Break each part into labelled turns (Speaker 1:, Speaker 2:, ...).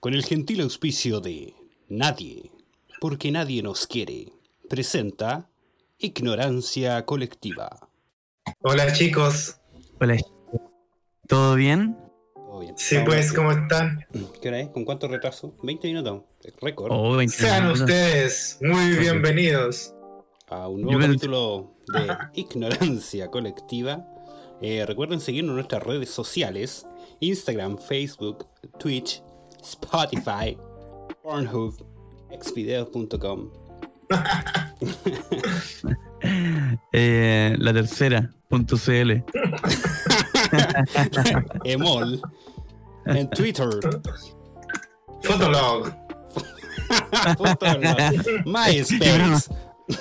Speaker 1: Con el gentil auspicio de Nadie, porque nadie nos quiere, presenta Ignorancia Colectiva.
Speaker 2: Hola chicos.
Speaker 3: Hola. ¿Todo bien?
Speaker 1: Todo Oh, bien.
Speaker 2: Sí,
Speaker 1: Estamos
Speaker 2: pues,
Speaker 1: aquí.
Speaker 2: ¿cómo están?
Speaker 1: ¿Qué hora es? ¿Con cuánto retraso? 20 minutos. Récord.
Speaker 3: Oh, 21
Speaker 2: Sean
Speaker 3: minutos.
Speaker 2: ustedes muy bienvenidos.
Speaker 1: a un nuevo
Speaker 3: Yo me-
Speaker 1: capítulo de Ignorancia Colectiva. Eh, recuerden seguirnos en nuestras redes sociales: Instagram, Facebook, Twitch, Spotify, Pornhub, xvideos.com.
Speaker 3: Eh, la tercera, punto CL.
Speaker 1: Emol, en Twitter,
Speaker 2: Fotolog.
Speaker 1: Fotolog,
Speaker 3: Qué broma.
Speaker 1: MySpace,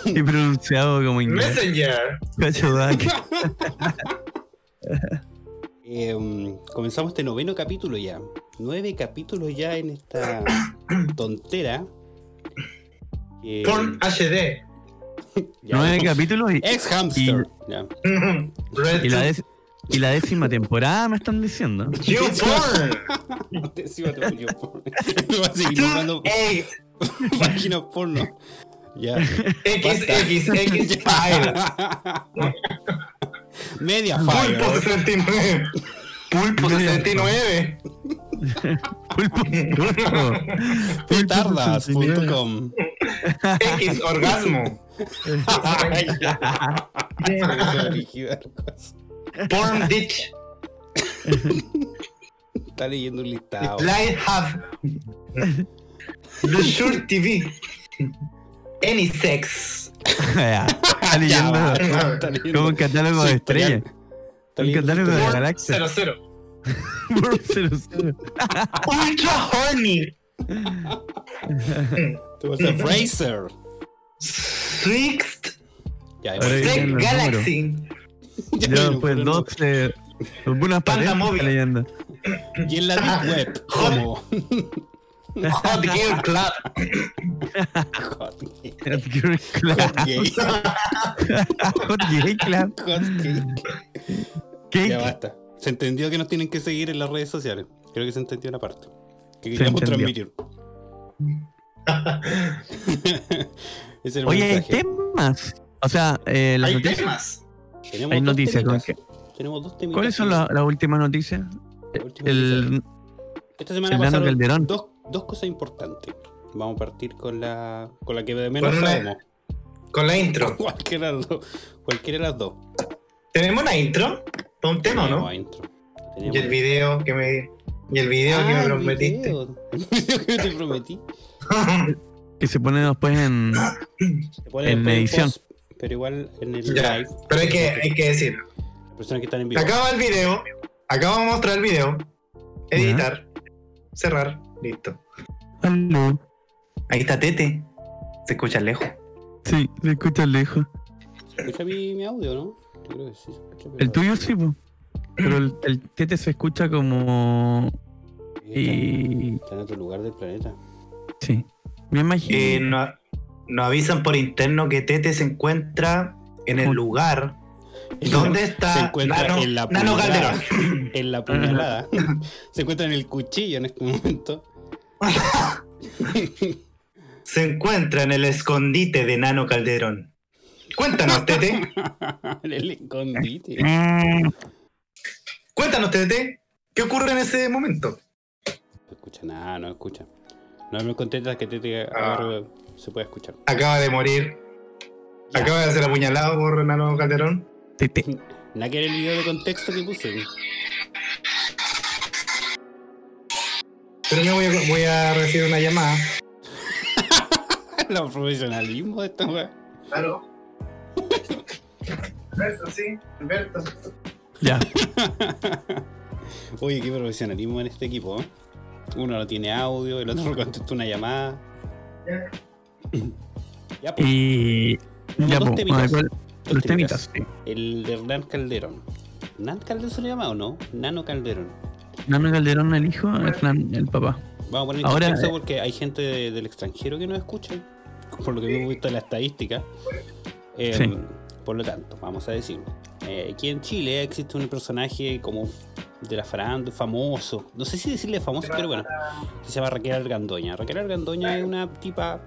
Speaker 3: He pronunciado como inglés.
Speaker 2: Messenger.
Speaker 3: Cacho Dac.
Speaker 1: Em, comenzamos este noveno capítulo ya. Nueve capítulos ya en esta tontera. Eh,
Speaker 2: Porn HD.
Speaker 1: ya.
Speaker 3: Nueve capítulos y,
Speaker 1: Ex hamster. Ya.
Speaker 2: Red
Speaker 3: y la dec- y la décima temporada me están diciendo.
Speaker 2: You Porn.
Speaker 1: Décima te volvió porno. Me va a seguir nombrando
Speaker 2: Eight.
Speaker 1: páginas porno. Ya.
Speaker 2: XXX File.
Speaker 1: Media
Speaker 2: Pulpo
Speaker 1: fire.
Speaker 2: 69. Pulpo 69.
Speaker 3: Pulpo. Pulpo.
Speaker 1: Tú tardas.com.
Speaker 2: X Orgasmo. Porn Ditch.
Speaker 1: Está leyendo un listado.
Speaker 2: Light Have. The Sure TV. Any Sex.
Speaker 3: Ya, Está
Speaker 1: Ya,
Speaker 3: leyendo
Speaker 1: va, está leyendo
Speaker 3: como un catálogo
Speaker 1: su
Speaker 3: de
Speaker 1: historial.
Speaker 3: estrellas.
Speaker 1: Está
Speaker 3: Un
Speaker 1: leyendo su
Speaker 3: catálogo de
Speaker 1: historial.
Speaker 2: Porn
Speaker 3: galaxias.
Speaker 2: 00.
Speaker 3: Por cero cero.
Speaker 2: Ultra Horny.
Speaker 1: Te falta Fraser.
Speaker 2: Sixth
Speaker 1: Ya,
Speaker 3: Ahora
Speaker 1: igual.
Speaker 3: vienen
Speaker 2: Sex
Speaker 3: los
Speaker 2: Galaxy.
Speaker 1: Ya,
Speaker 3: Yo,
Speaker 1: no,
Speaker 3: pues
Speaker 1: pero no.
Speaker 3: 12.
Speaker 2: Panda
Speaker 3: Algunas patentes
Speaker 2: móvil.
Speaker 3: está leyendo.
Speaker 1: Y en la Deep Web. Como.
Speaker 2: Hot Gear Club.
Speaker 1: Hot Gay.
Speaker 3: Hot Girl Club.
Speaker 1: Hot Gay.
Speaker 3: Hot Gay Club.
Speaker 1: Hot Gay.
Speaker 3: Cake.
Speaker 1: Ya basta. Se entendió que nos tienen que seguir en las redes sociales. Creo que se entendió la parte. Que queríamos
Speaker 3: entendió.
Speaker 1: transmitir. Ese era el
Speaker 3: Oye, hay
Speaker 1: mensaje.
Speaker 3: temas. O sea, eh, las
Speaker 2: Hay
Speaker 3: noticias-
Speaker 2: temas.
Speaker 1: Tenemos
Speaker 3: hay
Speaker 1: dos
Speaker 3: noticias,
Speaker 1: temitas.
Speaker 3: ¿con
Speaker 1: Tenemos dos temitas.
Speaker 3: ¿Cuáles son la- las últimas noticias?
Speaker 1: La última noticia.
Speaker 3: El,
Speaker 1: Esta semana
Speaker 3: el Nano
Speaker 1: pasaron
Speaker 3: Calderón.
Speaker 1: dos, dos cosas importantes. Vamos a partir con la, con la que de menos
Speaker 2: Con la-
Speaker 1: sabemos.
Speaker 2: Con la intro.
Speaker 1: Cualquiera de las dos. Cualquiera de las dos.
Speaker 2: ¿Tenemos una intro? ¿Para un tema o
Speaker 1: Tenemos
Speaker 2: no?
Speaker 1: intro. Tenemos-
Speaker 2: Y el video que me. Y el video que
Speaker 1: Ah,
Speaker 2: me
Speaker 1: el
Speaker 2: prometiste.
Speaker 1: video. El video que te prometí.
Speaker 3: que se pone después en...
Speaker 1: Te ponen
Speaker 3: En
Speaker 1: después
Speaker 3: edición.
Speaker 1: post, pero igual en el
Speaker 2: ya.
Speaker 1: live.
Speaker 2: Pero hay que, hay que decir.
Speaker 1: Las personas que están en vivo.
Speaker 2: Acaba el video. Acaba de mostrar el video. Editar. Cerrar. Listo.
Speaker 3: Aló.
Speaker 2: Ahí está Tete. Se escucha lejos.
Speaker 3: Sí, me escuchas lejos.
Speaker 1: ¿Se escucha mi, mi audio, no? Yo creo que sí. se escucha, pero-
Speaker 3: El tuyo sí, po. Pero el, el tete se escucha como...
Speaker 1: Está en-
Speaker 3: Y...
Speaker 1: Está en otro lugar del planeta.
Speaker 3: Sí. Me imagino.
Speaker 2: Eh, no- nos avisan por interno que Tete se encuentra en el lugar donde está
Speaker 1: Se encuentra
Speaker 2: Nano,
Speaker 1: en la
Speaker 2: Nano
Speaker 1: puñalada.
Speaker 2: Calderón.
Speaker 1: En la puñalada. se encuentra en el cuchillo en este momento.
Speaker 2: Se encuentra en el escondite de Nano Calderón. Cuéntanos, Tete.
Speaker 1: en el escondite.
Speaker 3: Mm.
Speaker 2: Cuéntanos, Tete. ¿Qué ocurre en ese momento?
Speaker 1: No escucha nada, no escucha. No me contenta que te, te
Speaker 2: Ah.
Speaker 1: agarro, se pueda escuchar.
Speaker 2: Acaba de morir. Acaba de ser apuñalado por Nano Calderón.
Speaker 3: Tete.
Speaker 1: Nada que ver el video de contexto que puse.
Speaker 2: Pero yo voy a, voy a recibir una llamada.
Speaker 1: Los profesionalismo de esta weá.
Speaker 2: Claro. Alberto, sí, Alberto.
Speaker 3: Ya.
Speaker 1: Oye, qué profesionalismo en este equipo. ¿eh? Uno no tiene audio, el otro contesta una llamada. Ya, pues,
Speaker 3: Y...
Speaker 1: Tenemos
Speaker 3: Ya,
Speaker 1: dos
Speaker 3: po.
Speaker 1: temitas.
Speaker 3: a ver,
Speaker 1: dos
Speaker 3: Los
Speaker 1: temitas.
Speaker 3: temitas. sí.
Speaker 1: El de Hernán Calderón. ¿Hernán Calderón se le llama o no? Nano Calderón.
Speaker 3: Nano Calderón, el hijo, Hernán, el papá.
Speaker 1: Vamos a poner en
Speaker 3: Ahora,
Speaker 1: contexto
Speaker 3: eh,
Speaker 1: porque hay gente de- del extranjero que no escucha, por lo que hemos visto en la estadística. Eh,
Speaker 3: Sí.
Speaker 1: Por lo tanto, vamos a decir, eh, aquí en Chile existe un personaje como de la farándula, famoso. No sé si decirle famoso, pero bueno. Se llama Raquel Argandoña. Raquel Argandoña es una tipa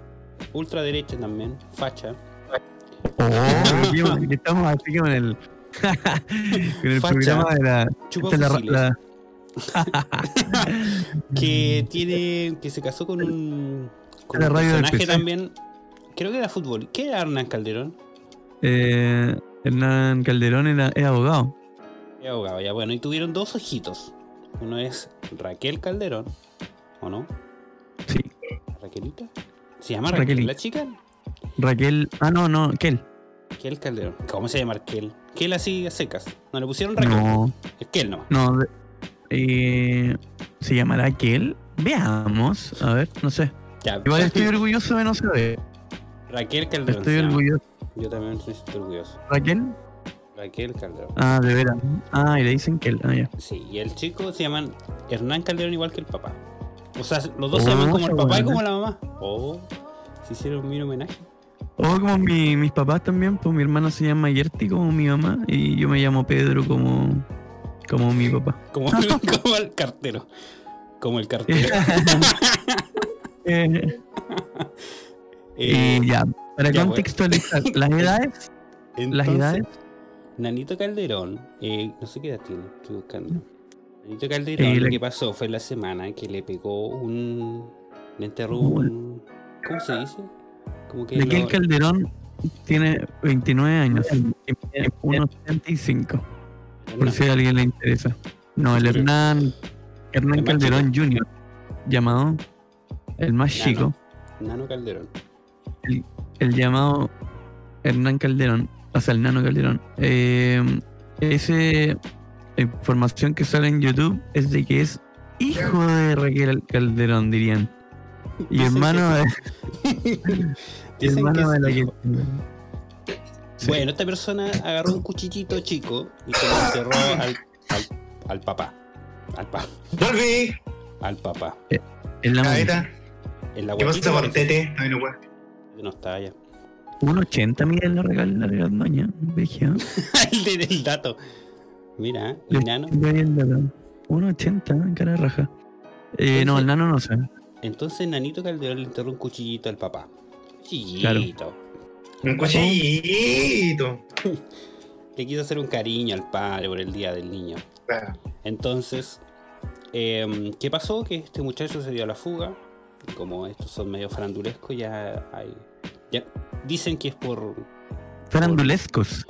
Speaker 1: ultraderecha también, facha.
Speaker 3: Oh, que estamos así con el, con el
Speaker 1: Facha.
Speaker 3: programa de la.
Speaker 1: Chupa
Speaker 3: esta es la-
Speaker 1: fusiles.
Speaker 3: la-
Speaker 1: que tiene que se casó con un, con
Speaker 3: La
Speaker 1: un
Speaker 3: radio del
Speaker 1: personaje
Speaker 3: PC.
Speaker 1: también creo que era fútbol ¿qué era Hernán Calderón?
Speaker 3: eh, Hernán Calderón era, es abogado.
Speaker 1: Era abogado ya bueno y tuvieron dos ojitos uno es Raquel Calderón ¿o no?
Speaker 3: Sí.
Speaker 1: ¿Raquelita? ¿se llama Raquel,
Speaker 3: Raquelita.
Speaker 1: la chica?
Speaker 3: Raquel. Ah, no, no, Kel.
Speaker 1: Raquel Calderón ¿cómo se llama Raquel? Kel así a secas no le pusieron Raquel
Speaker 3: No,
Speaker 1: es Kel nomás
Speaker 3: no. de- eh, ¿Se llamará Kel? Veamos. A ver, no sé.
Speaker 1: Ya,
Speaker 3: Igual estoy orgulloso de no saber.
Speaker 1: Raquel Calderón
Speaker 3: Estoy
Speaker 1: se llama.
Speaker 3: orgulloso.
Speaker 1: yo también estoy orgulloso
Speaker 3: ¿Raquel?
Speaker 1: Raquel Calderón
Speaker 3: Ah, de veras. Ah, y le dicen Kel. Ah, ya.
Speaker 1: Sí, y el chico se llaman Hernán Calderón igual que el papá. O sea, los dos se
Speaker 3: Oh,
Speaker 1: llaman como el
Speaker 3: qué
Speaker 1: papá y
Speaker 3: buena.
Speaker 1: como la mamá. Oh, se hicieron un homenaje.
Speaker 3: O como mi- mis papás también, pues mi hermano se llama Yerti como mi mamá y yo me llamo Pedro como, como mi papá.
Speaker 1: Como, como el cartero. Como el cartero.
Speaker 3: Eh,
Speaker 1: Eh,
Speaker 3: y ya, para
Speaker 1: ya, bueno.
Speaker 3: contextualizar, las edades, las
Speaker 1: entonces,
Speaker 3: edades,
Speaker 1: Nanito Calderón, eh, no sé qué edad tiene, estoy buscando. Nanito Calderón,
Speaker 3: Eh,
Speaker 1: lo
Speaker 3: la-
Speaker 1: que pasó fue la semana que le pegó un. Le enterró un. ¿Cómo se dice? Como que.
Speaker 3: de que el
Speaker 1: lo-
Speaker 3: Calderón tiene 29 años, y mide 1.75, por
Speaker 1: no,
Speaker 3: si a alguien le interesa. No, el
Speaker 1: Sí.
Speaker 3: Hernán, Hernán
Speaker 1: El más
Speaker 3: Calderón Jr., llamado el más
Speaker 1: Nano.
Speaker 3: chico,
Speaker 1: Nano Calderón.
Speaker 3: el llamado Hernán Calderón, o sea, el Nano Calderón, eh, ese la información que sale en YouTube es de que es hijo de Raquel Calderón, dirían. Y
Speaker 1: Dicen
Speaker 3: hermano de, y
Speaker 1: Dicen que
Speaker 3: hermano de
Speaker 1: es
Speaker 3: la
Speaker 1: hijo.
Speaker 3: que... Sí.
Speaker 1: Bueno, esta persona agarró un cuchillito chico y se lo enterró al, al, al papá. Al, pa-
Speaker 2: Volví.
Speaker 1: al papá.
Speaker 3: Es la mamá.
Speaker 2: Cabeta.
Speaker 1: En la
Speaker 2: ¿Qué
Speaker 1: guatita
Speaker 2: pasa con
Speaker 1: parece
Speaker 2: Tete? Ay, no, weón.
Speaker 1: que No está allá.
Speaker 3: Un 80 mira la regal la regal doña. Veja.
Speaker 1: el, de- el dato. Mira, ¿eh?
Speaker 3: Le-
Speaker 1: el nano.
Speaker 3: ve el dato. Un 80, cara de raja. Eh, no, el nano no sé.
Speaker 1: Entonces Nanito Calderón le enterró un cuchillito al papá. Cuchillito.
Speaker 2: Un cuchillito.
Speaker 1: Le quiso hacer un cariño al padre por el día del niño.
Speaker 2: Claro.
Speaker 1: Entonces, eh, ¿qué pasó? Que este muchacho se dio a la fuga. Y Como estos son medio farandulescos, ya hay. Ya dicen que es por
Speaker 3: Farandulescos.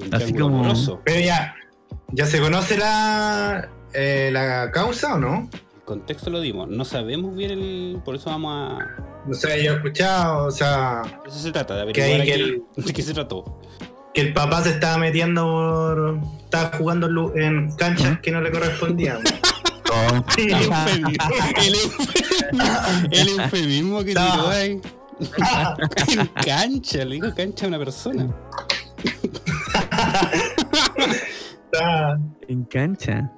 Speaker 1: Un
Speaker 3: Así
Speaker 1: triángulo
Speaker 3: como-
Speaker 1: amoroso.
Speaker 2: Pero ya, ¿ya se conoce la, eh, la causa o no?
Speaker 1: El contexto lo dimos. No sabemos bien el. Por eso vamos a.
Speaker 2: No sé, yo he escuchado, o sea,
Speaker 1: Eso se trata, de
Speaker 2: Que hay
Speaker 1: averiguar
Speaker 2: que
Speaker 1: aquí de qué se trató.
Speaker 2: que el papá se estaba metiendo por... Estaba jugando en lu- en canchas que no le correspondían.
Speaker 1: El eufemismo, el eufemismo- el eufemismo que
Speaker 2: No.
Speaker 1: tiró ahí. En cancha, le dijo cancha a una persona.
Speaker 2: Estaba-
Speaker 3: En cancha.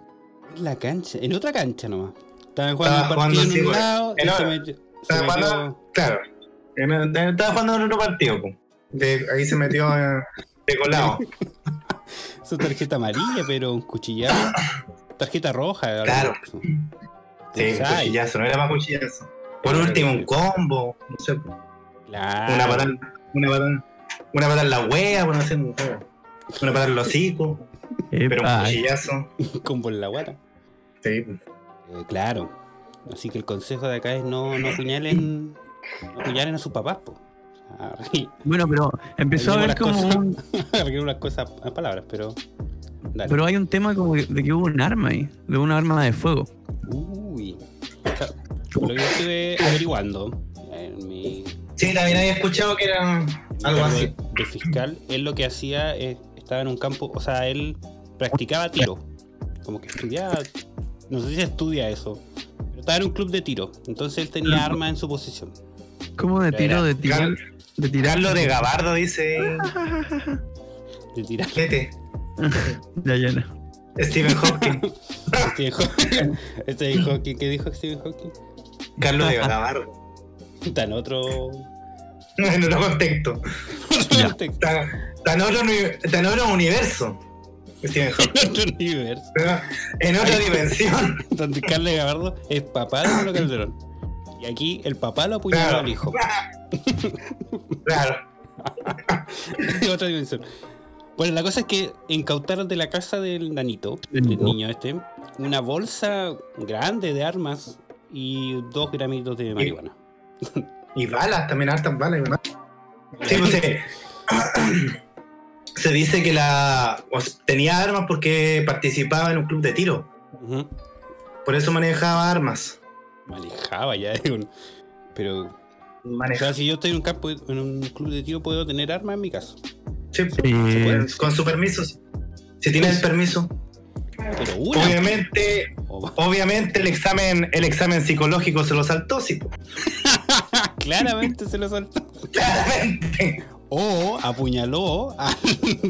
Speaker 1: En la cancha, en otra cancha nomás. Estaban jugando
Speaker 2: Estaba
Speaker 1: un partido
Speaker 2: jugando,
Speaker 1: en un
Speaker 2: sí,
Speaker 1: lado
Speaker 2: en
Speaker 1: y se
Speaker 2: otra.
Speaker 1: metió. se
Speaker 2: estaba
Speaker 1: metió-
Speaker 2: jugando- claro, en- en- estaba jugando en otro partido. po. De- ahí se metió eh, de colado.
Speaker 1: su tarjeta amarilla, pero un cuchillazo. Tarjeta roja.
Speaker 2: Claro.
Speaker 1: algo.
Speaker 2: Sí,
Speaker 1: Exacto.
Speaker 2: cuchillazo, no era más cuchillazo. Por último, un combo, no sé,
Speaker 1: Claro.
Speaker 2: una patada, una patada, una patada en la wea, por no sé, una patada en los hocico, pero un
Speaker 3: Epa.
Speaker 2: cuchillazo.
Speaker 1: Combo en la guata.
Speaker 2: Sí,
Speaker 1: Eh, claro. Así que el consejo de acá es no, no apuñalen, no apuñalen a sus papás, po. Arregl-
Speaker 3: Bueno, pero empezó a
Speaker 1: Ahí
Speaker 3: haber
Speaker 1: llevo las
Speaker 3: como
Speaker 1: cosas.
Speaker 3: un-
Speaker 1: Arreglen unas cosas a palabras, pero. Dale.
Speaker 3: Pero hay un tema como que- de que hubo un arma ahí, de un arma de fuego.
Speaker 1: Uy. O sea, lo que yo estuve averiguando en mi
Speaker 2: Sí, también había escuchado que era algo
Speaker 1: cargo
Speaker 2: así.
Speaker 1: de, de fiscal, él lo que hacía es, estaba en un campo, o sea, él practicaba tiro. Como que estudiaba, no sé si estudia eso, pero estaba en un club de tiro. Entonces él tenía armas en su posición.
Speaker 3: Como de
Speaker 1: Era.
Speaker 3: tiro, de tirar.
Speaker 2: Car-
Speaker 3: De tirar.
Speaker 2: Carlos de Gabardo dice
Speaker 1: De tirar.
Speaker 2: Tete,
Speaker 3: Ya, ya, no.
Speaker 2: Stephen Hopkins,
Speaker 1: Stephen Hawking. Stephen Hawking, ¿qué Este dijo Stephen Hawking?
Speaker 2: Carlos de Gabardo.
Speaker 1: Está en otro,
Speaker 2: En otro contexto.
Speaker 1: otro
Speaker 3: Ya.
Speaker 1: contexto.
Speaker 2: Está, está en otro, uni- está en otro universo. Stephen Hawking.
Speaker 1: en otro universo.
Speaker 2: En otra dimensión.
Speaker 1: Donde Carlos Gabardo es papá de Pablo Calderón. Y aquí el papá lo apuñaló
Speaker 2: Claro.
Speaker 1: al hijo.
Speaker 2: Claro.
Speaker 1: En otra dimensión. Bueno, la cosa es que incautaron de la casa del nanito,
Speaker 3: Del
Speaker 1: del
Speaker 3: niño.
Speaker 1: niño este, una bolsa grande de armas y dos gramitos de marihuana.
Speaker 2: Y balas, también hartas balas. ¿verdad? Sí, pues, sí. Se dice que la o sea, tenía armas porque participaba en un club de tiro.
Speaker 1: Ujú.
Speaker 2: Por eso manejaba armas.
Speaker 1: Manejaba ya, digo, pero O
Speaker 2: Manejaba.
Speaker 1: sea, si yo estoy en un campo, en un club de tiro, puedo tener armas en mi casa.
Speaker 2: Sí,
Speaker 3: Eh,
Speaker 2: con- con su permiso. sí. Si tienes el permiso.
Speaker 1: Pero una.
Speaker 2: Obviamente,
Speaker 1: o-
Speaker 2: obviamente el examen, el examen psicológico se lo saltó, sí. po.
Speaker 1: claramente se lo saltó.
Speaker 2: Claramente.
Speaker 1: O apuñaló a-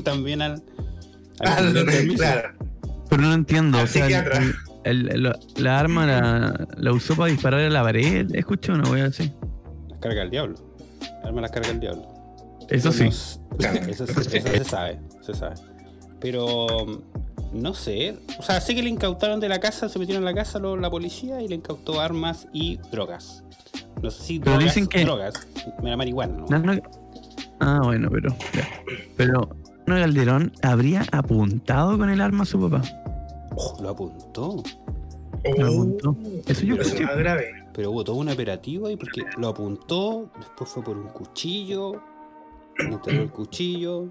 Speaker 1: también al. al
Speaker 3: Ah,
Speaker 1: que le dio permiso.
Speaker 2: Claro.
Speaker 3: Pero no entiendo.
Speaker 2: Al
Speaker 3: O sea,
Speaker 2: psiquiatra.
Speaker 3: el- el- la- la arma la, la usó para disparar a la pared. Escucha una wea así.
Speaker 1: Las carga el diablo. Las armas las carga el diablo.
Speaker 3: Eso sí.
Speaker 1: Nos- eso, se- eso se sabe. Se sabe. Pero. mm, No sé. O sea, sé que le incautaron de la casa, se metieron a la casa lo- la policía y le incautó armas y drogas. No sé si
Speaker 3: Pero
Speaker 1: drogas,
Speaker 3: dicen que-
Speaker 1: drogas. Era marihuana, ¿no?
Speaker 3: Nano- Ah, bueno, pero. ya. Pero Nano Calderón habría apuntado con el arma a su papá.
Speaker 1: Oh, lo apuntó.
Speaker 3: Me apuntó. Eso yo
Speaker 2: Pero es
Speaker 3: escuché.
Speaker 2: más grave.
Speaker 1: Pero hubo todo un operativo ahí porque lo apuntó, después fue por un cuchillo, le enterró el cuchillo.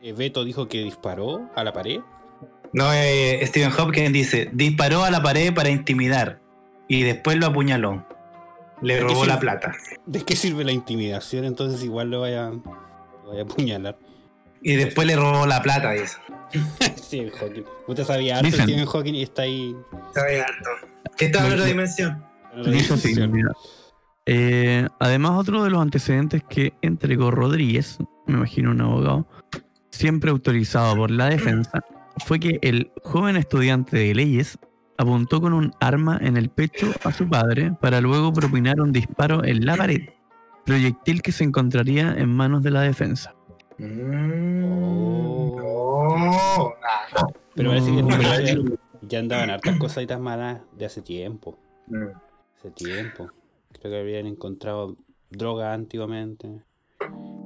Speaker 1: eh, Beto dijo que disparó a la pared.
Speaker 2: No, eh, Stephen Hopkins dice, disparó a la pared para intimidar y después lo apuñaló. Le
Speaker 1: Es que
Speaker 2: robó
Speaker 1: sí.
Speaker 2: la plata.
Speaker 1: ¿De qué sirve la intimidación? Entonces igual lo vaya, lo vaya a apuñalar.
Speaker 2: Y después le robó la plata, dice.
Speaker 1: Stephen Hawking. Usted sabía harto de
Speaker 3: Dicen-
Speaker 1: Stephen Hawking y está ahí.
Speaker 2: Está bien alto. Estaba en otra dimensión.
Speaker 1: en otra
Speaker 3: Eso sí,
Speaker 1: dimensión.
Speaker 3: mira. Eh, además, otro de los antecedentes que entregó Rodríguez, me imagino un abogado, siempre autorizado por la defensa, fue que el joven estudiante de leyes apuntó con un arma en el pecho a su padre para luego propinar un disparo en la pared, proyectil que se encontraría en manos de la defensa.
Speaker 2: Mm. Oh.
Speaker 1: Pero parece que
Speaker 3: No,
Speaker 1: en
Speaker 3: ¿verdad?
Speaker 1: realidad ya andaban hartas cositas malas de hace tiempo. Hace tiempo. Creo que habían encontrado droga antiguamente.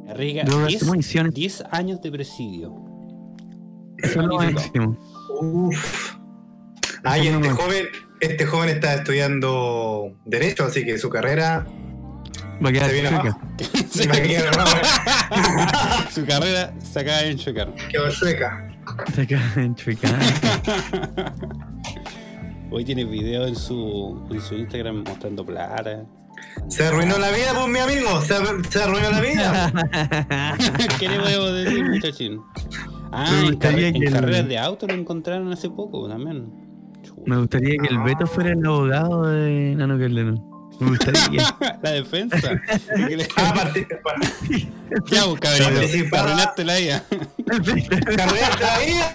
Speaker 1: Arriesga
Speaker 3: Drogas,
Speaker 1: 10
Speaker 3: municiones,
Speaker 1: 10 años de presidio.
Speaker 3: eso es lo
Speaker 1: magnífico.
Speaker 3: máximo.
Speaker 2: Uf. Ay,
Speaker 3: Eso no
Speaker 2: este
Speaker 3: me-
Speaker 2: joven, este joven está estudiando Derecho, así que su carrera
Speaker 3: Va a quedar
Speaker 2: Se viene
Speaker 3: chueca.
Speaker 2: abajo. va a quedar va
Speaker 1: Su carrera se acaba de enchocar.
Speaker 2: a quedar seca.
Speaker 3: Se queda en chueca.
Speaker 1: Hoy tiene video en su, en su Instagram mostrando plata.
Speaker 2: Se arruinó la vida, pues, mi amigo. Se, ar- se arruinó la vida.
Speaker 1: ¿Qué le podemos decir, muchachín? Ah,
Speaker 3: Me
Speaker 1: en, carre-
Speaker 3: gustaría
Speaker 1: en
Speaker 3: que el-
Speaker 1: carreras de auto lo encontraron hace poco también. Chuta.
Speaker 3: Me gustaría que el Beto fuera el abogado de Nano Calderón. Me gustaría.
Speaker 1: La defensa. ¿Qué le-
Speaker 2: Ah, parti- par-
Speaker 1: Ya, vos, cabrón.
Speaker 2: Participaba.
Speaker 1: Arruinaste la idea.
Speaker 2: ¡Te arruinaste la vida!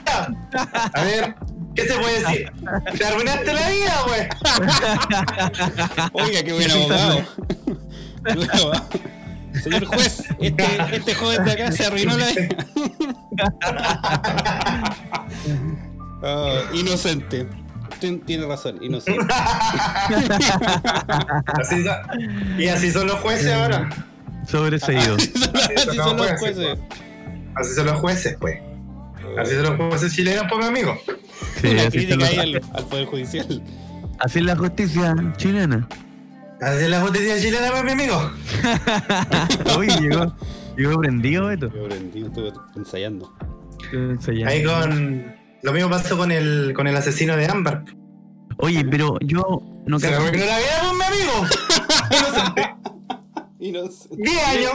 Speaker 2: A ver, ¿qué se puede decir? ¡Te arruinaste la vida, pues. güey!
Speaker 1: Oiga, qué buen abogado. Qué buen abogado. Señor juez, este, este joven de acá se arruinó la vida. Ah, inocente. Tien- Tiene razón, inocente.
Speaker 2: Así son- y así son los jueces ahora.
Speaker 3: Sobreseído.
Speaker 1: Así son los jueces.
Speaker 2: Así son los jueces, pues. Así son los jueces chilenos, pues, mi amigo.
Speaker 3: Sí,
Speaker 1: Una
Speaker 3: así, son
Speaker 1: crítica
Speaker 3: los-
Speaker 1: ahí al, al Poder Judicial.
Speaker 3: así es la justicia chilena.
Speaker 2: Así es la justicia chilena, pues, mi amigo.
Speaker 3: Uy, llegó, llegó prendido Beto.
Speaker 1: Yo aprendí, estuve ensayando.
Speaker 3: Estoy ensayando.
Speaker 2: Ahí con. Lo mismo pasó con el, con el asesino de Ámbar.
Speaker 3: Oye, pero yo no
Speaker 2: Se le
Speaker 3: cacho-
Speaker 2: arruinó la vida, pues, mi amigo. Inocente.
Speaker 1: Inocente.
Speaker 2: 10 años,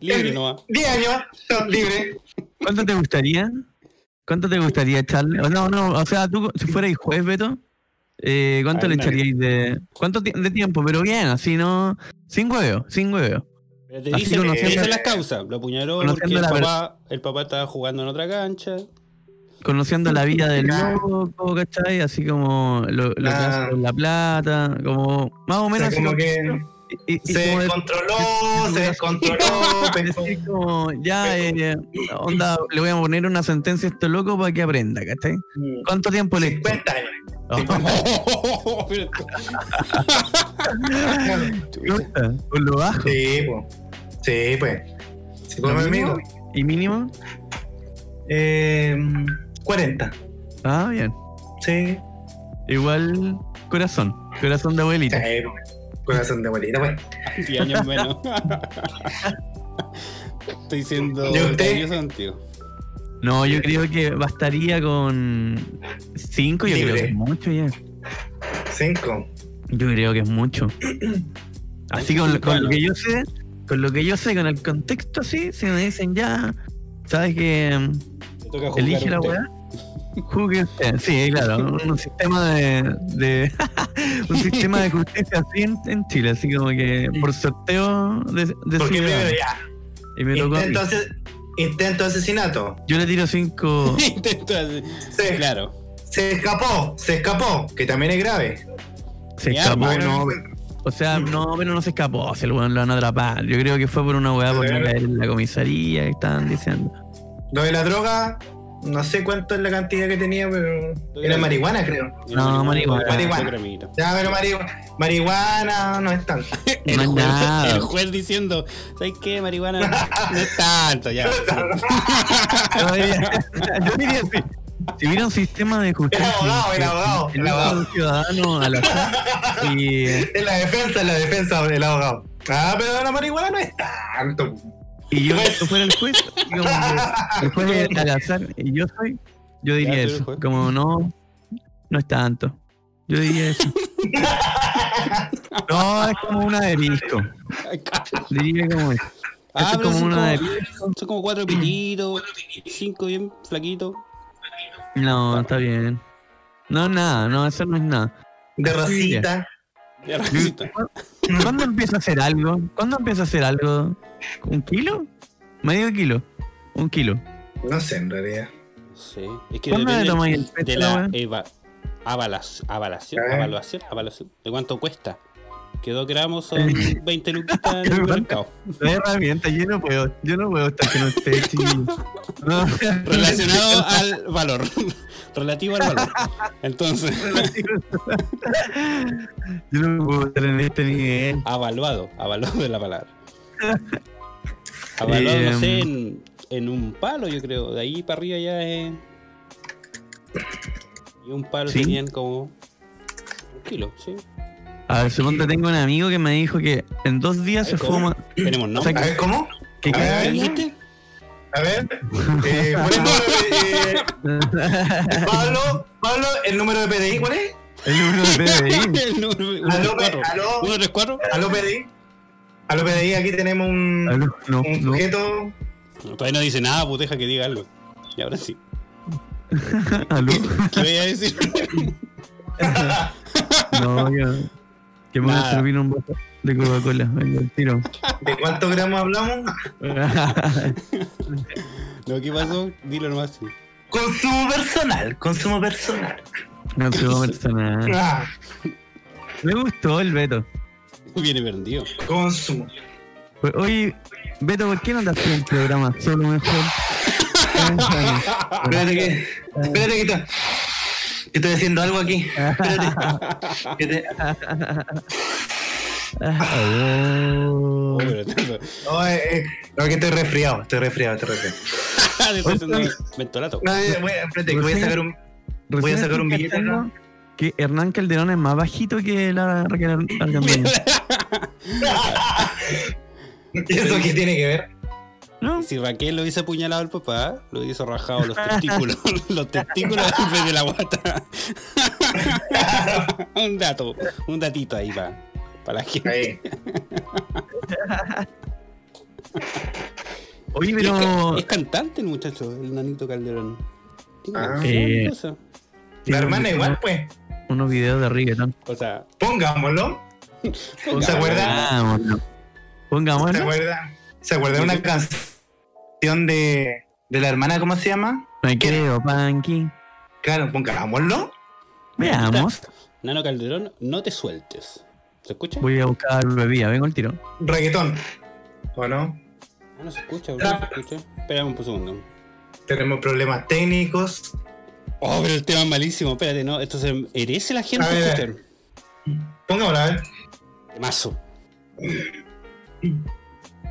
Speaker 1: Libre nomás.
Speaker 2: 10 años, no, libre.
Speaker 3: ¿Cuánto te gustaría? ¿Cuánto te gustaría echarle? O No, no, o sea, tú si fuerais juez, Beto, eh, ¿cuánto
Speaker 1: Ay,
Speaker 3: le
Speaker 1: no.
Speaker 3: echaríais de. ¿Cuánto ti- de tiempo? Pero bien, así no. Sin huevo, sin huevo.
Speaker 1: Pero te
Speaker 3: Así
Speaker 1: dicen, te
Speaker 3: conociendo-
Speaker 1: dicen las causas. Lo apuñaló
Speaker 3: Conociendo
Speaker 1: porque el
Speaker 3: la ver-
Speaker 1: papá, el papá estaba jugando en otra cancha.
Speaker 3: Conociendo la vida del loco, ¿cachai? Así como lo, lo que
Speaker 2: Ah.
Speaker 3: hace con la plata, como más o
Speaker 2: O
Speaker 3: menos.
Speaker 2: sea, como
Speaker 3: así
Speaker 2: que
Speaker 3: y- y
Speaker 2: Se
Speaker 3: como de-
Speaker 2: descontroló,
Speaker 3: y-
Speaker 2: se
Speaker 3: y-
Speaker 2: descontroló. pensó-
Speaker 3: decir como, ya, eh, onda, le voy a poner una sentencia a este loco para que aprenda, ¿cachai? ¿Cuánto tiempo le
Speaker 2: 50 años.
Speaker 3: Oh.
Speaker 1: Pero-
Speaker 3: Por lo bajo.
Speaker 2: Sí, pues. Sí, pues. Sí, pues,
Speaker 3: ¿Lo
Speaker 2: mi
Speaker 3: mínimo?
Speaker 2: amigo.
Speaker 3: ¿Y mínimo?
Speaker 2: Eh, 40.
Speaker 3: Ah, bien.
Speaker 2: Sí.
Speaker 3: Igual, corazón. Corazón de
Speaker 2: Sí,
Speaker 3: abuelita.
Speaker 2: pues. Corazón de abuelita, pues.
Speaker 1: 10 años menos. Estoy siendo
Speaker 2: ¿Y usted?
Speaker 1: orgulloso contigo.
Speaker 3: No, yo creo que bastaría con cinco, yo
Speaker 2: Libre.
Speaker 3: creo que es mucho ya.
Speaker 2: 5.
Speaker 3: Yo creo que es mucho. Así con, con lo que yo sé, con lo que yo sé, con el contexto así, si me dicen ya, sabes que mm,
Speaker 1: Te toca jugar
Speaker 3: elige la
Speaker 1: usted.
Speaker 3: weá, juzgue usted. Sí, claro, un sistema de, de- un sistema de justicia así en, en Chile, así como que por sorteo de, de
Speaker 2: Porque
Speaker 3: ciudadano.
Speaker 2: primero ya.
Speaker 3: Y me tocó a mí.
Speaker 2: Intento, ase- intento asesinato.
Speaker 3: Yo le tiro cinco.
Speaker 1: Intento hacer-
Speaker 2: Se,
Speaker 1: Claro.
Speaker 2: se escapó, se escapó, que también es grave.
Speaker 3: Se
Speaker 1: Mi
Speaker 3: escapó,
Speaker 1: arma.
Speaker 3: no, O sea, no, pero no se escapó, se lo, lo van a atrapar. Yo creo que fue por una weá por no caer en la comisaría que estaban diciendo.
Speaker 2: Lo de la droga, no sé cuánto es la cantidad que tenía, pero era marihuana, creo.
Speaker 3: No, marihuana.
Speaker 2: Marihuana.
Speaker 1: Yo creo, amiguito.
Speaker 2: Ya, pero mari- marihuana no es tanto.
Speaker 3: no
Speaker 1: El,
Speaker 3: es
Speaker 1: juez,
Speaker 3: nada.
Speaker 1: el juez diciendo, ¿sabes qué? Marihuana no es tanto, ya.
Speaker 3: Yo diría, yo diría sí. Si hubiera un sistema de justicia.
Speaker 2: Era abogado, era abogado,
Speaker 3: el
Speaker 2: era abogado.
Speaker 3: un ciudadano al azar y eh,
Speaker 2: Es la defensa, es la defensa del abogado. Ah, pero la marihuana no es tanto.
Speaker 3: y yo
Speaker 2: Pues.
Speaker 3: si fuera el juez, y como que el juez al azar y yo soy, yo
Speaker 1: Ya,
Speaker 3: diría
Speaker 1: tú eres
Speaker 3: eso.
Speaker 1: juez.
Speaker 3: Como no, no es tanto. Yo diría eso. No, es como una de disco. Diría como eso. Esto
Speaker 1: Ah,
Speaker 3: Este es
Speaker 1: pero
Speaker 3: como
Speaker 1: son,
Speaker 3: una de
Speaker 1: como, son como cuatro pititos, cinco bien flaquitos.
Speaker 3: No, está bien. No, nada, no, eso no es nada.
Speaker 2: De rosita.
Speaker 1: Ya, racista.
Speaker 3: ¿Cuándo empieza a hacer algo? ¿Cuándo empieza a hacer algo? ¿Un kilo? ¿Medio kilo? ¿Un kilo?
Speaker 2: No sé, en realidad.
Speaker 1: Sí. Es que
Speaker 3: ¿Cuándo le
Speaker 1: depende
Speaker 3: tomáis el
Speaker 1: de
Speaker 3: pecho,
Speaker 1: la
Speaker 3: weón? Eh.
Speaker 1: eva- avalas- avalación,
Speaker 2: Ah.
Speaker 1: avaluación, avaluación, de cuánto cuesta. Que dos gramos son
Speaker 3: Eh.
Speaker 1: 20 luquitas en el
Speaker 3: ¿Cuánto?
Speaker 1: mercado.
Speaker 3: La herramienta, yo no puedo, yo no puedo estar con usted, chiquillos. No.
Speaker 1: Relacionado al valor. Relativo al valor. Entonces,
Speaker 3: Yo no puedo estar en este nivel.
Speaker 1: avaluado, avaluado de la palabra. Avaluado, no
Speaker 3: Em.
Speaker 1: sé, en, en un palo, yo creo. De ahí para arriba ya es. Y un palo
Speaker 3: ¿Sí?
Speaker 1: serían como. Un kilo, sí.
Speaker 3: A ver, supongo que tengo un amigo que me dijo que en dos días se
Speaker 1: Ay, ¿cómo?
Speaker 3: fuma.
Speaker 1: Tenemos
Speaker 3: O sea,
Speaker 1: nombre.
Speaker 2: A ver, ¿cómo?
Speaker 3: Que
Speaker 2: A
Speaker 3: cada
Speaker 2: ver,
Speaker 1: ¿Qué
Speaker 3: día-
Speaker 1: dijiste?
Speaker 2: A ver. Eh, por ejemplo, eh, Pablo, Pablo, ¿el número de PDI cuál es?
Speaker 3: El número de PDI.
Speaker 1: El número-
Speaker 2: Aló,
Speaker 1: 134.
Speaker 2: aló.
Speaker 1: 134.
Speaker 2: ¿Aló PDI? ¿Aló PDI? Aquí tenemos
Speaker 3: Ah,
Speaker 2: un,
Speaker 3: No, no,
Speaker 2: un
Speaker 3: no.
Speaker 2: sujeto.
Speaker 1: No, Todavía no dice nada, pues deja que diga algo. Y ahora sí.
Speaker 3: Aló.
Speaker 1: ¿Qué voy a decir?
Speaker 3: No, yo. Que me voy a
Speaker 1: Nada.
Speaker 3: servir un vaso de Coca-Cola. Venga, al tiro.
Speaker 2: ¿De cuántos gramos hablamos?
Speaker 1: Lo que pasó, dilo nomás. sí.
Speaker 2: Consumo personal, consumo personal.
Speaker 3: no soy personal.
Speaker 2: Ah,
Speaker 3: Me gustó el Beto.
Speaker 1: Viene perdido.
Speaker 2: consumo.
Speaker 3: Pues, Oye, Beto, ¿por qué no te haces un programa solo mejor?
Speaker 2: Espérate que. Espérate que está- que estoy haciendo algo aquí. Espérate. Que te-
Speaker 1: Oh,
Speaker 3: Oh.
Speaker 1: pero tanto.
Speaker 2: No, eh, eh, no, que estoy resfriado, estoy resfriado, estoy resfriado.
Speaker 1: Le estoy haciendo mentolato.
Speaker 2: No, eh, voy, espérate, que voy a sacar un.
Speaker 3: Recién
Speaker 2: a sacar un
Speaker 3: estoy
Speaker 2: billete
Speaker 3: cachando
Speaker 2: acá.
Speaker 3: Que Hernán Calderón es más bajito que la Raquel Ar- Argandoña.
Speaker 2: ¿Y eso qué tiene que ver?
Speaker 3: ¿No?
Speaker 1: Si Raquel lo hubiese apuñalado al papá, lo hubiese rajado los testículos. los testículos en vez de la guata. un dato, un datito ahí para la gente.
Speaker 2: Ahí.
Speaker 3: Oye,
Speaker 1: Y es
Speaker 3: pero.
Speaker 1: ca- Es cantante el muchacho, el nanito Calderón. Tiene
Speaker 2: Ah.
Speaker 1: una
Speaker 3: Eh.
Speaker 1: cosa.
Speaker 2: La hermana igual, pues.
Speaker 3: Unos videos de reggaeton.
Speaker 1: O sea, Ah,
Speaker 2: Pongámoslo. ¿Se acuerdan?
Speaker 3: Pongámoslo.
Speaker 2: ¿Se
Speaker 3: Pongámoslo.
Speaker 2: acuerdan? ¿Se acuerdan una canción de, de la hermana, cómo se llama?
Speaker 3: Me creo, Panky.
Speaker 2: Claro, pongámoslo.
Speaker 3: Veamos.
Speaker 1: Nano Calderón, no te sueltes. ¿Se escucha?
Speaker 3: Voy a buscar bebida, vengo al tiro.
Speaker 2: Reggaetón. ¿O no?
Speaker 1: Ah, no se escucha, bro. No se escucha. Espérame un segundo.
Speaker 2: Tenemos problemas técnicos.
Speaker 1: Oh, pero el tema es malísimo. Espérate, ¿no? Esto se herece la gente.
Speaker 2: A ver, a
Speaker 1: Twitter.
Speaker 2: Pongámosla, a ver.
Speaker 1: Temazo.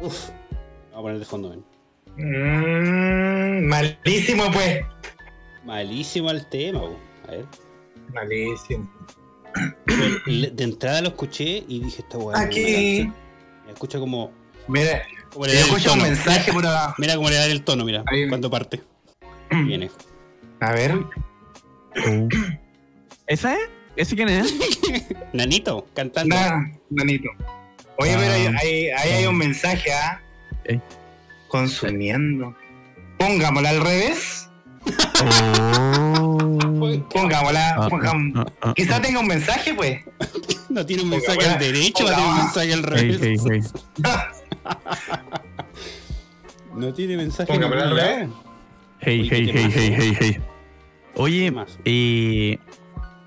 Speaker 1: Uf. Vamos a poner de fondo, ven.
Speaker 2: Mm, malísimo, pues.
Speaker 1: Malísimo el tema, bo. A ver.
Speaker 2: Malísimo.
Speaker 1: Le- De entrada lo escuché y dije, esta weá. no me
Speaker 2: Aquí.
Speaker 1: alcanza. Me escucha como.
Speaker 2: Mira,
Speaker 1: como
Speaker 2: yo
Speaker 1: le da el
Speaker 2: escucho un
Speaker 1: tono.
Speaker 2: mensaje por abajo.
Speaker 1: Mira cómo le da el tono, mira.
Speaker 2: Ahí Mm. viene.
Speaker 1: Cuando parte. Viene.
Speaker 2: A ver.
Speaker 3: Oh. ¿Esa es? ¿Ese quién es?
Speaker 1: Nanito, cantando.
Speaker 2: Nada, nanito. Oye,
Speaker 3: Ah.
Speaker 2: pero ahí, ahí- ahí hay un mensaje, ¿ah?
Speaker 3: Ok.
Speaker 2: Consumiendo. Pongámosla al revés.
Speaker 3: Oh.
Speaker 2: Pongámosla.
Speaker 3: Ah,
Speaker 2: pongam-
Speaker 3: ah, ah,
Speaker 2: Quizá
Speaker 3: ah.
Speaker 2: tenga un mensaje, pues.
Speaker 1: No tiene un
Speaker 2: Hola,
Speaker 1: mensaje
Speaker 2: hola.
Speaker 1: al derecho,
Speaker 2: Hola.
Speaker 1: tiene un mensaje al
Speaker 3: Hey,
Speaker 1: revés.
Speaker 3: hey, hey.
Speaker 2: Ah,
Speaker 1: No tiene mensaje
Speaker 2: Ponga
Speaker 1: al
Speaker 2: para al
Speaker 1: revés.
Speaker 2: revés.
Speaker 3: Hey,
Speaker 1: Oye, qué
Speaker 3: hey, hey,
Speaker 1: temazo.
Speaker 3: hey, hey, hey. Oye,
Speaker 1: Temazo.
Speaker 3: eh,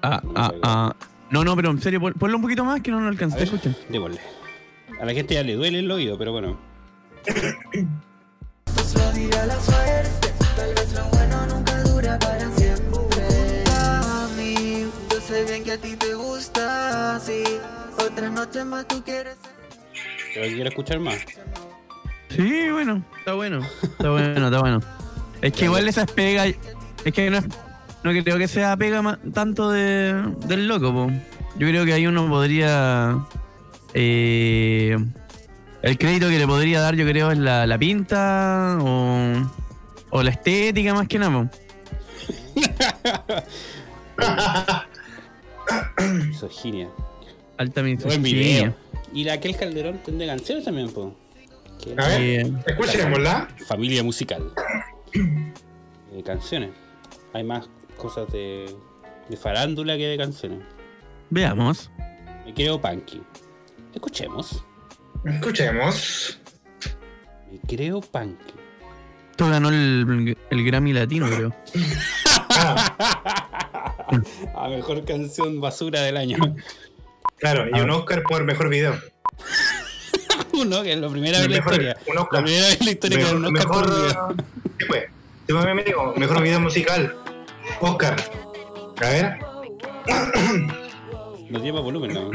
Speaker 3: ah, ah, ah. No, no, pero en serio, pon- ponlo un poquito más que no lo
Speaker 1: A
Speaker 3: alcancé a
Speaker 1: ver,
Speaker 3: escuchar.
Speaker 1: démosle. A la gente ya le duele el oído, pero bueno.
Speaker 4: Pues lo dirá la suerte. Tal vez lo bueno nunca dura para siempre. Mami, yo sé bien que a ti te gusta así. Otra noche más tú quieres.
Speaker 1: Pero quiero escuchar más.
Speaker 3: Sí, bueno, está bueno. Está bueno, está bueno. Es que igual esas pegas. Es que no, no creo que sea pega ma- tanto de, del loco, po. Yo creo que ahí uno podría. eh, el crédito que le podría dar, yo creo, es la, la pinta o, o la estética más que nada, po.
Speaker 1: Misoginia.
Speaker 3: Alta
Speaker 1: Buen
Speaker 3: misoginia.
Speaker 1: video. Y la aquel Calderón tendrá canciones también, po. Que-
Speaker 2: A ver.
Speaker 3: Eh,
Speaker 2: Escuchémosla.
Speaker 1: Familia musical. Eh, canciones. Hay más cosas de, de farándula que de canciones.
Speaker 3: veamos.
Speaker 1: Me creo punky. Escuchemos.
Speaker 2: Escuchemos.
Speaker 1: Me creo punky.
Speaker 3: Esto ganó el, el Grammy Latino, creo.
Speaker 1: A mejor canción basura del año.
Speaker 2: Claro, y un Oscar por mejor video.
Speaker 1: Uno, que es la primera vez en la
Speaker 2: Mejor-
Speaker 1: historia.
Speaker 2: un
Speaker 1: La
Speaker 2: Oscar.
Speaker 1: primera vez en la historia que
Speaker 2: Mejor,
Speaker 1: ganó un Oscar por
Speaker 2: mejor,
Speaker 1: video.
Speaker 2: ¿qué fue? Sí, pues, mi amigo, mejor video musical. Oscar. A ver.
Speaker 1: No tiene más volumen, ¿no?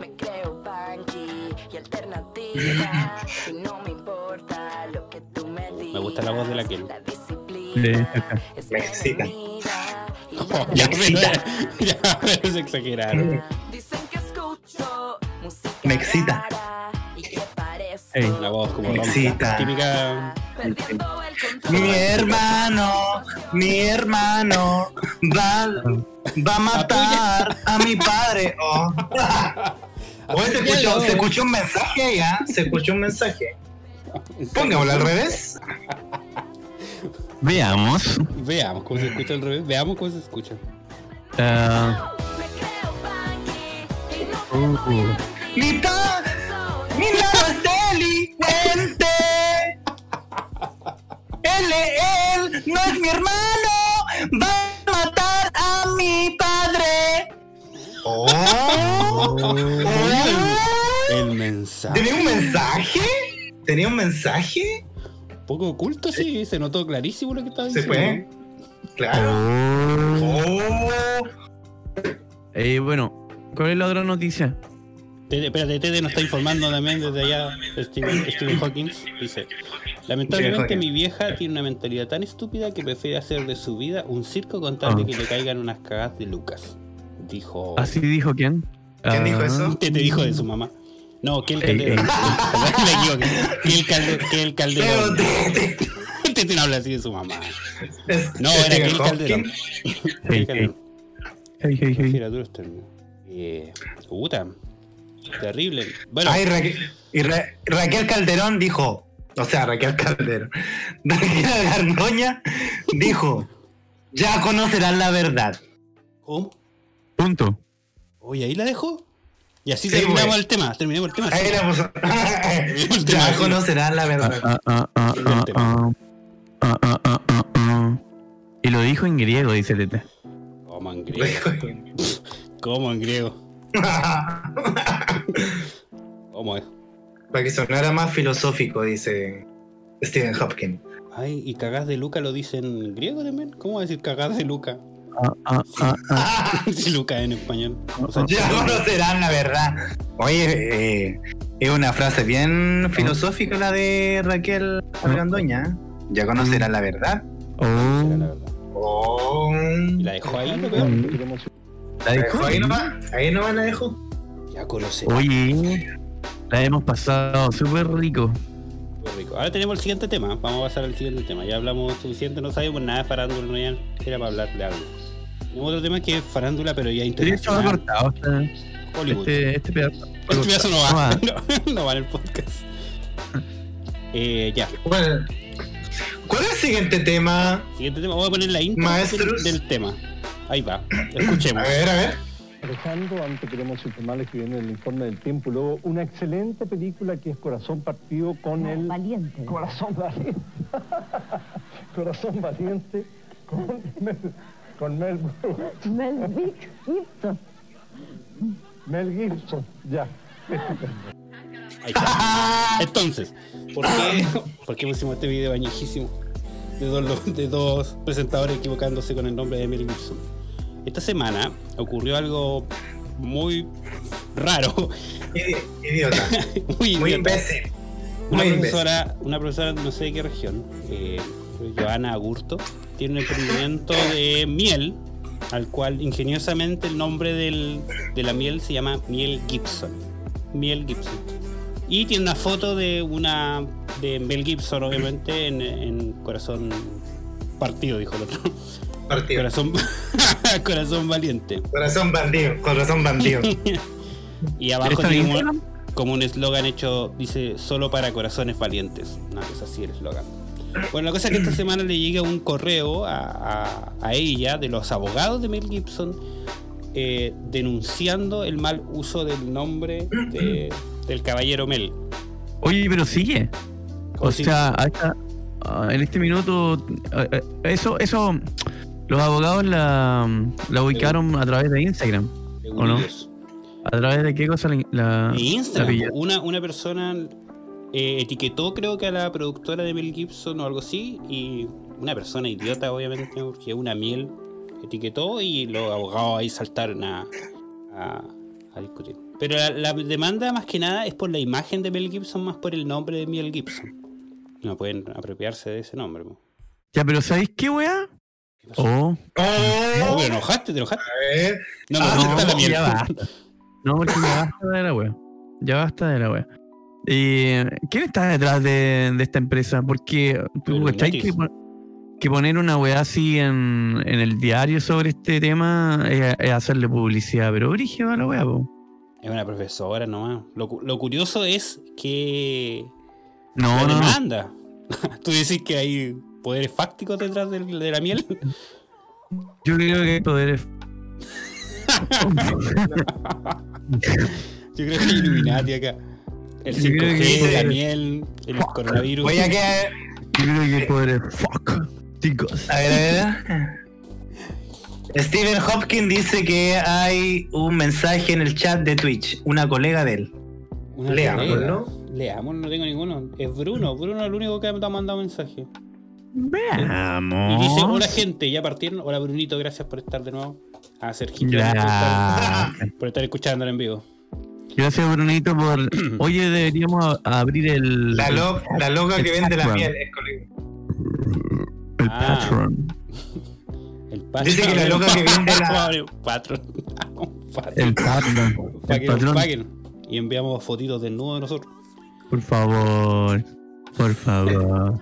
Speaker 5: Me creo punky y alternativa y no me importa lo que tú me digas.
Speaker 1: Me gusta la voz de la Kel.
Speaker 5: La disciplina
Speaker 3: Sí, acá.
Speaker 5: es
Speaker 2: Me
Speaker 5: mi
Speaker 2: excita.
Speaker 5: enemiga y
Speaker 1: Oh,
Speaker 5: la
Speaker 1: ya, pero,
Speaker 5: verdad.
Speaker 1: ya, pero se exageraron.
Speaker 5: Dicen que escucho música
Speaker 2: Me excita.
Speaker 5: rara y que parezco
Speaker 3: Ey,
Speaker 1: La voz como
Speaker 2: Me
Speaker 1: ronca.
Speaker 2: excita.
Speaker 1: Típica.
Speaker 5: perdiendo el control.
Speaker 2: Mi hermano, mi hermano va, va a matar a mi padre. Oh. Oye, se escuchó, se escuchó un mensaje ahí, ¿ah? Se escuchó un mensaje. Pongámoslo al revés.
Speaker 3: Veamos.
Speaker 1: Veamos cómo se escucha al revés. Veamos cómo se escucha.
Speaker 3: Ah,
Speaker 5: Me creo punky y no te
Speaker 3: Uh.
Speaker 5: voy a mentir.
Speaker 2: Mi, pa,
Speaker 5: Soy
Speaker 2: mi lado es delincuente. Él, él no es mi hermano. Va a matar a mi padre. Oh. Oh.
Speaker 1: El mensaje.
Speaker 2: ¿Tenía un mensaje? ¿Tenía un mensaje?
Speaker 1: Poco oculto, sí. Se notó clarísimo lo que estaba
Speaker 2: ¿Se
Speaker 1: diciendo.
Speaker 2: fue? Claro. Oh.
Speaker 3: eh, bueno, ¿cuál es la otra noticia?
Speaker 1: Tede, espérate, Tede nos está informando también desde allá. Stephen, Stephen Hawking dice: Lamentablemente,
Speaker 2: Stephen Hawking.
Speaker 1: mi vieja tiene una mentalidad tan estúpida que prefiere hacer de su vida un circo con tal
Speaker 2: Ah.
Speaker 1: de que le caigan unas cagadas de Lucas. Dijo.
Speaker 3: ¿Así dijo quién?
Speaker 2: ¿Quién dijo
Speaker 3: Ah,
Speaker 2: eso?
Speaker 1: ¿Qué te Oh. dijo de su mamá? No, que el
Speaker 3: Ey,
Speaker 1: calderón. Me equivoqué. Que el, calde, que el
Speaker 2: Pero
Speaker 1: calderón.
Speaker 2: te- te-
Speaker 1: Este no habla así de su mamá.
Speaker 2: es-
Speaker 1: No,
Speaker 2: es
Speaker 1: era aquel
Speaker 2: Stephen Hawking.
Speaker 1: calderón.
Speaker 3: Ey,
Speaker 1: El calderón.
Speaker 3: Ah, Hey, hey, hey.
Speaker 1: Mira, tú eres terrible. Eh, puta. Terrible. Bueno,
Speaker 2: Ay, Raquel, y Ra- Raquel Calderón dijo, o sea, Raquel Calderón, Raquel Gargoña dijo, ya conocerán la verdad.
Speaker 1: ¿cómo?
Speaker 3: Punto.
Speaker 1: Oye, ahí la dejó. Y así
Speaker 2: Sí,
Speaker 1: terminamos
Speaker 2: güey.
Speaker 1: el tema. Terminamos el tema.
Speaker 2: Ahí la puso. ya conocerán la
Speaker 3: Ah,
Speaker 2: verdad.
Speaker 3: ah, ah, ah, ah, ah. Ah, ah, ah, ah, ah. Y lo dijo en griego, dice Tete.
Speaker 1: Como en griego. Como en griego. ¿Cómo es?
Speaker 2: Para que sonara más filosófico, dice Stephen Hopkins.
Speaker 1: Ay, ¿y cagás de Luca lo dicen en griego también? ¿Cómo va a decir cagás de Luca?
Speaker 3: Ah, ah, ah, ah.
Speaker 1: Si Luca en español. O sea,
Speaker 2: Ya conocerán la verdad. Oye, eh, es una frase bien filosófica la de Raquel Argandoña. ¿eh? Ya conocerán la verdad.
Speaker 1: era
Speaker 3: Oh,
Speaker 1: la verdad.
Speaker 2: Oh.
Speaker 1: Y la dejó ahí, lo peor.
Speaker 2: ¿La dejó Eh, ahí nomás? Ahí nomás la dejó.
Speaker 1: Ya conoce.
Speaker 3: Oh. oye, la hemos pasado súper rico.
Speaker 1: Muy rico. Ahora tenemos el siguiente tema. ¿eh? Vamos a pasar al siguiente tema. Ya hablamos suficiente, no sabemos nada de farándula, no ya era para hablar de algo. Tenemos otro tema que es farándula, pero ya
Speaker 3: De hecho, va
Speaker 1: internacional.
Speaker 3: cortado. Este,
Speaker 1: Hollywood. Este,
Speaker 3: este, este pedazo. Ah, va
Speaker 1: pedazo no
Speaker 3: cortado.
Speaker 1: va. No, no va en el podcast. Eh, ya.
Speaker 2: Bueno, ¿Cuál es el siguiente tema?
Speaker 1: Siguiente tema. Voy a poner la intro del,
Speaker 2: Maestros.
Speaker 1: del tema. Ahí va. Escuchemos.
Speaker 2: A ver, a ver.
Speaker 6: Alejandro, antes queremos informarles que viene el informe del tiempo y luego una excelente película que es Corazón Partido con
Speaker 7: Ah,
Speaker 6: el... Valiente. Corazón Valiente. Corazón Valiente con Mel, con Mel Brooks.
Speaker 7: Mel Vic Gibson.
Speaker 6: Mel Gibson, ya.
Speaker 1: Ahí está. Entonces, ¿por qué, por qué pusimos este video bañejísimo de dos, lo- de dos presentadores equivocándose con el nombre de Mel Gibson? Esta semana ocurrió algo muy raro,
Speaker 2: Idi- Idiota.
Speaker 1: muy idiota.
Speaker 2: Muy imbécil.
Speaker 1: Una
Speaker 2: muy
Speaker 1: profesora, una profesora, no sé de qué región, eh, Joana Agurto, tiene un emprendimiento de miel, al cual ingeniosamente el nombre del- de la miel se llama Miel Gibson. Miel Gibson. Y tiene una foto de una de Mel Gibson, obviamente, en, en corazón partido, dijo el otro.
Speaker 2: Partido.
Speaker 1: Corazón, corazón valiente.
Speaker 2: Corazón bandido. Corazón bandido.
Speaker 1: Y abajo
Speaker 3: ¿Está en
Speaker 1: tiene un-
Speaker 3: Instagram?
Speaker 1: como un eslogan hecho, dice, solo para corazones valientes. Una cosa así el eslogan. Bueno, la cosa es que esta semana le llega un correo a, a- a ella de los abogados de Mel Gibson eh, denunciando el mal uso del nombre de- del caballero Mel.
Speaker 3: Oye, pero sigue.
Speaker 1: Como
Speaker 3: O
Speaker 1: si-
Speaker 3: sea, a esta- a- en este minuto, a- a- eso, eso, los abogados la, la ubicaron a través de Instagram. ¿o no? ¿A través de qué cosa la, la-
Speaker 1: De
Speaker 3: la
Speaker 1: Instagram.
Speaker 3: pillaron?
Speaker 1: Una, una persona eh, etiquetó, creo que a la productora de Mel Gibson o algo así, y una persona idiota, obviamente, porque una miel etiquetó y los abogados ahí saltaron a, a- a discutir. Pero la, la demanda más que nada es por la imagen de Mel Gibson, más por el nombre de Mel Gibson. No pueden apropiarse de ese nombre. po.
Speaker 3: Ya, pero ¿sabéis qué, weá? Oh,
Speaker 1: No,
Speaker 2: Oh,
Speaker 1: pero enojaste, te enojaste.
Speaker 2: a ver.
Speaker 1: No, me
Speaker 2: Ah,
Speaker 1: gusta la
Speaker 3: no,
Speaker 1: miel.
Speaker 3: ya basta. no, porque ya basta de la weá. Ya basta de la weá. ¿Y quién está detrás de, de esta empresa? Porque tú
Speaker 1: Illuminati.
Speaker 3: cachai que, pon- que poner una weá así en, en el diario sobre este tema es, es hacerle publicidad, pero brígido a la weá, po.
Speaker 1: Es una profesora nomás. Lo, cu- lo curioso es que
Speaker 3: No,
Speaker 1: la
Speaker 3: no, no.
Speaker 1: demanda. Tú decís que hay poderes fácticos detrás del- de la miel.
Speaker 3: Yo creo que hay poderes.
Speaker 1: Yo creo que hay Illuminati acá. El
Speaker 3: Yo creo que-
Speaker 1: 5G, la miel, el coronavirus.
Speaker 2: Voy a que.
Speaker 3: Yo creo que hay poderes. Fuck. Chicos.
Speaker 2: A ver, a ver. Steven Hopkins dice que hay un mensaje en el chat de Twitch, una colega de él.
Speaker 1: Una
Speaker 2: Leamos,
Speaker 1: colega.
Speaker 2: ¿no?
Speaker 1: Leamos, no tengo ninguno. Es Bruno. Bruno es el único que me ha mandado mensaje. Y
Speaker 3: Veamos.
Speaker 1: dice, hola gente, ya partieron. Hola Brunito, gracias por estar de nuevo. A Sergio por, estar,
Speaker 3: Ya.
Speaker 1: por estar escuchándolo en vivo.
Speaker 3: Gracias, Brunito, por. Oye, deberíamos a- abrir el.
Speaker 2: La, lo- la loca que vende la
Speaker 3: Exacto.
Speaker 2: miel es colega.
Speaker 3: El
Speaker 1: Ah.
Speaker 3: Patreon.
Speaker 1: El patrón.
Speaker 2: Dice que la loca que vende la-
Speaker 1: Patrón. Patrón.
Speaker 3: El Patreon.
Speaker 1: Para
Speaker 3: El
Speaker 1: que nos
Speaker 3: patrón.
Speaker 1: paguen. Y enviamos fotitos desnudos de nosotros.
Speaker 3: Por favor. Por favor.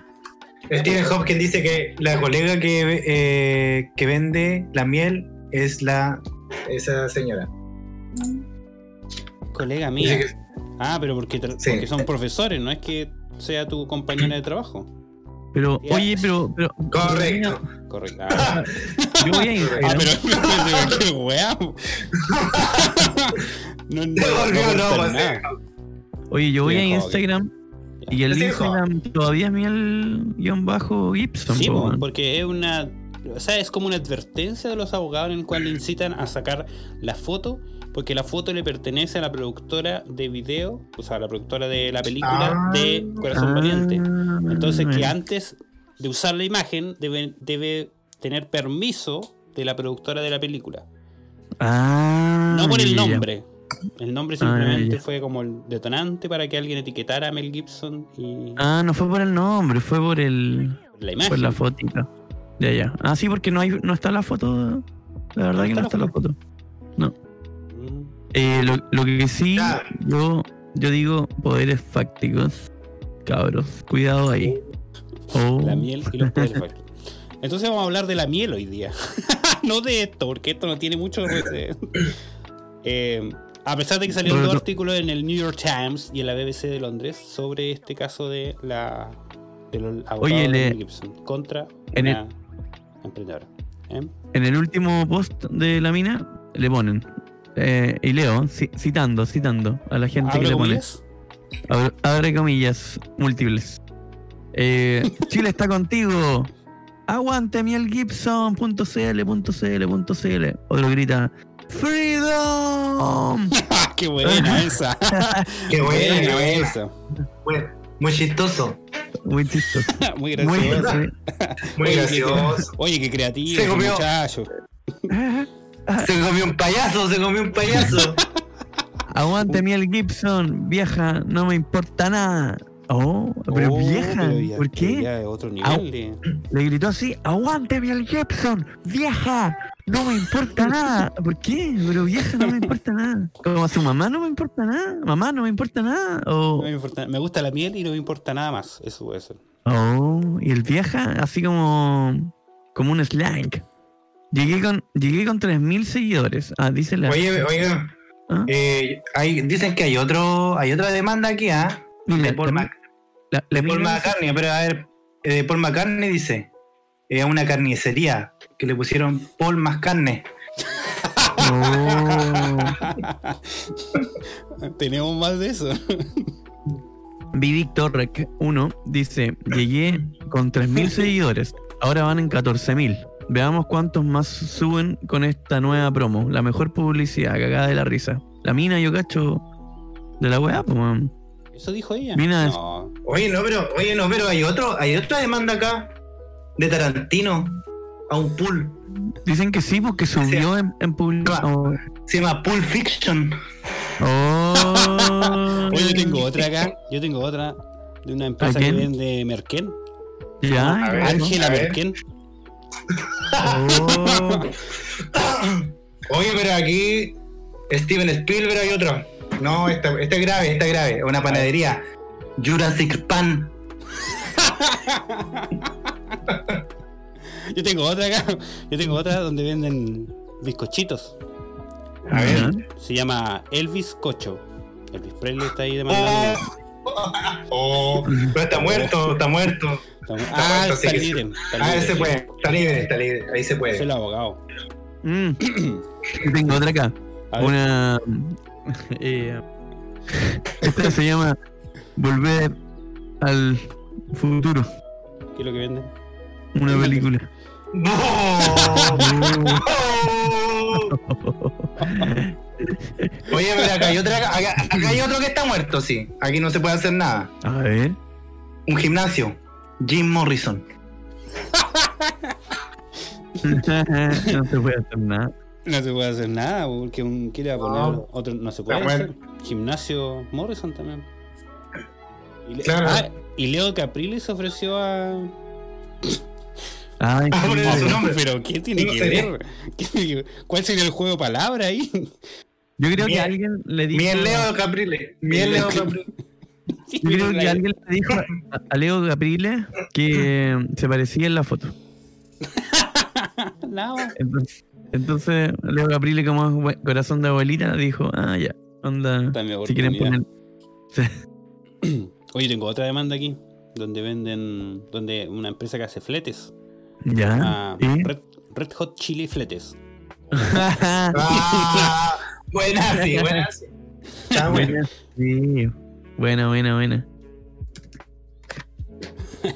Speaker 2: Steven Hopkins dice que la colega que, eh, que vende la miel es la esa señora.
Speaker 1: Colega mía.
Speaker 2: Dice que-
Speaker 1: Ah, pero porque, tra-
Speaker 2: Sí.
Speaker 1: porque son profesores, no es que sea tu compañera de trabajo.
Speaker 3: Pero,
Speaker 1: Ya.
Speaker 3: oye, pero. pero
Speaker 2: Correcto.
Speaker 1: Correcto. Ah,
Speaker 3: Yo voy a
Speaker 1: ah,
Speaker 3: Instagram.
Speaker 1: pero qué weá. po. No, no,
Speaker 2: Se volvió
Speaker 1: aportan
Speaker 2: loco,
Speaker 1: nada.
Speaker 3: Oye, yo voy a
Speaker 1: Viejo,
Speaker 3: Instagram.
Speaker 1: que-
Speaker 3: Y el
Speaker 2: Viejo.
Speaker 3: Instagram todavía es miel guión bajo Gibson.
Speaker 1: Sí,
Speaker 3: po,
Speaker 1: po,
Speaker 3: man.
Speaker 1: porque es una. O sea, es como una advertencia de los abogados en el cual le incitan a sacar la foto, porque la foto le pertenece a la productora de video, o sea, a la productora de la película
Speaker 2: Ah,
Speaker 1: de Corazón Valiente.
Speaker 3: Ah,
Speaker 1: Entonces, que
Speaker 3: mira.
Speaker 1: antes de usar la imagen, debe, debe tener permiso de la productora de la película.
Speaker 3: Ah,
Speaker 1: No por el
Speaker 3: ya, ya.
Speaker 1: nombre. El nombre
Speaker 3: Ah, ya,
Speaker 1: simplemente
Speaker 3: ya.
Speaker 1: fue como el detonante para que alguien etiquetara a Mel Gibson y
Speaker 3: Ah, no fue por el nombre, fue por el.
Speaker 1: la
Speaker 3: por
Speaker 1: imagen.
Speaker 3: la fotita. Ya, ya. Ah, sí, porque no hay, no está la foto. La verdad que no está la foto.
Speaker 1: Mm.
Speaker 3: Eh, lo, lo que sí,
Speaker 2: Ya.
Speaker 3: yo, yo digo poderes fácticos. Cabros, cuidado ahí. Oh,
Speaker 1: La miel y los poderes fácticos. Entonces vamos a hablar de la miel hoy día. no de esto, porque esto no tiene mucho... eh, eh, a pesar de que salieron
Speaker 3: Pero
Speaker 1: dos
Speaker 3: no-
Speaker 1: artículos en el New York Times y en la BBC de Londres sobre este caso de la... De los abogados
Speaker 3: Oye,
Speaker 1: de
Speaker 3: le-
Speaker 1: Mel Gibson contra
Speaker 3: en
Speaker 1: una emprendedora. ¿Eh?
Speaker 3: En el último post de la mina le ponen. eh, y leo, ci- citando, citando a la gente que
Speaker 1: ¿Abro
Speaker 3: le pone.
Speaker 1: comillas?
Speaker 3: Abre, abre comillas múltiples. Eh, Chile está contigo. Aguante miel Gibson.cl.cl.cl. Otro grita. ¡Freedom!
Speaker 1: ¡Ah, ¡Qué buena esa!
Speaker 2: Qué buena, qué buena.
Speaker 1: esa.
Speaker 2: Bueno, Muy chistoso.
Speaker 3: Muy chistoso.
Speaker 1: Muy
Speaker 3: Muy
Speaker 1: graciosa.
Speaker 2: Muy
Speaker 1: Oye,
Speaker 2: gracioso.
Speaker 1: Qué, oye, qué creativo,
Speaker 2: Se
Speaker 1: ese
Speaker 2: comió.
Speaker 1: muchacho.
Speaker 2: Se comió un payaso, se comió un payaso.
Speaker 1: Uh.
Speaker 3: Aguante miel Gibson. Vieja, no me importa nada. Oh, pero
Speaker 1: Oh,
Speaker 3: vieja,
Speaker 1: pero ya-
Speaker 3: ¿por
Speaker 1: pero
Speaker 3: qué?
Speaker 1: ya es otro
Speaker 3: Au.
Speaker 1: nivel. eh. de-
Speaker 3: Le gritó así, aguante Miel Gibson, vieja, no me importa nada. ¿Por qué? Pero vieja, no me importa nada. Como a su mamá, no me importa nada. Mamá, no me importa nada. Oh,
Speaker 1: No
Speaker 3: O,
Speaker 1: me, importa- me gusta la miel y no me importa nada más. Eso puede ser.
Speaker 3: oh, y el vieja, así como, como un slang. Llegué con, llegué con 3.000 seguidores. Ah, dice la...
Speaker 2: Oye, oiga.
Speaker 3: ¿Ah?
Speaker 2: eh, hay, dicen que hay otro, hay otra demanda aquí, ¿ah?
Speaker 3: Mira,
Speaker 2: De Paul,
Speaker 3: la-
Speaker 2: Mac-
Speaker 3: la- la
Speaker 2: Paul
Speaker 3: mina-
Speaker 2: McCartney, pero a ver, eh, de Paul McCartney dice, es una carnicería que le pusieron Paul más carne.
Speaker 3: Oh.
Speaker 1: Tenemos más de eso.
Speaker 3: Vivic Torrec 1 dice, llegué con 3.000 seguidores, ahora van en 14.000. Veamos cuántos más suben con esta nueva promo. La mejor publicidad, cagada de la risa. La mina, yo cacho, de la weá, pues, weón.
Speaker 1: Eso dijo ella.
Speaker 3: Mira,
Speaker 1: no.
Speaker 2: Oye, no, pero, oye, no, pero hay otro, hay otra demanda acá de Tarantino a un pool.
Speaker 3: Dicen que sí, porque subió en, en publicidad. Oh.
Speaker 2: Se llama Pool Fiction.
Speaker 3: Oh.
Speaker 1: Oye, yo tengo otra acá. Yo tengo otra de una empresa
Speaker 3: ¿A
Speaker 1: que
Speaker 3: quién?
Speaker 1: vende Merken.
Speaker 3: Ya,
Speaker 2: A ver,
Speaker 3: ya,
Speaker 1: Ángela
Speaker 2: a ver.
Speaker 1: Merken.
Speaker 3: oh.
Speaker 2: Oye, pero aquí Steven Spielberg y otro. No, esta, esta es grave, esta es grave. Una panadería. Jurassic Pan.
Speaker 1: Yo tengo otra acá. Yo tengo otra donde venden bizcochitos.
Speaker 2: A ver.
Speaker 1: Se llama Elvis Cocho. Elvis Presley está ahí demandando.
Speaker 2: Oh, oh, pero está muerto, está muerto.
Speaker 1: Estamos- Ah,
Speaker 2: bueno,
Speaker 1: está
Speaker 2: sí que sí.
Speaker 1: libre. está
Speaker 2: Ah,
Speaker 1: libre.
Speaker 2: se puede. Está libre, está libre. Ahí se
Speaker 1: Soy
Speaker 2: puede.
Speaker 1: el abogado.
Speaker 3: Mm. Yo tengo otra acá.
Speaker 1: A ver.
Speaker 3: Una. eh, esta se llama Volver al futuro.
Speaker 1: ¿Qué es lo que venden?
Speaker 3: Una película.
Speaker 2: Oye, pero acá hay, otra, acá, acá hay otro que está muerto, sí. Aquí no se puede hacer nada.
Speaker 3: A ver.
Speaker 2: Un gimnasio. Jim Morrison.
Speaker 3: no se puede hacer nada.
Speaker 1: No se puede hacer nada, porque un, ¿qué le va a poner
Speaker 2: No.
Speaker 1: otro? No se puede
Speaker 2: Está
Speaker 1: hacer. Gimnasio Morrison también. Y, le-
Speaker 2: Claro.
Speaker 1: Ah, y Leo Caprile se ofreció a.
Speaker 3: Ay,
Speaker 2: Ah, bueno,
Speaker 3: qué-
Speaker 2: su nombre.
Speaker 1: Pero ¿qué tiene
Speaker 2: No
Speaker 1: que
Speaker 2: sé.
Speaker 1: ver? ¿Qué tiene que ver? ¿Cuál sería el juego de palabra ahí?
Speaker 3: yo creo que
Speaker 2: Miel-
Speaker 3: alguien le dijo.
Speaker 2: Miel Leo Caprile. Miel Leo Caprile.
Speaker 3: Yo creo que alguien le dijo a, a Leo Gabriele que se parecía en la foto.
Speaker 1: Nada.
Speaker 3: Entonces, entonces Leo Gabriele, como es buen- corazón de abuelita, dijo: Ah, ya. Onda.
Speaker 1: Dame
Speaker 3: Si quieren
Speaker 1: oportunidad.
Speaker 3: poner.
Speaker 1: Oye, tengo otra demanda aquí. Donde venden. Donde una empresa que hace fletes.
Speaker 3: Ya.
Speaker 1: Ah,
Speaker 3: ¿sí?
Speaker 1: Red, Red Hot Chili Fletes.
Speaker 2: Ah, buena, sí, buena. sí. Está bueno.
Speaker 3: Buena, sí. Buena, buena, buena.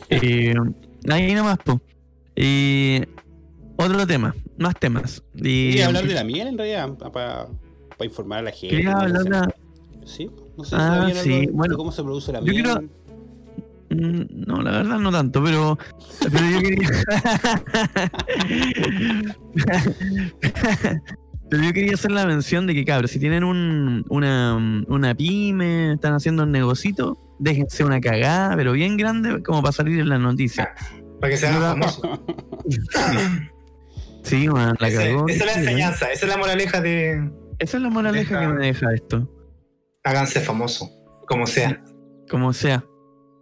Speaker 3: Eh, ahí nomás, po. Y otro tema, más temas. Y,
Speaker 1: Quería hablar de la miel en realidad. pa- para informar a la gente.
Speaker 3: Quería
Speaker 1: no sé.
Speaker 3: hablar de la-
Speaker 1: Sí, no sé si
Speaker 3: Ah,
Speaker 1: sabían
Speaker 3: sí,
Speaker 1: algo de
Speaker 3: bueno.
Speaker 1: cómo se produce la
Speaker 3: Yo
Speaker 1: miel.
Speaker 3: quiero- Mm, No, la verdad no tanto, pero, pero yo quería. pero yo quería hacer la mención de que, cabros, si tienen un, una, una pyme, están haciendo un negocito, déjense una cagada, pero bien grande, como para salir en las noticias.
Speaker 2: Para que se haga famoso.
Speaker 3: Sí, man, la
Speaker 2: Ese-
Speaker 3: cagó.
Speaker 2: esa es la
Speaker 3: Sí, man.
Speaker 2: enseñanza, esa es la moraleja de
Speaker 3: Esa es la
Speaker 2: Deja-
Speaker 3: moraleja que me deja esto.
Speaker 2: háganse famoso, como sea.
Speaker 3: Como sea,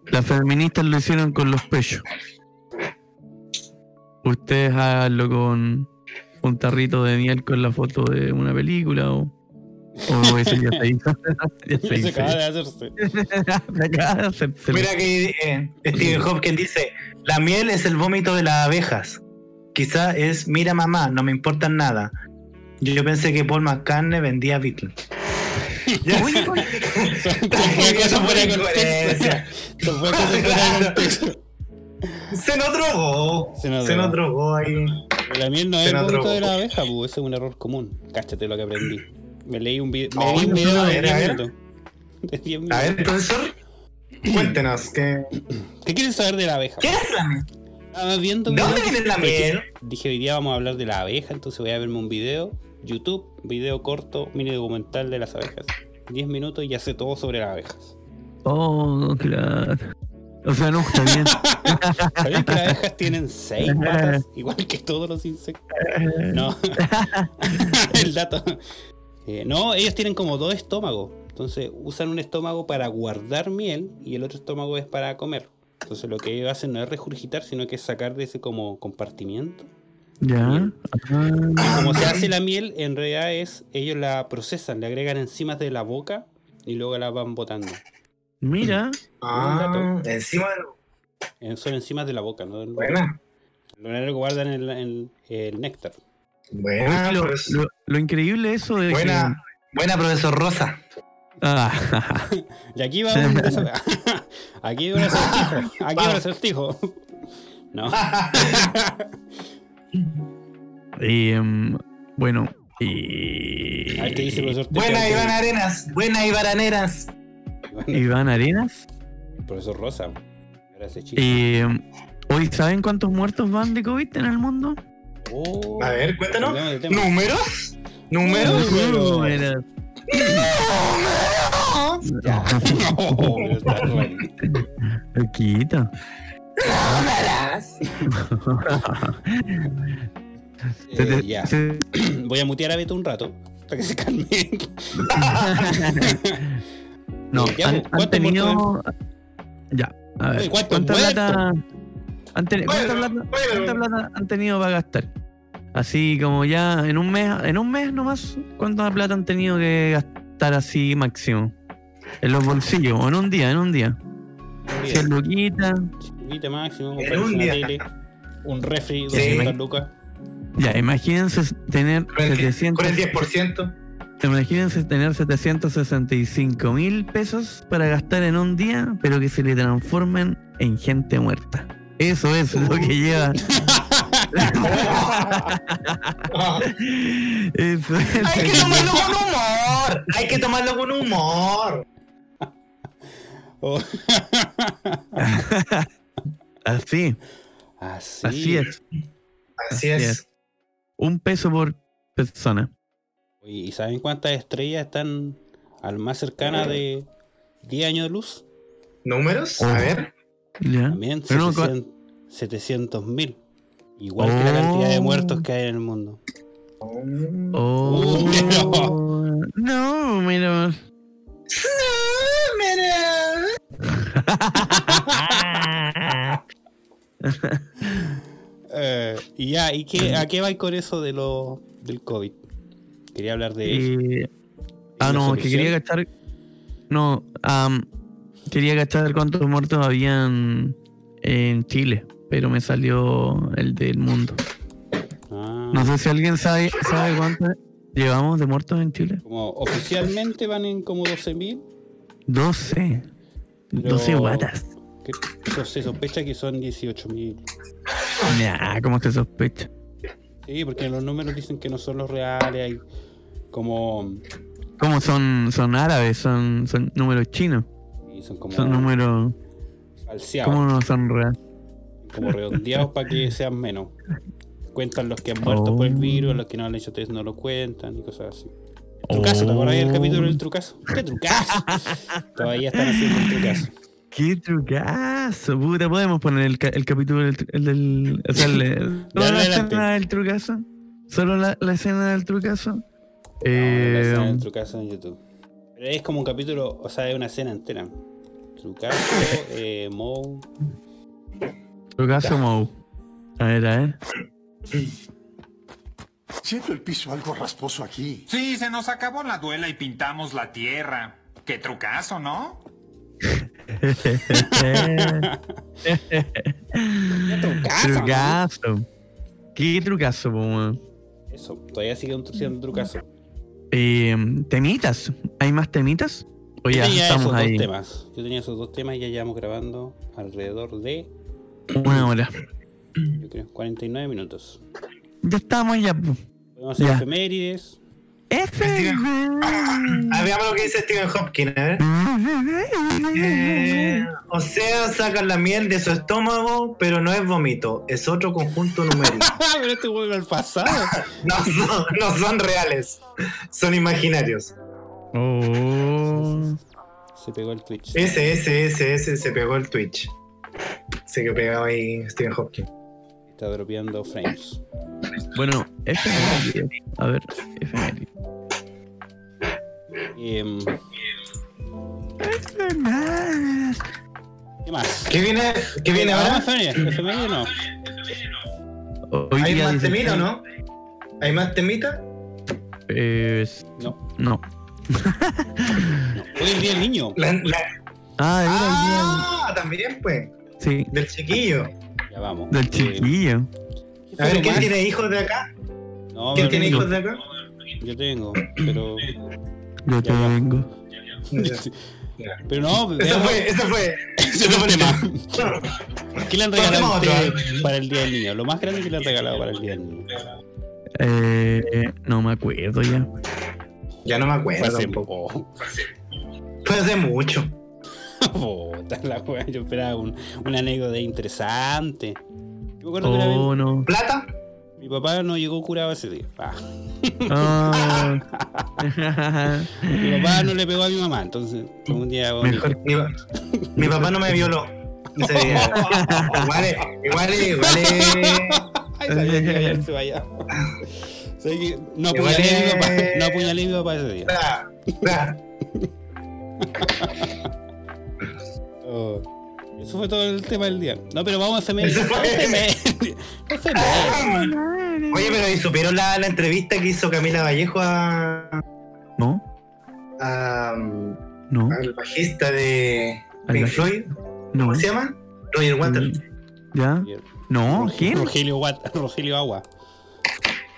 Speaker 3: las feministas lo hicieron con los pechos. Ustedes háganlo con un tarrito de miel con la foto de una película o. O eso ya se hizo. ya se
Speaker 1: Se
Speaker 3: hizo.
Speaker 1: acaba de este. hacerse.
Speaker 3: Se acaba de hacerse.
Speaker 2: Mira que eh, Stephen Hopkins dice, la miel es el vómito de las abejas. Quizá es, mira mamá, no me importa nada. Yo, yo pensé que Paul McCartney vendía Beatles. Ya.
Speaker 3: Oye, oye,
Speaker 1: Eso fuera de contexto.
Speaker 2: Incoherencia.
Speaker 1: Eso fue cosa fuera de contexto.
Speaker 2: Se nos drogó.
Speaker 1: Se nos
Speaker 2: Se nos
Speaker 1: drogó.
Speaker 2: drogó ahí.
Speaker 1: La miel no
Speaker 2: Se
Speaker 1: es el
Speaker 2: nos
Speaker 1: vómito
Speaker 2: drogó.
Speaker 1: de la abeja, bu, ese es un error común. Cáchate lo que aprendí. Me leí un video,
Speaker 2: No,
Speaker 1: me leí un
Speaker 2: Oh, no,
Speaker 1: video
Speaker 2: a
Speaker 1: de
Speaker 2: ver,
Speaker 1: 10
Speaker 2: a ver.
Speaker 1: minutos. De 10
Speaker 2: A ver,
Speaker 1: minutos.
Speaker 2: profesor, cuéntenos, ¿qué,
Speaker 1: ¿Qué quieres saber de la abeja?
Speaker 2: ¿qué es la miel?
Speaker 1: Estaba viendo
Speaker 2: ¿De
Speaker 1: videos
Speaker 2: dónde viene la
Speaker 1: porque
Speaker 2: miel?
Speaker 1: Dije, hoy día vamos a hablar de la abeja, entonces voy a verme un video. YouTube, video corto, mini documental de las abejas. 10 minutos y ya sé todo sobre las abejas.
Speaker 3: Oh, claro. O sea, no, está bien.
Speaker 1: ¿Sabían que las abejas tienen seis patas? Igual que todos los insectos. No. El dato. Eh, no, ellos tienen como dos estómagos. Entonces usan un estómago para guardar miel y el otro estómago es para comer. Entonces lo que ellos hacen no es regurgitar, sino que es sacar de ese como compartimiento.
Speaker 3: Ya. Ah,
Speaker 1: Como se hace la miel, en realidad es ellos la procesan, le agregan enzimas de la boca y luego la van botando.
Speaker 3: mira.
Speaker 2: Ah, encima de lo
Speaker 1: Eh, Son enzimas de la boca, ¿no? Del-
Speaker 2: Buena,
Speaker 1: Lo que guardan el, el, el néctar.
Speaker 2: buena,
Speaker 3: Lo,
Speaker 2: profesor.
Speaker 3: lo, lo increíble eso de. que-
Speaker 2: buena, buena, profesor Rosa.
Speaker 3: Ah,
Speaker 1: Y aquí va un Aquí va un acertijo. Aquí va un acertijo. No.
Speaker 3: y, em, bueno. Y...
Speaker 1: A ver qué dice el profesor Teca.
Speaker 2: Buena, Iván Arenas. Buena, Iván Arenas.
Speaker 3: Iván Arenas.
Speaker 1: El profesor Rosa. Ahora ese chico.
Speaker 3: Eh, hoy, ¿saben cuántos muertos van de COVID en el mundo?
Speaker 1: Oh,
Speaker 2: A ver, cuéntanos.
Speaker 1: cambiamos de tema.
Speaker 2: ¿Números? ¿Números?
Speaker 1: Números.
Speaker 3: Números.
Speaker 1: Ya. No, Oh, pero está raro.
Speaker 3: Poquito. Se
Speaker 1: Eh,
Speaker 3: te-
Speaker 1: ya.
Speaker 3: se-
Speaker 1: Voy a mutear a Beto un rato. Para que se calme.
Speaker 3: no,
Speaker 1: Ya, pues,
Speaker 3: han, han
Speaker 1: ¿cuántos
Speaker 3: tenido. Ya, a
Speaker 1: Oye,
Speaker 3: ver.
Speaker 1: ¿cuántos
Speaker 3: ¿Cuánta
Speaker 1: muertos?
Speaker 3: plata, han teni- ¿cuánta,
Speaker 2: Bueno,
Speaker 3: plata,
Speaker 2: bueno.
Speaker 3: cuánta plata han tenido para gastar? Así como ya en un mes, en un mes nomás, ¿cuánta plata han tenido que gastar así máximo? En los bolsillos, o en un día, en un día.
Speaker 1: Bien.
Speaker 3: 100 luquitas,
Speaker 1: Chiquitita máximo.
Speaker 2: En
Speaker 1: comprarse
Speaker 2: un
Speaker 1: una
Speaker 2: día.
Speaker 1: tele, Un refri,
Speaker 2: Sí.
Speaker 1: 200 lucas.
Speaker 3: Ya, imagínense tener
Speaker 2: Con el, 10%.
Speaker 3: 700,
Speaker 2: con el 10%.
Speaker 3: imagínense tener 765 mil pesos para gastar en un día, pero que se le transformen en gente muerta. Eso es lo que lleva. Eso es.
Speaker 2: Ah. Hay que tomarlo con humor. Hay que tomarlo con humor.
Speaker 1: Oh.
Speaker 3: Así,
Speaker 1: Así.
Speaker 3: así es.
Speaker 2: Así es.
Speaker 3: Un peso por persona.
Speaker 1: Oye, ¿Y saben cuántas estrellas están al más cercana de 10 años de luz?
Speaker 2: ¿Números? A ver.
Speaker 3: ¿Ya?
Speaker 1: También
Speaker 3: Pero no, cua-
Speaker 1: 700 mil. Igual que la cantidad de muertos que hay en el mundo.
Speaker 3: Oh,
Speaker 1: Uh,
Speaker 3: no, mira.
Speaker 2: ¡Números!
Speaker 1: Eh, y ya, ¿y qué, a qué va con eso de lo, del COVID? Quería hablar de eso.
Speaker 3: Eh, ah,
Speaker 1: ¿Una
Speaker 3: no, que
Speaker 1: solución?
Speaker 3: quería gastar. No, am, quería gastar cuántos muertos habían en Chile, pero me salió el del mundo.
Speaker 1: Ah,
Speaker 3: No sé si alguien sabe, sabe cuántos llevamos de muertos en Chile.
Speaker 1: como oficialmente van en como 12 mil.
Speaker 3: 12.
Speaker 1: Pero-
Speaker 3: 12 guatas.
Speaker 1: Se sospecha que son 18 mil.
Speaker 3: Nah, como se sospecha.
Speaker 1: Sí, porque los números dicen que no son los reales. Hay como.
Speaker 3: ¿Cómo son, son árabes? Son, son números chinos.
Speaker 1: Y son como
Speaker 3: Son números.
Speaker 1: falseados,
Speaker 3: ¿Cómo no son reales?
Speaker 1: como redondeados para que sean menos. Cuentan los que han muerto por el
Speaker 3: Oh.
Speaker 1: virus, los que no han hecho test no lo cuentan y cosas así. Trucazo, ¿te acordás del capítulo
Speaker 3: Oh.
Speaker 1: del trucazo? ¡Qué trucazo! Todavía están haciendo el trucazo.
Speaker 3: ¡Qué trucazo! Puta, podemos poner el, ca- el capítulo del. tru- El del o sea, el, el-
Speaker 1: Ya,
Speaker 3: solo la
Speaker 1: adelante.
Speaker 3: escena del trucazo. Solo la, la escena del trucazo.
Speaker 1: La
Speaker 3: Eh,
Speaker 1: escena del trucazo en YouTube. Pero es como un capítulo, o sea, es una escena entera. Trucazo, eh, Mou.
Speaker 3: trucazo Mou. A ver, a ver.
Speaker 8: Siento el piso algo rasposo aquí.
Speaker 9: Sí, se nos acabó la duela y pintamos la tierra. Qué trucazo, ¿no?
Speaker 1: trucazo,
Speaker 3: trucazo. ¿Qué trucazo, po, weón?
Speaker 1: Eso, todavía sigue un siendo trucazo.
Speaker 3: Eh, temitas. ¿Hay más temitas? O
Speaker 1: Yo
Speaker 3: ya
Speaker 1: tenía
Speaker 3: estamos
Speaker 1: esos
Speaker 3: ahí.
Speaker 1: dos temas. Yo tenía esos dos temas y ya llevamos grabando alrededor de,
Speaker 3: Una hora.
Speaker 1: yo creo, 49 minutos.
Speaker 3: Ya estamos ya. po.
Speaker 1: Podemos hacer
Speaker 3: Ya.
Speaker 1: efemérides.
Speaker 3: F.
Speaker 2: Ah, veamos lo que dice Stephen Hopkins, a ver. Eh, o sea, sacan la miel de su estómago, pero no es vómito, es otro conjunto numérico.
Speaker 1: ¡Ah, pero este vuelve al pasado!
Speaker 2: No son, no son reales, son imaginarios.
Speaker 3: Oh.
Speaker 1: Se pegó el Twitch.
Speaker 2: Ese, ese, ese, ese se pegó el Twitch. Se que pegaba ahí Stephen Hopkins.
Speaker 1: Está dropeando frames.
Speaker 3: Bueno, efeméride. A ver, efeméride.
Speaker 1: Em, ¿Qué más?
Speaker 2: ¿Qué viene, qué viene
Speaker 1: Ah,
Speaker 2: ahora?
Speaker 1: efemérides, efemérides no.
Speaker 3: Hoy
Speaker 2: ¿Hay
Speaker 3: día
Speaker 2: más
Speaker 3: 16,
Speaker 2: temita o no? ¿Hay más temita?
Speaker 3: eh, s-
Speaker 1: No.
Speaker 3: no.
Speaker 1: Hoy es el día del niño.
Speaker 2: La- la-
Speaker 3: Ah, de veras,
Speaker 2: ah, también pues,
Speaker 3: ya. Sí,
Speaker 2: del chiquillo.
Speaker 1: Ya vamos.
Speaker 3: del
Speaker 1: Eh,
Speaker 3: chiquillo.
Speaker 1: ¿qué fue
Speaker 2: A ver,
Speaker 1: lo
Speaker 2: ¿quién
Speaker 1: más?
Speaker 2: tiene hijos de acá?
Speaker 1: No,
Speaker 2: ¿Quién
Speaker 1: pero
Speaker 2: tiene
Speaker 1: yo-
Speaker 2: hijos de acá?
Speaker 1: Yo tengo, pero. Ya,
Speaker 3: Yo
Speaker 1: ya.
Speaker 3: tengo.
Speaker 1: pero no,
Speaker 2: Eso
Speaker 1: veamos-
Speaker 2: fue, eso fue.
Speaker 1: ese fue el tema. ¿Qué le han regalado a
Speaker 2: Pasemos a otro, ¿eh?
Speaker 1: usted para el Día del Niño? Lo más grande que le han regalado para el Día del Niño.
Speaker 3: Eh, eh, no me acuerdo ya.
Speaker 2: Ya no me acuerdo
Speaker 1: Fue hace
Speaker 2: tampoco.
Speaker 1: poco.
Speaker 2: Fue hace mucho.
Speaker 1: Puta la wea, Yo esperaba un, una anécdota interesante. Yo me acuerdo que una vez
Speaker 3: Oh, no.
Speaker 2: ¿Plata?
Speaker 1: mi papá no llegó curado ese día. Ah,
Speaker 3: Ah.
Speaker 1: mi papá no le pegó a mi mamá, entonces fue un día bonito.
Speaker 3: Mejor.
Speaker 2: Mi, pa- mi papá no me violó. Ese día. Igual es, igual es, igual es.
Speaker 1: Ay, sabía que iba a irse para allá. Sabía que no
Speaker 2: Igual
Speaker 1: apuñalé a mi papá,
Speaker 2: es-
Speaker 1: no apuñalé a mi papá ese día.
Speaker 2: Ah, ah.
Speaker 1: Oh, Eso fue todo el tema del día. No, pero vamos a efemérides.
Speaker 2: Eso fue.
Speaker 1: Efemérides. Efemérides.
Speaker 2: Oye, pero ¿y supieron la, la entrevista que hizo Camila Vallejo a,
Speaker 3: No,
Speaker 2: a- al
Speaker 3: no,
Speaker 2: bajista de
Speaker 3: Al
Speaker 2: Pink
Speaker 3: bajista.
Speaker 2: Floyd?
Speaker 3: no. Mm.
Speaker 2: ¿Cómo se llama? Roger Waters.
Speaker 3: ¿Ya? No, ¿quién?
Speaker 1: Rogelio, Wat- Rogelio Agua.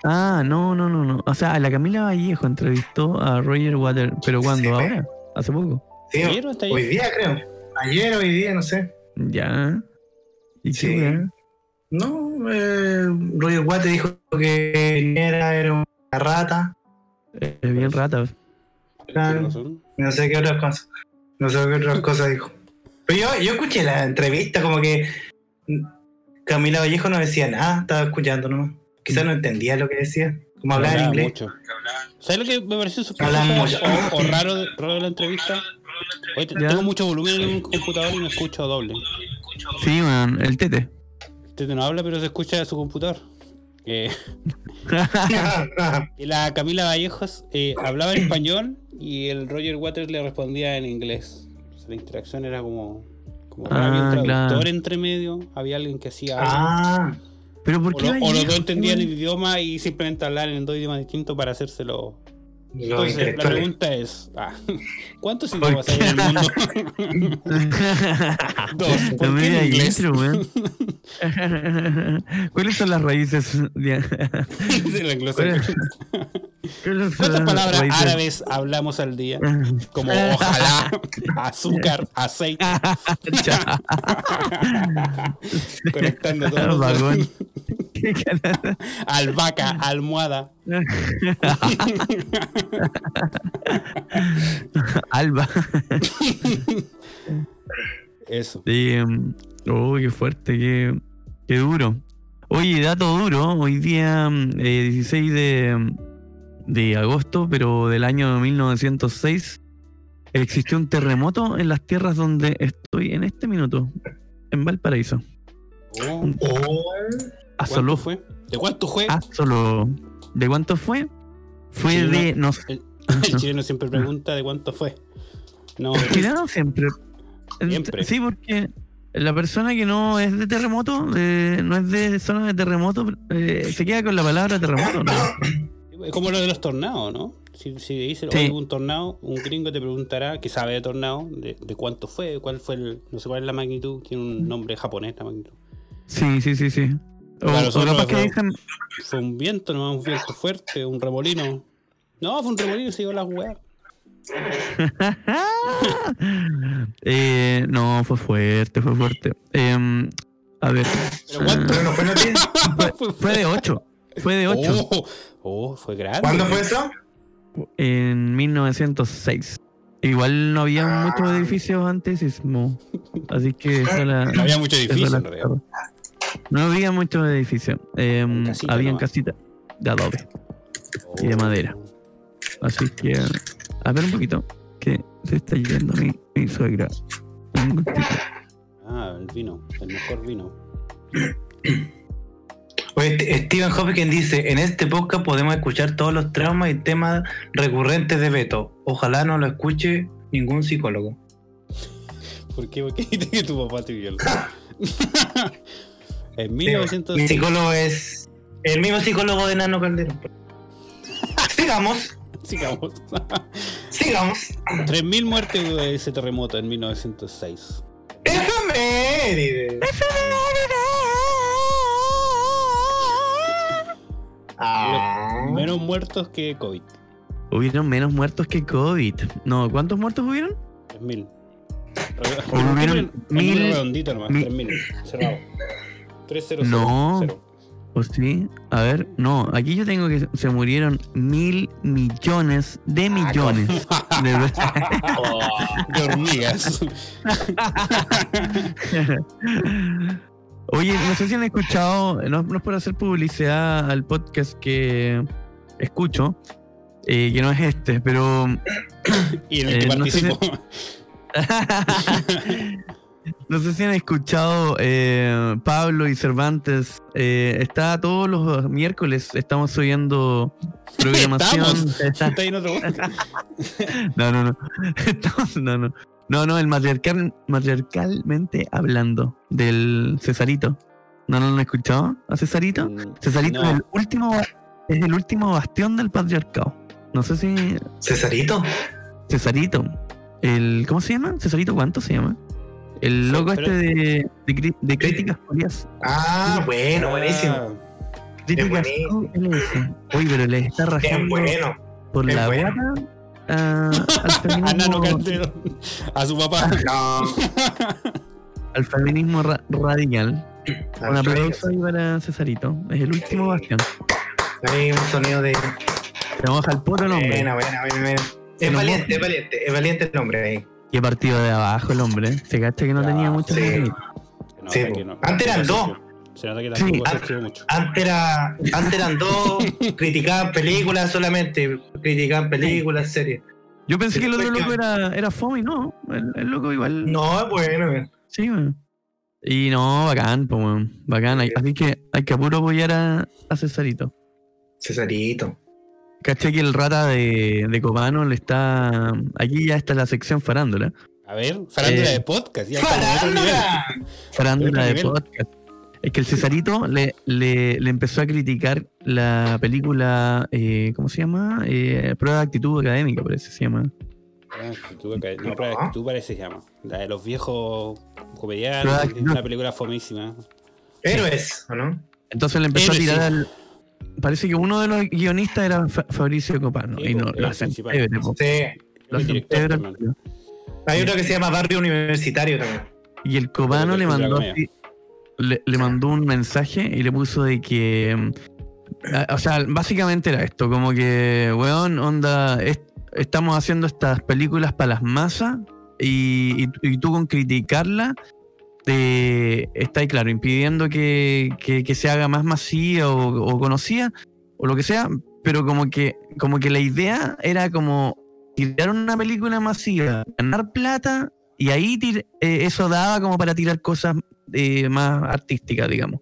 Speaker 3: Ah, no, no, no, no. O sea, a la Camila Vallejo entrevistó a Roger Water, pero ¿cuándo?
Speaker 2: Sí. ¿eh?
Speaker 3: ¿Ahora? ¿Hace poco?
Speaker 2: Sí,
Speaker 1: ¿Ayer o está
Speaker 2: hoy
Speaker 1: ayer?
Speaker 2: día creo. Ayer, hoy día, no sé.
Speaker 3: Ya. ¿Y
Speaker 2: Sí.
Speaker 3: qué weá?
Speaker 2: No, eh, Roger Waters dijo que Piñera era una rata.
Speaker 3: Eh,
Speaker 1: Pues,
Speaker 3: bien rata.
Speaker 1: Tiene razón.
Speaker 2: No sé qué otras cosas. No sé qué otras cosas dijo. Pero yo, yo escuché la entrevista, como que Camila Vallejo no decía nada, estaba escuchando nomás. Quizás no entendía lo que decía. Como hablaba en
Speaker 1: Hablaba
Speaker 2: inglés.
Speaker 1: mucho. ¿Sabes lo que me pareció
Speaker 2: Hablaba mucho.
Speaker 1: sospechoso o, o raro, de, raro de la entrevista? Oye, te-
Speaker 3: Ya.
Speaker 1: tengo mucho volumen en un computador y me escucho doble.
Speaker 3: Sí, weón, el tete.
Speaker 1: Usted no habla, pero se escucha de su computador. Eh, y la Camila Vallejos eh, hablaba en español y el Roger Waters le respondía en inglés. Entonces, la interacción era como. como
Speaker 3: Ah,
Speaker 1: había un traductor
Speaker 3: claro.
Speaker 1: entre medio, había alguien que hacía. algo.
Speaker 2: ah,
Speaker 3: Pero ¿por
Speaker 1: O,
Speaker 3: qué
Speaker 1: lo- o los
Speaker 3: Vallejo,
Speaker 1: dos entendían el
Speaker 3: weón?
Speaker 1: idioma y simplemente hablaban en dos idiomas distintos para hacérselo.
Speaker 2: los
Speaker 1: Entonces, la
Speaker 2: intelectuales.
Speaker 1: pregunta es: ah, ¿cuántos
Speaker 3: ¿Por
Speaker 1: idiomas hay en el
Speaker 3: qué?
Speaker 1: mundo? Dos. ¿Por
Speaker 3: La
Speaker 1: qué en
Speaker 3: media
Speaker 1: inglés?
Speaker 3: intro, weón. ¿Cuáles son las raíces? de-
Speaker 1: Dice la anglosajona.
Speaker 3: ¿Cuáles son
Speaker 1: ¿Cuántas
Speaker 3: las
Speaker 1: palabras
Speaker 3: raíces?
Speaker 1: árabes hablamos al día? Como ojalá, azúcar, aceite,
Speaker 3: Ah, Chao.
Speaker 1: conectando todo.
Speaker 3: Vagón. ¿Qué canal?
Speaker 1: Albahaca, almohada.
Speaker 3: Alba.
Speaker 1: Eso.
Speaker 3: Sí, em, oh, qué fuerte, qué, qué duro. Oye, dato duro, hoy día em, eh, 16 de, em, de agosto, pero del año 1906, existió un terremoto en las tierras donde estoy en este minuto, en Valparaíso.
Speaker 1: Oh,
Speaker 2: Oh,
Speaker 3: A
Speaker 1: ¿Cuánto
Speaker 3: solo,
Speaker 1: fue? ¿De cuánto fue?
Speaker 3: a solo. ¿De cuánto fue? Fue
Speaker 1: Sí,
Speaker 3: de,
Speaker 1: no.
Speaker 3: no sé,
Speaker 1: El chileno siempre pregunta de cuánto fue. No,
Speaker 3: El chileno siempre.
Speaker 1: Siempre.
Speaker 3: Sí, porque la persona que no es de terremoto, eh, no es de zona de terremoto, eh, se queda con la palabra terremoto, ¿no?
Speaker 1: es como lo de los tornados, ¿no? Si, si dicen,
Speaker 3: Sí.
Speaker 1: "Oye, hubo un tornado, un gringo te preguntará, que sabe de tornado, de, de cuánto fue, cuál fue el, no sé cuál es la magnitud, tiene un nombre japonés la magnitud.
Speaker 3: Sí, sí, sí, sí. O,
Speaker 1: Claro,
Speaker 3: o
Speaker 1: son
Speaker 3: capaz
Speaker 1: los
Speaker 3: que
Speaker 1: dos.
Speaker 3: dicen,
Speaker 1: Fue un viento, no un viento fuerte, un remolino. No, fue un remolino, se dio la weá.
Speaker 3: eh, no, fue fuerte, fue fuerte. Em, a ver, eh,
Speaker 1: Pero cuánto
Speaker 2: pero no fue noticia.
Speaker 1: fue,
Speaker 3: fue de 8, fue de 8
Speaker 1: Oh, oh, fue grande.
Speaker 2: ¿Cuándo fue eso?
Speaker 1: Oh.
Speaker 3: en 1906. Igual no había
Speaker 1: Ah,
Speaker 3: muchos edificios antes sismo, así que esa la,
Speaker 1: No había mucho
Speaker 3: Eso
Speaker 1: edificio,
Speaker 3: la
Speaker 1: en realidad.
Speaker 3: cagó. No había muchos edificios. Eh,
Speaker 1: Casita
Speaker 3: habían
Speaker 1: nomás.
Speaker 3: casitas de adobe. y de
Speaker 1: Oh.
Speaker 3: madera. Así que. A ver un poquito. Que se está yendo mi, mi suegra. Un gustito.
Speaker 1: Ah, el vino, el mejor vino.
Speaker 2: Oye, T- Stephen Hopkins dice, en este podcast podemos escuchar todos los traumas y temas recurrentes de Beto. Ojalá no lo escuche ningún psicólogo.
Speaker 1: ¿Por qué? ¿Por qué dijiste que tu papá te violó? en
Speaker 2: Mi
Speaker 1: 1900.
Speaker 2: psicólogo es el mismo psicólogo de Nano Calderón. sigamos,
Speaker 1: Sigamos.
Speaker 2: sigamos.
Speaker 1: 3.000 muertes de ese terremoto en 1906.
Speaker 2: ¡Efemérides! Ah.
Speaker 1: Menos muertos que COVID.
Speaker 3: Hubieron menos muertos que COVID. No, ¿cuántos muertos hubieron?
Speaker 1: 3.000.
Speaker 3: Como vieron,
Speaker 1: Un número
Speaker 3: mil-
Speaker 1: redondito nomás,
Speaker 3: mil-
Speaker 1: 3.000. Cerrado. 300.
Speaker 3: No.
Speaker 1: cero.
Speaker 3: ¿O Pues sí? A ver, no. Aquí yo tengo que se murieron mil millones
Speaker 1: Ah,
Speaker 3: de millones. De verdad. Ah.
Speaker 1: De hormigas.
Speaker 3: Oye, no sé si han escuchado, no, no es por hacer publicidad al podcast que escucho, eh, que no es este, pero
Speaker 1: y en el que
Speaker 3: Eh, no sé si-
Speaker 1: participo.
Speaker 3: no sé si han escuchado eh, Pablo y Cervantes. eh, está todos los miércoles, estamos subiendo programación.
Speaker 1: Estamos.
Speaker 3: Está-
Speaker 1: Está ahí en otro podcast.
Speaker 3: no, no, no. Estamos- no, no. No, no, el matriarcal, matriarcalmente hablando del Cesarito. ¿No, no lo han escuchado a Cesarito?
Speaker 1: Mm,
Speaker 3: Cesarito
Speaker 1: no.
Speaker 3: es, el último, ba- es el último bastión del patriarcado. No sé si.
Speaker 2: Cesarito.
Speaker 3: Cesarito. El, ¿Cómo se llama? ¿Cesarito cuánto se llama? El
Speaker 1: Sí,
Speaker 3: loco
Speaker 1: pero-
Speaker 3: este de, de, cri- de críticas furias.
Speaker 2: Ah, bueno, buenísimo.
Speaker 1: Ah,
Speaker 3: Críticas
Speaker 2: buenísimo.
Speaker 3: ULS. Oye, pero le está
Speaker 2: Bien
Speaker 3: rajando
Speaker 2: bueno.
Speaker 3: por
Speaker 2: es
Speaker 3: la
Speaker 2: bueno. Ah,
Speaker 3: guata a- al
Speaker 1: A Nano
Speaker 3: feminismo,
Speaker 1: Calderón. A su papá.
Speaker 2: No.
Speaker 3: al feminismo ra- radical.
Speaker 2: Ah,
Speaker 3: Un aplauso
Speaker 2: Alfredo.
Speaker 3: ahí para Cesarito. Es el último bastión.
Speaker 2: Ahí un sonido de.
Speaker 3: Se moja el puro el hombre.
Speaker 2: Buena, buena, buena, buena.
Speaker 3: Se
Speaker 2: Es
Speaker 3: nos
Speaker 2: valiente,
Speaker 3: moja.
Speaker 2: es valiente, es valiente el hombre ahí.
Speaker 3: Qué partido de abajo el hombre. Se cacha que no
Speaker 1: Ya,
Speaker 3: tenía mucho.
Speaker 2: Ah, sí.
Speaker 1: Se nota
Speaker 2: Sí,
Speaker 3: contenido.
Speaker 1: que
Speaker 2: po. Antes eran
Speaker 1: se
Speaker 2: dos.
Speaker 1: ejerció. Se nota que
Speaker 3: Sí, Ah.
Speaker 1: tampoco se
Speaker 2: an-
Speaker 1: ejerció mucho.
Speaker 2: Antes, era, antes eran dos, criticaban películas solamente, criticaban películas, series.
Speaker 3: Yo
Speaker 2: Sí,
Speaker 3: pensé que el otro
Speaker 2: pues,
Speaker 3: loco
Speaker 2: que-
Speaker 3: era, era fome y no. El, el loco igual.
Speaker 2: No, es bueno. weón.
Speaker 3: Sí, weón. Y no, bacán, pues, weón. Bacán. Hay- Así que hay que apuro apoyar a, a Cesarito.
Speaker 2: Cesarito.
Speaker 3: Caché que el rata de, de Copano le está. Aquí ya está la sección farándula.
Speaker 1: A ver, farándula
Speaker 3: Eh,
Speaker 1: de podcast. Ya estamos en otro nivel.
Speaker 2: ¡Farándula!
Speaker 3: Farándula de
Speaker 1: nivel.
Speaker 3: podcast. Es que el Cesarito le, le, le empezó a criticar la película. eh, ¿Cómo se llama? Eh, Prueba de actitud académica, parece que se llama.
Speaker 1: Ah, tú, acá- no, pero es que tú parece que se llama. La de los viejos comediantes.
Speaker 3: Claro,
Speaker 1: es Una película fomísima.
Speaker 2: Héroes, ¿o no?
Speaker 3: Entonces le empezó
Speaker 1: Héroe,
Speaker 3: a tirar
Speaker 1: sí.
Speaker 3: al. Parece que uno de los guionistas era Fa- Fabricio Copano.
Speaker 1: Sí,
Speaker 3: y
Speaker 1: po,
Speaker 3: no,
Speaker 1: era
Speaker 3: lo
Speaker 1: el
Speaker 3: hacen.
Speaker 1: principal.
Speaker 3: pebre, po.
Speaker 2: Sí.
Speaker 3: Lo
Speaker 1: El
Speaker 3: hacen
Speaker 1: director
Speaker 3: pebre al
Speaker 1: también.
Speaker 3: tiro.
Speaker 2: Hay otro que se llama Barrio Universitario también.
Speaker 3: Y el copano
Speaker 1: Pero
Speaker 3: le
Speaker 1: que es
Speaker 3: mandó
Speaker 1: la
Speaker 3: así- le, le mandó un mensaje y le puso de que. mm, a- O sea, básicamente era esto: como que, weón, onda, est- estamos haciendo estas películas para las masas y, y- y tú con criticarla te está ahí, claro, impidiendo que, que- que se haga más masiva o, o conocida o lo que sea, pero como que, como que la idea era como tirar una película masiva, ganar plata y ahí tir- eh, eso daba como para tirar cosas eh, más artísticas, digamos.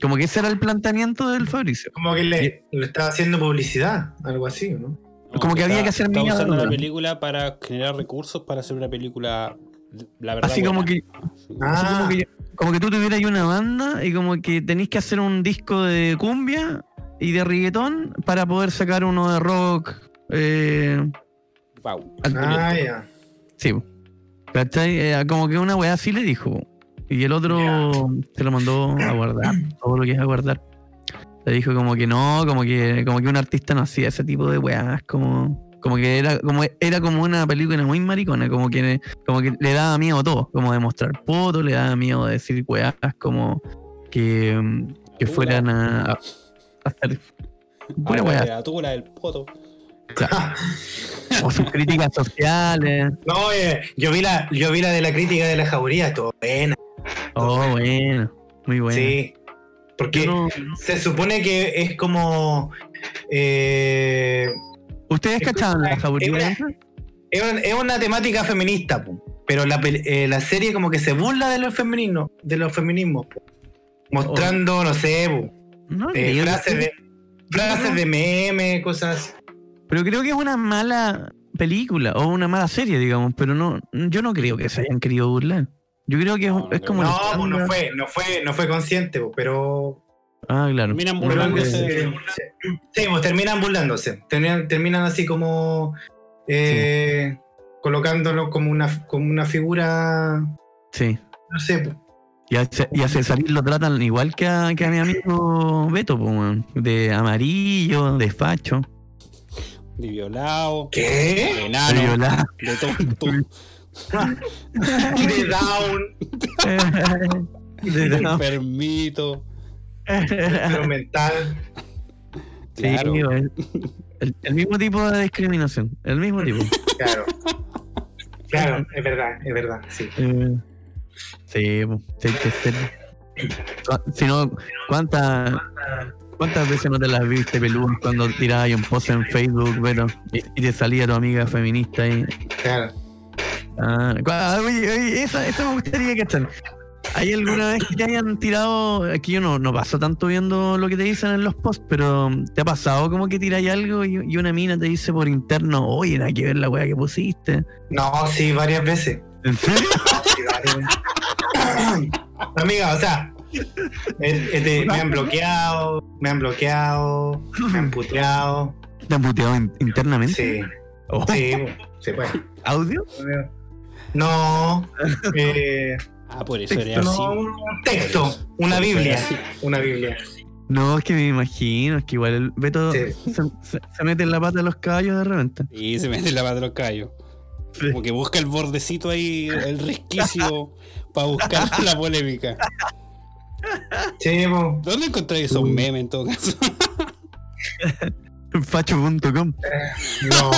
Speaker 3: Como que ese era el planteamiento del Fabricio.
Speaker 2: Como que le, le estaba haciendo publicidad, algo así, ¿no?
Speaker 1: No,
Speaker 3: Como que había que hacer
Speaker 1: está
Speaker 3: mierda,
Speaker 1: usando la
Speaker 3: ¿no?
Speaker 1: película para generar recursos para hacer una película, la verdad.
Speaker 3: Así como
Speaker 1: buena.
Speaker 3: que Así como,
Speaker 2: Ah,
Speaker 3: que, como que tú tuvieras ahí una banda y como que tenéis que hacer un disco de cumbia y de reggaetón para poder sacar uno de rock. Eh,
Speaker 1: Wow.
Speaker 3: al-
Speaker 2: ah, ya.
Speaker 3: sí. po. ¿Cachai? Eh, como que una weá así le dijo. po. Y el otro se lo mandó a guardar, todo lo que es a guardar. Le dijo como que no, como que, como que un artista no hacía ese tipo de weás, como, como que era, como era como una película muy maricona, como que, como que le daba miedo todo, como de mostrar fotos, le daba miedo de decir weás como que, mm, que fueran a, a- a estar- pura
Speaker 1: Ahora,
Speaker 3: weá, Mm.
Speaker 1: la tula del poto.
Speaker 3: o sus críticas sociales,
Speaker 2: No, oye, yo vi la, yo vi la de la crítica de la jauría, todo buena.
Speaker 3: oh bueno, muy bueno.
Speaker 2: Sí. Porque
Speaker 3: Yo no-
Speaker 2: se supone que es como. eh,
Speaker 3: ¿Ustedes cachaban la
Speaker 2: Escucha,
Speaker 3: favorita?
Speaker 2: era- es, un- es una temática feminista, po. pero la, pel- eh, la serie como que se burla de los feminismos, de los feminismos, po. mostrando, no sé, po,
Speaker 3: No,
Speaker 2: eh,
Speaker 3: leí el-
Speaker 2: frases de frases de meme, cosas.
Speaker 3: Pero creo que es una mala película o una mala serie, digamos. Pero no, yo no creo que se hayan querido burlar. Yo creo que es,
Speaker 1: No,
Speaker 3: es
Speaker 1: no
Speaker 3: como.
Speaker 1: creo.
Speaker 2: No,
Speaker 3: el
Speaker 2: po,
Speaker 3: estándar.
Speaker 2: no fue, no fue, no fue consciente, po, pero
Speaker 3: Ah, claro.
Speaker 1: Terminan
Speaker 3: Pero eh,
Speaker 2: Pero
Speaker 1: burlándose.
Speaker 3: que-
Speaker 2: se- se- sí, pues, terminan burlándose. Terminan, terminan así como eh, colocándolo como una, como una figura.
Speaker 3: Sí.
Speaker 2: No sé. pues.
Speaker 3: Y a, Ce- y a Cesarín lo tratan igual que a, que a mi amigo Beto, po, weón. de amarillo, de facho,
Speaker 1: De violado.
Speaker 2: ¿Qué?
Speaker 1: De
Speaker 3: de Ah.
Speaker 1: enano.
Speaker 3: violado.
Speaker 1: De tonto.
Speaker 2: De Down,
Speaker 1: De
Speaker 3: De- no.
Speaker 1: enfermito.
Speaker 2: pero mental.
Speaker 3: Sí,
Speaker 1: Claro.
Speaker 3: weón. el, el mismo tipo de discriminación. El mismo tipo.
Speaker 2: Claro. Claro, es verdad, es verdad, sí.
Speaker 3: Eh, Sí, po, sí, hay que ser. Cu- Si no, ¿cuántas, ¿cuántas veces no te las viste peludas cuando tirabas ahí un post en Facebook, bueno, y, y te salía tu amiga feminista ahí?
Speaker 2: Claro.
Speaker 3: Ah, cu- ah, oye, oye, esa, esa me gustaría que ¿Hay alguna vez que te hayan tirado? Aquí yo no, no paso tanto viendo lo que te dicen en los posts, pero ¿te ha pasado como que tiráis algo y, y una mina te dice por interno, oye, nada que ver la weá que pusiste?
Speaker 2: No, sí, varias veces.
Speaker 3: ¿En serio?
Speaker 2: Sí, varias veces. Amiga, o sea, este, este, me han bloqueado, me han bloqueado, me han puteado.
Speaker 3: ¿Te han puteado in- internamente?
Speaker 2: Sí,
Speaker 3: Oh,
Speaker 2: sí, se puede.
Speaker 3: ¿Audio?
Speaker 2: No. eh,
Speaker 1: Ah, por eso era
Speaker 2: texto,
Speaker 1: así.
Speaker 2: no, un texto, una
Speaker 1: Por eso
Speaker 2: Biblia.
Speaker 1: era así.
Speaker 2: Una Biblia.
Speaker 3: No, es que me imagino, es que igual el Beto
Speaker 2: Sí.
Speaker 3: se, se- se mete en la pata de los caballos de repente.
Speaker 1: Y se mete la pata a los callos. Como que busca el bordecito ahí, el resquicio, para buscar la polémica.
Speaker 2: Sí, po.
Speaker 1: ¿Dónde encontráis esos memes en todo caso?
Speaker 3: Facho.com.
Speaker 2: no.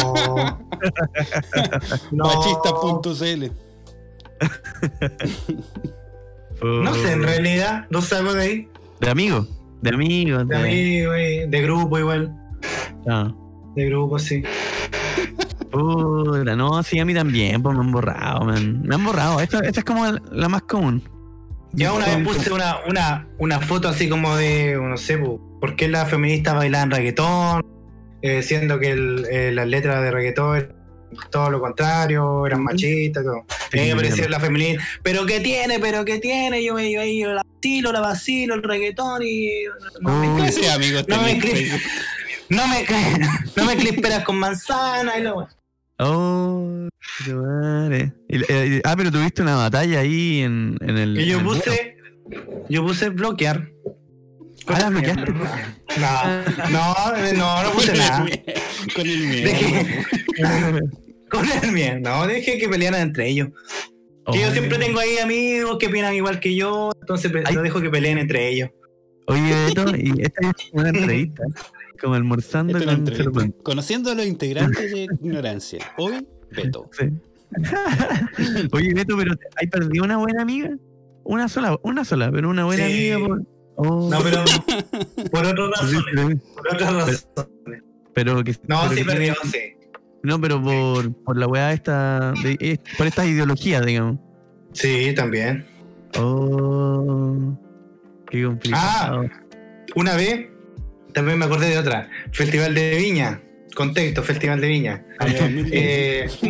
Speaker 2: no.
Speaker 1: Machista.cl.
Speaker 2: No sé, en realidad, no salgo de ahí.
Speaker 3: De amigo. De amigo.
Speaker 2: De ahí, güey, de grupo igual.
Speaker 3: Ah.
Speaker 2: De grupo, sí.
Speaker 3: Puta, no, sí, a mí también, pues me han borrado, man. Me han borrado. Esta, esta es como la, la más común.
Speaker 2: Ya una vez puse una, una, una foto así como de, no sé, po, ¿por qué las feministas bailaban reggaetón? Eh, siendo que el- eh, las letras de reggaetón eran todo lo contrario, eran machistas, todo.
Speaker 3: Sí,
Speaker 2: Eh, apareció
Speaker 3: claro.
Speaker 2: la feminista, pero qué tiene, pero qué tiene, yo, yo, yo la vacilo, la vacilo, el reggaetón y... No me,
Speaker 3: Uy.
Speaker 2: crisperas
Speaker 1: Ese amigo
Speaker 2: No me
Speaker 1: tenés-
Speaker 2: no me, no me crisperas con manzana y la wea.
Speaker 3: Oh, qué madre. Y- eh, ah, pero tuviste una batalla ahí en, en el.
Speaker 2: Y yo
Speaker 3: en el muro.
Speaker 2: puse, yo puse bloquear.
Speaker 3: Ah, la bloqueaste.
Speaker 2: No, no, no, no puse nada.
Speaker 1: Con el miedo.
Speaker 2: Dejé- Con el miedo, no, dejé que pelearan entre ellos. Que yo
Speaker 3: Oye.
Speaker 2: siempre tengo ahí amigos que opinan igual que yo, entonces pe-
Speaker 3: Ay.
Speaker 2: no dejo que peleen entre ellos.
Speaker 3: Oye, Beto, y esta es una entrevista. Como
Speaker 1: Esta
Speaker 3: almorzando
Speaker 1: es una
Speaker 3: con
Speaker 1: entrevista.
Speaker 3: Cervantes.
Speaker 1: Conociendo a los integrantes de Ignorancia. Hoy, Beto.
Speaker 3: Sí. Oye, Beto, pero ¿hay perdido una buena amiga? Una sola, una sola, pero una buena
Speaker 2: Sí.
Speaker 3: amiga. Por... Oh,
Speaker 2: No, pero por otra
Speaker 3: sí,
Speaker 2: razón,
Speaker 3: pero-
Speaker 2: por otra razón.
Speaker 3: pero que-
Speaker 2: No,
Speaker 3: pero
Speaker 2: sí
Speaker 3: que-
Speaker 2: perdió, sí.
Speaker 3: No, pero por, por la weá esta, de- eh, por estas ideologías, digamos.
Speaker 2: Sí, también.
Speaker 3: Oh, qué complicado.
Speaker 2: Ah. Una vez, también me acordé de otra, Festival de Viña. Contexto, Festival de Viña. Eh, no,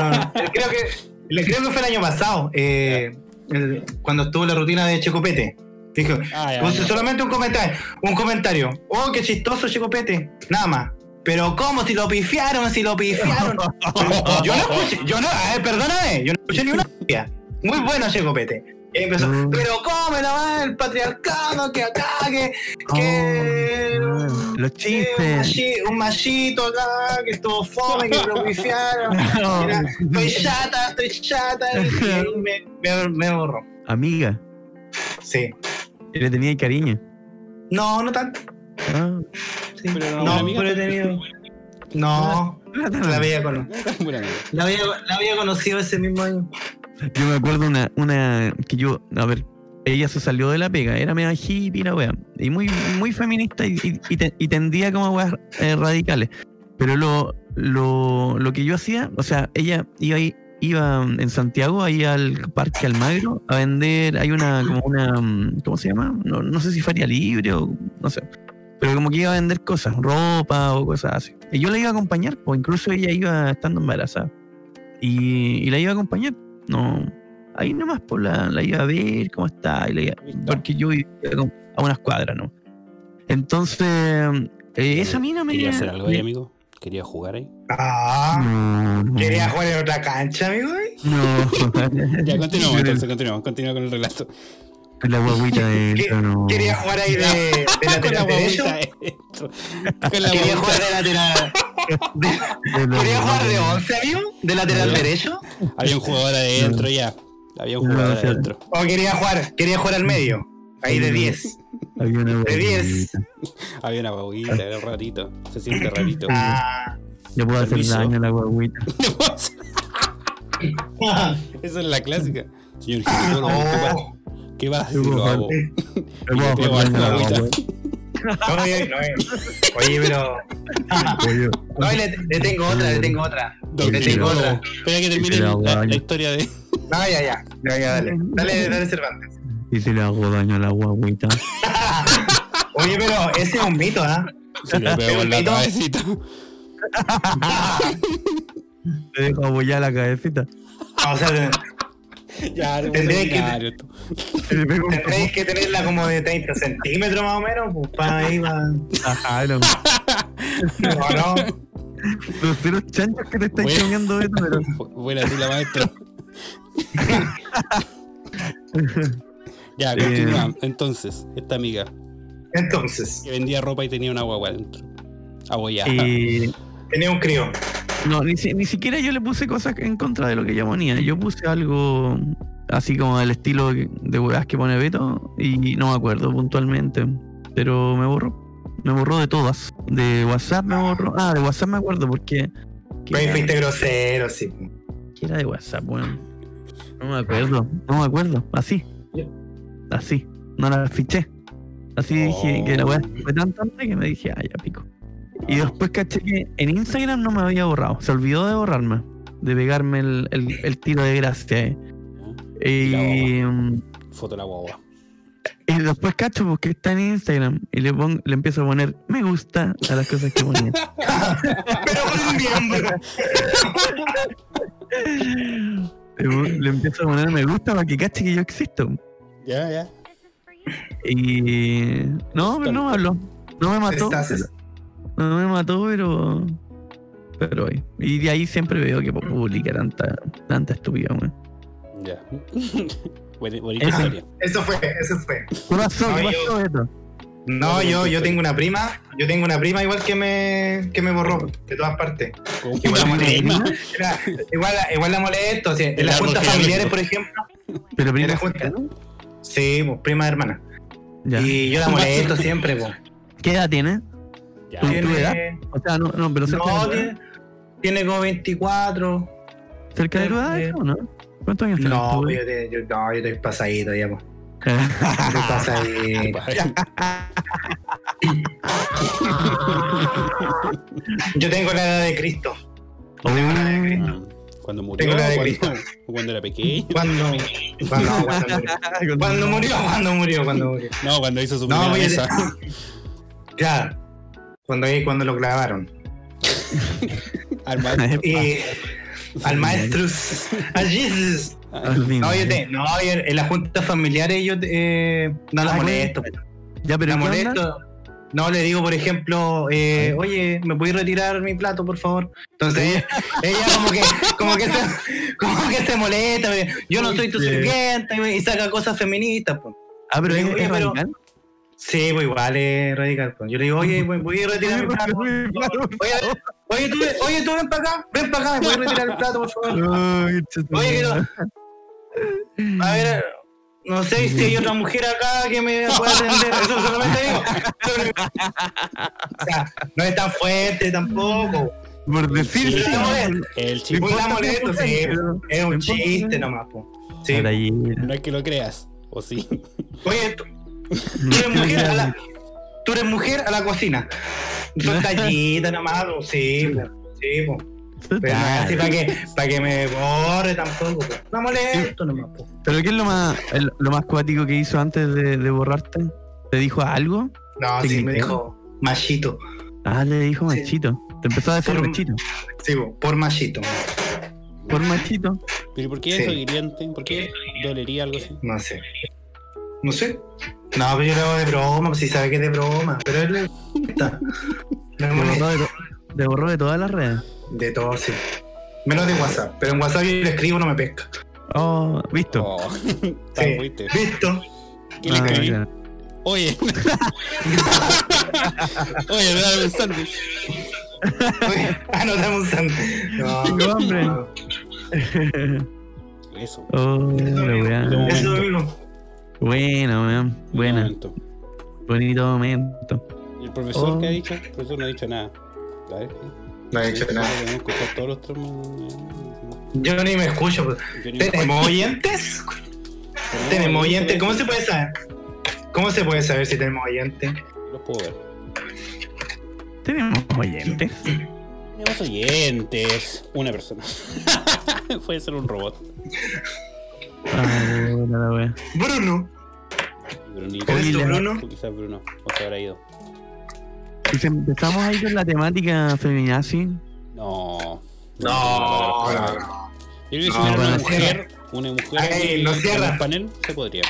Speaker 2: no, no. Eh, Creo que, le- creo que fue el año pasado, eh, el- cuando estuvo la rutina de Checopete. Dijo,
Speaker 1: Ah, ya,
Speaker 2: un-
Speaker 1: ya.
Speaker 2: solamente un comentario, un comentario. Oh, qué chistoso Checopete. Nada más. Pero cómo si lo pifiaron, si lo pifiaron. Pero yo no escuché, yo no, a ver, perdóname, yo no escuché ni una pifia. Muy bueno Checopete. Y empezó,
Speaker 3: Mm.
Speaker 2: pero cómo la va el patriarcado que acá, que, que
Speaker 3: Oh, los
Speaker 2: Sí, un,
Speaker 3: chistes.
Speaker 2: machi- un machito acá que estuvo fome, que lo pifiaron. Mira, estoy chata, estoy chata. Y ahí me, me, me borró.
Speaker 3: Amiga,
Speaker 2: Sí.
Speaker 3: le tenía cariño.
Speaker 2: No, no tanto.
Speaker 3: Ah,
Speaker 2: Sí.
Speaker 1: Pero era una
Speaker 2: no,
Speaker 1: buena amiga.
Speaker 2: pero he tenido. No, la había, cono-
Speaker 1: Bueno, amigo.
Speaker 2: la, había, la había conocido ese mismo año.
Speaker 3: Yo me acuerdo una, una que yo, a ver, ella se salió de la pega, era mega hippie, la wea, y muy, muy feminista y, y- y te- y tendía como a weas eh, radicales. Pero lo, lo, lo que yo hacía, o sea, ella iba ahí- iba mm, en Santiago, ahí al Parque Almagro, a vender, hay una, como una, mm, ¿cómo se llama? No, no sé si Feria Libre o no sé. Pero como que iba a vender cosas, ropa o cosas así. Y yo la iba a acompañar, o incluso ella iba estando embarazada. Y, y la iba a acompañar no ahí nomás por la, la iba a ver cómo está y la iba- porque yo vivía como a unas cuadras no entonces eh, esa mina me
Speaker 1: Quería hacer algo ahí, amigo. Quería jugar ahí.
Speaker 2: Ah,
Speaker 3: no, no,
Speaker 2: quería jugar en otra cancha, amigo. eh?
Speaker 3: no.
Speaker 1: Ya, continuamos entonces, continuamos, continuamos con el relato.
Speaker 3: la guaguita de
Speaker 2: ¿Qué-
Speaker 3: esto, no.
Speaker 2: Quería jugar ahí de, de
Speaker 1: con la
Speaker 2: lateral derecho.
Speaker 1: guaguita esto. Con la
Speaker 2: Quería
Speaker 1: guaguita.
Speaker 2: jugar de lateral.
Speaker 3: De la-
Speaker 2: Quería jugar de 11, amigo. De lateral
Speaker 1: Ya.
Speaker 2: derecho.
Speaker 1: Había un jugador adentro ya. Había un
Speaker 3: No,
Speaker 1: jugador
Speaker 3: o sea,
Speaker 1: adentro.
Speaker 2: O quería jugar, quería jugar al medio. Ahí de 10.
Speaker 3: Había una
Speaker 2: de 10.
Speaker 3: guaguita.
Speaker 1: Había una guaguita, era rarito. Se siente rarito.
Speaker 2: Ah.
Speaker 3: le puedo hacer
Speaker 1: Permiso.
Speaker 3: daño a la guaguita
Speaker 1: Esa es la clásica. Señor ginecólogo, ¿qué
Speaker 2: Oh.
Speaker 1: va- ¿qué va a hacer? Lo hago.
Speaker 3: Le puedo
Speaker 1: Le
Speaker 3: hacer
Speaker 1: pego a la
Speaker 3: daño a la
Speaker 1: guaguita.
Speaker 3: guaguita.
Speaker 2: Oye, oye. Oye, pero.
Speaker 3: Oye,
Speaker 2: No, le, le tengo otra, le tengo otra.
Speaker 1: Don
Speaker 2: Le tengo
Speaker 1: ginecólogo.
Speaker 2: otra.
Speaker 1: Espera que termine
Speaker 3: Era
Speaker 1: la,
Speaker 3: guayo.
Speaker 1: la historia de.
Speaker 2: No, ya, ya. Ya, ya, dale. Dale, dale, Cervantes.
Speaker 3: y si le hago daño a la guaguita
Speaker 2: Oye, pero ese es un mito, ¿ah?
Speaker 1: Se le pegó en la
Speaker 2: Pepito.
Speaker 1: cabecita.
Speaker 3: le dejo apoyar la cabecita
Speaker 2: O sea,
Speaker 1: Ya, no
Speaker 2: Tendría
Speaker 1: sé,
Speaker 2: que-
Speaker 1: claro, esto.
Speaker 3: y le pego un
Speaker 2: tendréis que tenerla como de 30 centímetros más o menos, pues para ahí, para.
Speaker 3: Ajá, no.
Speaker 2: No, no.
Speaker 3: Los ceros chanchos que te estáis
Speaker 1: Bueno.
Speaker 3: comiendo, Beto, pero.
Speaker 1: Bu- Buena tú la maestra. ya,
Speaker 3: Eh.
Speaker 1: continúa. Entonces, esta amiga
Speaker 2: Entonces,
Speaker 1: que vendía ropa y tenía una guagua adentro. Abollada.
Speaker 3: Eh,
Speaker 2: tenía un crío.
Speaker 3: no, ni, si- ni siquiera yo le puse cosas en contra de lo que ella ponía. Yo puse algo así como del estilo que- de weas que pone Beto y no me acuerdo puntualmente. Pero me borró. Me borró de todas. De WhatsApp me borró. Ah, de WhatsApp me acuerdo porque. que
Speaker 2: Pero ahí
Speaker 3: era-
Speaker 2: fuiste grosero, sí.
Speaker 3: que era de WhatsApp, weón? No me acuerdo, no me acuerdo. Así. Así. No la fiché. Así dije que la weá fue tan tonta que me dije, ah, ya pico. Y después caché que en Instagram no me había borrado. Se olvidó de borrarme. De pegarme el, el- el tiro de gracia. eh. Y, mm,
Speaker 1: Foto de la guagua.
Speaker 3: y después cacho porque está en Instagram y le, pongo, le empiezo a poner me gusta a las cosas que ponía.
Speaker 2: Pero con un miembro.
Speaker 3: le, pon- le empiezo a poner me gusta para que cache que yo existo.
Speaker 1: Ya, ya.
Speaker 3: Y. No, pero no me habló. No me mató.
Speaker 2: Estás-
Speaker 3: No me mató, pero. Pero ahí. Y de ahí siempre veo que publica tanta, tanta estupidez, weón.
Speaker 1: Ya. Buena- Bonita historia.
Speaker 2: Eso fue, eso fue.
Speaker 3: ¿Qué pasó? ¿Qué
Speaker 2: No,
Speaker 3: pasó, Beto?
Speaker 2: No, yo, yo tengo una prima, yo tengo una prima igual que me, que me borró de todas partes.
Speaker 1: Con
Speaker 2: Igual la
Speaker 1: una
Speaker 2: molesto.
Speaker 1: prima.
Speaker 2: Era- igual, la- igual la molesto. o sea, en
Speaker 1: El
Speaker 2: las
Speaker 1: árbol
Speaker 2: juntas
Speaker 1: genealógico.
Speaker 2: familiares, por ejemplo.
Speaker 3: Pero
Speaker 2: Era
Speaker 3: primero.
Speaker 2: junta. Sí, pues, prima hermana.
Speaker 3: Ya.
Speaker 2: Y yo la molesto siempre, pues.
Speaker 3: ¿Qué edad tiene?
Speaker 1: Ya. Ah,
Speaker 3: ¿Tu, tu
Speaker 2: Tiene-
Speaker 3: edad? O sea, no, no pero cerca
Speaker 2: No,
Speaker 3: de tu edad.
Speaker 2: tiene, tiene como 24.
Speaker 3: ¿Cerca de tu edad,
Speaker 2: tiene-
Speaker 3: creo, no? ¿Cuántos años tienes
Speaker 2: No,
Speaker 3: tú?
Speaker 2: pues, yo, te- yo- no, yo estoy pasadito ya, pues. Estoy
Speaker 1: Ay,
Speaker 2: pasadito.
Speaker 1: padre.
Speaker 2: Yo tengo la edad de Cristo.
Speaker 1: Ah, Cuando murió,
Speaker 2: Tengo la de
Speaker 1: cuando, cuando era pequeño.
Speaker 3: Oh.
Speaker 2: Cuando, cuando, cuando murió. Cuando murió, cuando murió, cuando murió.
Speaker 1: No, cuando hizo su primera
Speaker 2: No, voy a-
Speaker 1: mesa.
Speaker 2: Claro. Cuando, ahí- cuando lo clavaron.
Speaker 1: Armando.
Speaker 3: Ah.
Speaker 2: Y al maestro. A Jesus.
Speaker 3: Al fin.
Speaker 2: No, yo te, no, yo en las juntas familiares yo te, eh, no las
Speaker 3: Ah,
Speaker 2: molesto.
Speaker 3: Ya,
Speaker 2: Las
Speaker 3: pero ¿qué onda?
Speaker 2: molesto. No le digo, por ejemplo, eh, oye, ¿me puedes retirar mi plato, por favor? Entonces ella, ella como que, como que se, como que se molesta, me- yo no soy tu sirvienta y, me- y saca cosas feministas, pues.
Speaker 3: Ah, pero
Speaker 2: Le
Speaker 3: es,
Speaker 2: digo,
Speaker 3: es
Speaker 2: "Oye, pero-
Speaker 3: radical.
Speaker 2: Sí, pues igual es radical. pues. Yo le digo, oye, ¿me puedes retirar mi plato? por favor? Oye, oye, tú, oye, tú ven para acá, ven para acá, ¿me puedes retirar el plato, por favor?
Speaker 3: Ay, chuta.
Speaker 2: Oye, quiero. A ver, no sé si hay otra mujer acá que me pueda atender. Eso solamente digo. O sea, no es tan fuerte tampoco.
Speaker 3: Por decir
Speaker 2: Sí,
Speaker 3: sí.
Speaker 2: molesto.
Speaker 1: El chip.
Speaker 2: Pues la
Speaker 3: importa
Speaker 2: molesto,
Speaker 3: que
Speaker 2: sí.
Speaker 3: pero-
Speaker 2: Es
Speaker 3: no
Speaker 2: un
Speaker 3: importa.
Speaker 2: chiste nomás, po. Sí.
Speaker 3: Caballero.
Speaker 1: No es que lo creas. O sí.
Speaker 2: Oye, tú tú eres mujer a la. Tú eres mujer a la cocina. Son tallitas nomás, po. Sí, po. Sí, po. Pero no es así para que, para que me borre tampoco, po. No molesto nomás, po.
Speaker 3: ¿Pero qué es lo más, el- lo más cuático que hizo antes de, de borrarte? ¿Te dijo algo?
Speaker 2: No,
Speaker 3: Sí,
Speaker 2: sí, me
Speaker 3: claro.
Speaker 2: dijo machito.
Speaker 3: Ah, le dijo
Speaker 2: Sí.
Speaker 3: machito. Te empezó a decir
Speaker 2: Por-
Speaker 3: machito.
Speaker 2: Sí, po, por machito.
Speaker 3: Por machito.
Speaker 1: ¿Pero por qué
Speaker 2: Sí.
Speaker 1: eso hiriente? ¿Por qué dolería algo así?
Speaker 2: No sé. No sé. No, pero yo lo hago de broma, pues, si sabe que es de broma. Pero él le gusta.
Speaker 3: Te
Speaker 2: Me
Speaker 3: borró
Speaker 2: molesta.
Speaker 3: de, to- te borró de todas las redes.
Speaker 2: De todo, sí. Menos de WhatsApp. Pero en WhatsApp yo le escribo, no me pesca.
Speaker 3: Oh, visto.
Speaker 1: Oh, tan
Speaker 2: Sí.
Speaker 1: fuiste.
Speaker 2: Listo.
Speaker 1: ¿Qué le
Speaker 3: Ah,
Speaker 1: escribí?
Speaker 3: claro.
Speaker 1: Oye. Oye, me da un sándwich.
Speaker 2: Oye, Anotame un sándwich. No,
Speaker 3: Tengo hambre.
Speaker 2: no.
Speaker 1: Eso.
Speaker 3: Oh,
Speaker 2: Eso
Speaker 3: la
Speaker 2: mismo.
Speaker 3: weá.
Speaker 1: momento.
Speaker 2: Eso mismo.
Speaker 3: Buena, weón.
Speaker 1: Un
Speaker 3: Buena.
Speaker 1: momento.
Speaker 3: Bonito momento.
Speaker 1: ¿Y el profesor
Speaker 3: Oh.
Speaker 1: qué ha dicho? El profesor no ha dicho nada. A ver.
Speaker 2: No he hecho nada.
Speaker 1: Podemos escuchar todos los tramos.
Speaker 2: Yo ni me escucho. pues.
Speaker 1: Yo ni-
Speaker 2: ¿Tenemos oyentes? ¿Tenemos oyentes? ¿Cómo se puede saber? ¿Cómo se puede saber si tenemos oyentes?
Speaker 1: Los puedo ver.
Speaker 3: Tenemos oyentes.
Speaker 1: Tenemos oyentes. Una persona. Puede ser un robot.
Speaker 3: Ah, buena la weá.
Speaker 2: Bruno.
Speaker 1: Brunito.
Speaker 2: ¿Eres tú,
Speaker 1: Quizás-
Speaker 2: Bruno?
Speaker 1: Quizás Bruno. O se habrá ido.
Speaker 3: Y si empezamos ahí con la temática feminazi.
Speaker 1: No.
Speaker 2: No, no, no.
Speaker 1: Yo creo que si hubiera
Speaker 2: No,
Speaker 1: una
Speaker 2: bueno,
Speaker 1: mujer, una mujer
Speaker 2: Ay,
Speaker 1: en-
Speaker 2: lo
Speaker 1: en
Speaker 2: cierra.
Speaker 1: el panel, se podría.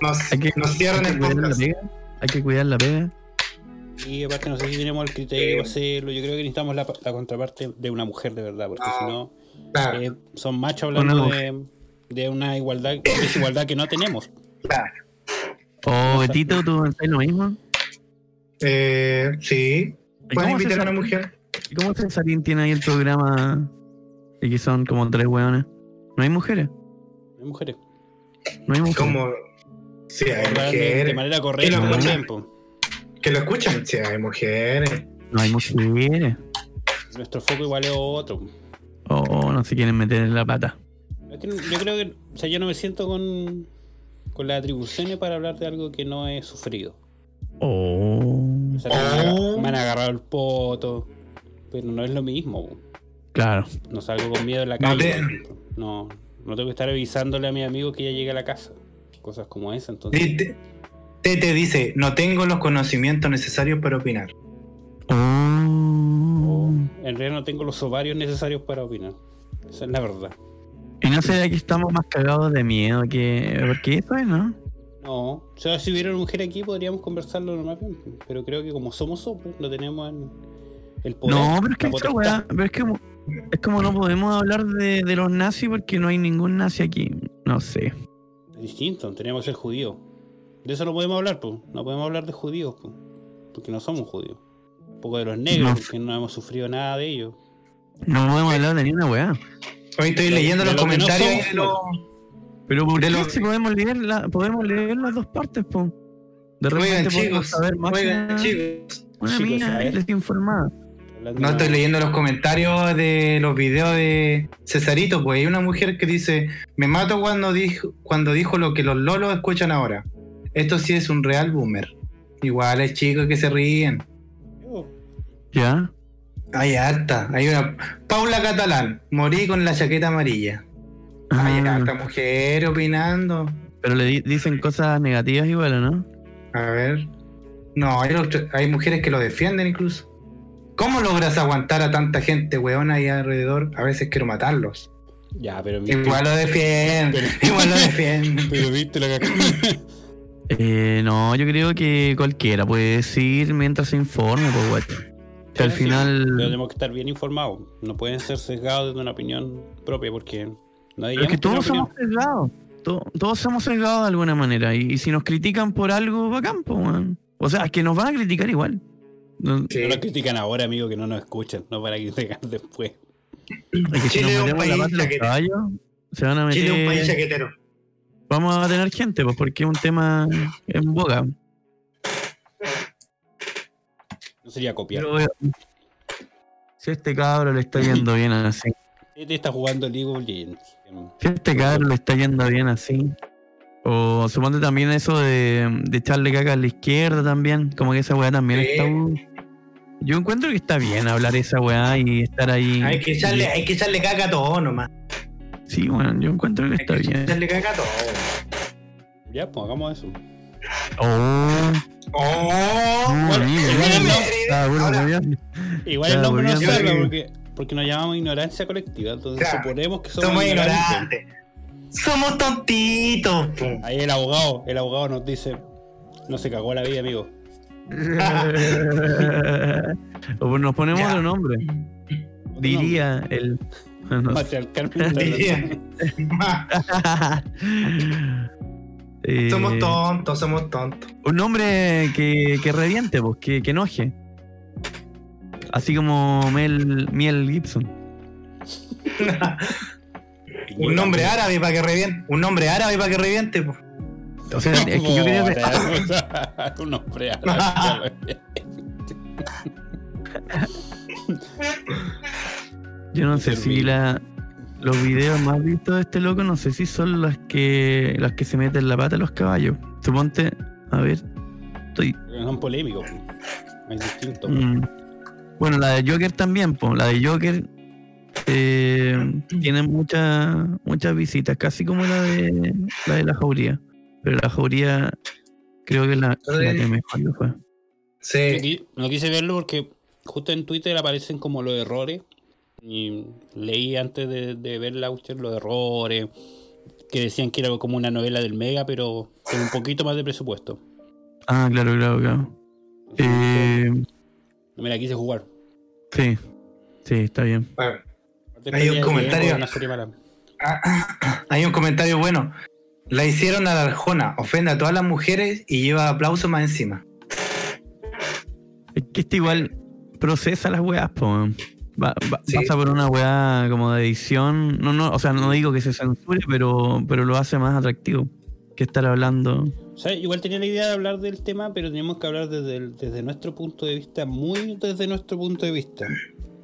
Speaker 2: Nos,
Speaker 3: Hay que,
Speaker 2: nos cierran
Speaker 3: hay que
Speaker 2: el
Speaker 3: cuidar la
Speaker 2: podcast.
Speaker 3: pega. Hay que cuidar la pega.
Speaker 1: Y aparte no sé si tenemos el criterio para hacerlo. Yo creo que necesitamos la, la contraparte de una mujer de verdad, porque
Speaker 2: No,
Speaker 1: si no,
Speaker 2: Claro,
Speaker 1: eh, son machos
Speaker 3: Una
Speaker 1: hablando de, de una igualdad, desigualdad que no tenemos.
Speaker 2: claro.
Speaker 3: Oh, Betito, ¿tú pensáis lo mismo?
Speaker 2: Eh, sí.
Speaker 3: ¿Y
Speaker 2: Pueden
Speaker 3: cómo se
Speaker 2: invitar a una
Speaker 3: sabe?
Speaker 2: mujer.
Speaker 3: ¿Y ¿Cómo Cesarín tiene ahí el programa? Y que son como tres hueones. No hay mujeres.
Speaker 1: Hay mujeres.
Speaker 3: No hay mujeres.
Speaker 2: Como. Sí, hay
Speaker 1: Hablar de- De
Speaker 2: mujeres.
Speaker 1: manera correcta,
Speaker 2: lo
Speaker 1: con
Speaker 2: escucha?
Speaker 1: tiempo.
Speaker 2: Que lo escuchan. Sí, hay mujeres.
Speaker 3: No hay mujeres.
Speaker 1: Nuestro foco igual es otro.
Speaker 3: Oh, oh, no se quieren meter en la pata.
Speaker 1: Es que yo creo que, o sea, yo no me siento con, con las atribuciones para hablar de algo que no he sufrido.
Speaker 3: Oh,
Speaker 1: O sea, me, han agarrado,
Speaker 2: Oh.
Speaker 1: me han agarrado el poto, pero no es lo mismo. po.
Speaker 3: claro.
Speaker 1: No salgo con miedo en la
Speaker 2: No
Speaker 1: calle.
Speaker 2: te-
Speaker 1: por ejemplo. No, no tengo que estar avisándole a mis amigos que ya llegué a la casa. Cosas como esa, entonces.
Speaker 2: Tete, Tete dice: No tengo los conocimientos necesarios para opinar.
Speaker 3: Oh.
Speaker 1: En realidad no tengo los ovarios necesarios para opinar. Esa es la verdad.
Speaker 3: Y no será que estamos más cagados de miedo que. Porque eso es, ¿no?
Speaker 1: No, o sea, si hubiera una mujer aquí podríamos conversarlo nomás bien, pero creo que como somos hombres no tenemos el, el poder.
Speaker 3: No, pero es que
Speaker 1: la
Speaker 3: esa
Speaker 1: potestad.
Speaker 3: weá, pero es que como- es como no podemos hablar de, de los nazis porque no hay ningún nazi aquí. No sé.
Speaker 1: Es distinto, tenemos que ser judío. De eso no podemos hablar, po. No podemos hablar de judíos, po. Porque no somos judíos. Un poco de los negros,
Speaker 3: No.
Speaker 1: porque no hemos sufrido nada de ellos.
Speaker 3: No podemos hablar de ninguna weá.
Speaker 2: Hoy estoy leyendo
Speaker 1: De
Speaker 2: los
Speaker 1: lo que no
Speaker 2: comentarios
Speaker 1: somos,
Speaker 2: de los-
Speaker 3: pues. Pero ¿por
Speaker 2: De
Speaker 3: qué
Speaker 2: los-
Speaker 3: si podemos leer, la, podemos leer las dos partes, po? De repente
Speaker 2: Oigan,
Speaker 3: podemos
Speaker 2: chicos.
Speaker 3: saber más que
Speaker 2: Oigan,
Speaker 3: una-
Speaker 2: chicos.
Speaker 3: una
Speaker 1: Chicos, a
Speaker 3: mina
Speaker 1: ver.
Speaker 3: desinformada.
Speaker 1: Hablando
Speaker 2: No
Speaker 1: de-
Speaker 2: estoy leyendo los comentarios de los videos de Cesarito, pues hay una mujer que dice, me mato cuando dijo, cuando dijo lo que los lolos escuchan ahora. Esto sí es un real boomer. Igual hay chicos que se ríen.
Speaker 3: ¿Ya?
Speaker 2: Hay harta. Hay una... Paula Catalán, morí con la chaqueta amarilla. Hay
Speaker 3: Ah,
Speaker 2: harta mujer opinando.
Speaker 3: pero le di- dicen cosas negativas igual, ¿o ¿no?
Speaker 2: A ver. No, hay, otro- hay mujeres que lo defienden incluso. ¿Cómo logras aguantar a tanta gente, weón, ahí alrededor? A veces quiero matarlos.
Speaker 1: Ya, pero viste,
Speaker 2: Igual lo defienden. Igual lo defienden.
Speaker 1: pero viste lo que
Speaker 3: Eh, no, yo creo que cualquiera puede decir mientras se informe, pues, guacho. Que al
Speaker 1: Pero
Speaker 3: final.
Speaker 1: tenemos que estar bien informados. No pueden ser sesgados de una opinión propia, porque no
Speaker 3: Pero es
Speaker 1: diríamos
Speaker 3: que
Speaker 1: que una
Speaker 3: todos somos
Speaker 1: opinión.
Speaker 3: sesgados. To- todos somos sesgados de alguna manera. Y, y si nos critican por algo, bacán, pues, weón. O sea, es que nos van a criticar igual. No-
Speaker 2: Sí.
Speaker 1: No nos critican ahora, amigo, que no nos escuchan. No para que critican después.
Speaker 3: Es que si
Speaker 2: Chile
Speaker 3: nos
Speaker 2: es un
Speaker 3: metemos la
Speaker 2: país
Speaker 3: pata de los
Speaker 2: chaquetero.
Speaker 3: caballos, se van a meter.
Speaker 2: Chile es un país chaquetero.
Speaker 3: Vamos a tener gente, pues, porque es un tema en boga.
Speaker 1: No sería copiar.
Speaker 3: Pero, eh, si este cabro le está yendo bien así,
Speaker 1: Este está jugando League of Legends.
Speaker 3: si este cabro le está yendo bien así, o suponte también eso de, de echarle caca a la izquierda también, como que esa weá también
Speaker 2: Sí.
Speaker 3: está. Yo encuentro que está bien hablar esa weá y estar ahí.
Speaker 2: Hay que echarle, hay que echarle caca a todo nomás.
Speaker 3: Sí, bueno, yo encuentro que
Speaker 2: Hay
Speaker 3: está
Speaker 2: que
Speaker 3: bien.
Speaker 2: echarle caca a todo.
Speaker 1: Ya, pues hagamos eso.
Speaker 3: Oh,
Speaker 2: ¡Oh!
Speaker 3: no,
Speaker 2: Bueno,
Speaker 3: amigo, no, Ah, no, estaba puro
Speaker 2: Ahora,
Speaker 3: hueveando.
Speaker 1: Igual el
Speaker 3: Ya,
Speaker 1: nombre no
Speaker 3: volviendo.
Speaker 1: salva porque, porque nos llamamos ignorancia colectiva. Entonces
Speaker 2: Claro,
Speaker 1: suponemos que somos,
Speaker 2: somos
Speaker 1: ignorantes.
Speaker 2: ignorantes. Somos tontitos. pum.
Speaker 1: Ahí el abogado, el abogado nos dice, no se cagó la vida, amigo.
Speaker 3: O pues nos ponemos
Speaker 2: Ya.
Speaker 3: otro nombre.
Speaker 1: Otro
Speaker 3: Diría el. no, no
Speaker 1: nombre.
Speaker 3: sé.
Speaker 1: Patriarcal mental.
Speaker 2: Diría.
Speaker 3: Eh,
Speaker 2: Ah, Somos tontos, somos tontos.
Speaker 3: Un nombre que, que reviente, pues, que, que enoje. Así como Mel, Miel Gibson.
Speaker 2: Un nombre árabe para que reviente. Un nombre árabe para que reviente. po.
Speaker 3: O sea, es que yo quería.
Speaker 1: Puta, o sea, Un nombre árabe.
Speaker 3: Yo no sé si la, los videos más vistos de este loco, no sé si son las que las que se meten la pata a los caballos. Suponte, a ver, estoy.
Speaker 1: Son polémicos. po. Es distinto.
Speaker 3: mm. bueno, la de Joker también, po, la de Joker eh, tiene muchas muchas visitas, casi como la de la de la jauría. Pero la jauría creo que es la, la que mejor le fue.
Speaker 1: Yo
Speaker 2: Sí.
Speaker 1: qui- No quise verlo porque justo en Twitter aparecen como los errores. Y leí antes de, de ver la cuestión los errores. Que decían que era como una novela del Mega, pero con un poquito más de presupuesto.
Speaker 3: Ah, claro, claro, claro. Eh,
Speaker 1: No me la quise jugar.
Speaker 3: sí, sí, está bien.
Speaker 2: Bueno,
Speaker 1: Aparte,
Speaker 2: Hay un
Speaker 1: estaría
Speaker 2: comentario.
Speaker 1: bien, una serie mala.
Speaker 2: ah, hay un comentario bueno. La hicieron a la Arjona, ofende a todas las mujeres y lleva aplauso más encima.
Speaker 3: Es que este igual procesa las weas, po. weón. Va- va-
Speaker 2: Sí.
Speaker 3: Pasa por una wea como de edición. No, no, o sea, no digo que se censure, pero, pero lo hace más atractivo que estar hablando.
Speaker 1: O sea, igual tenía la idea de hablar del tema, pero tenemos que hablar desde, el- desde nuestro punto de vista, muy desde nuestro punto de vista.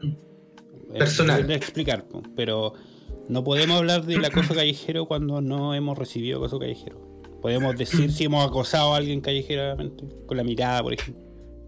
Speaker 1: Eh,
Speaker 2: Personal.
Speaker 1: difícil de explicar, po, pero no podemos hablar del acoso callejero cuando no hemos recibido acoso callejero. Podemos decir si hemos acosado a alguien callejeramente, con la mirada, por ejemplo.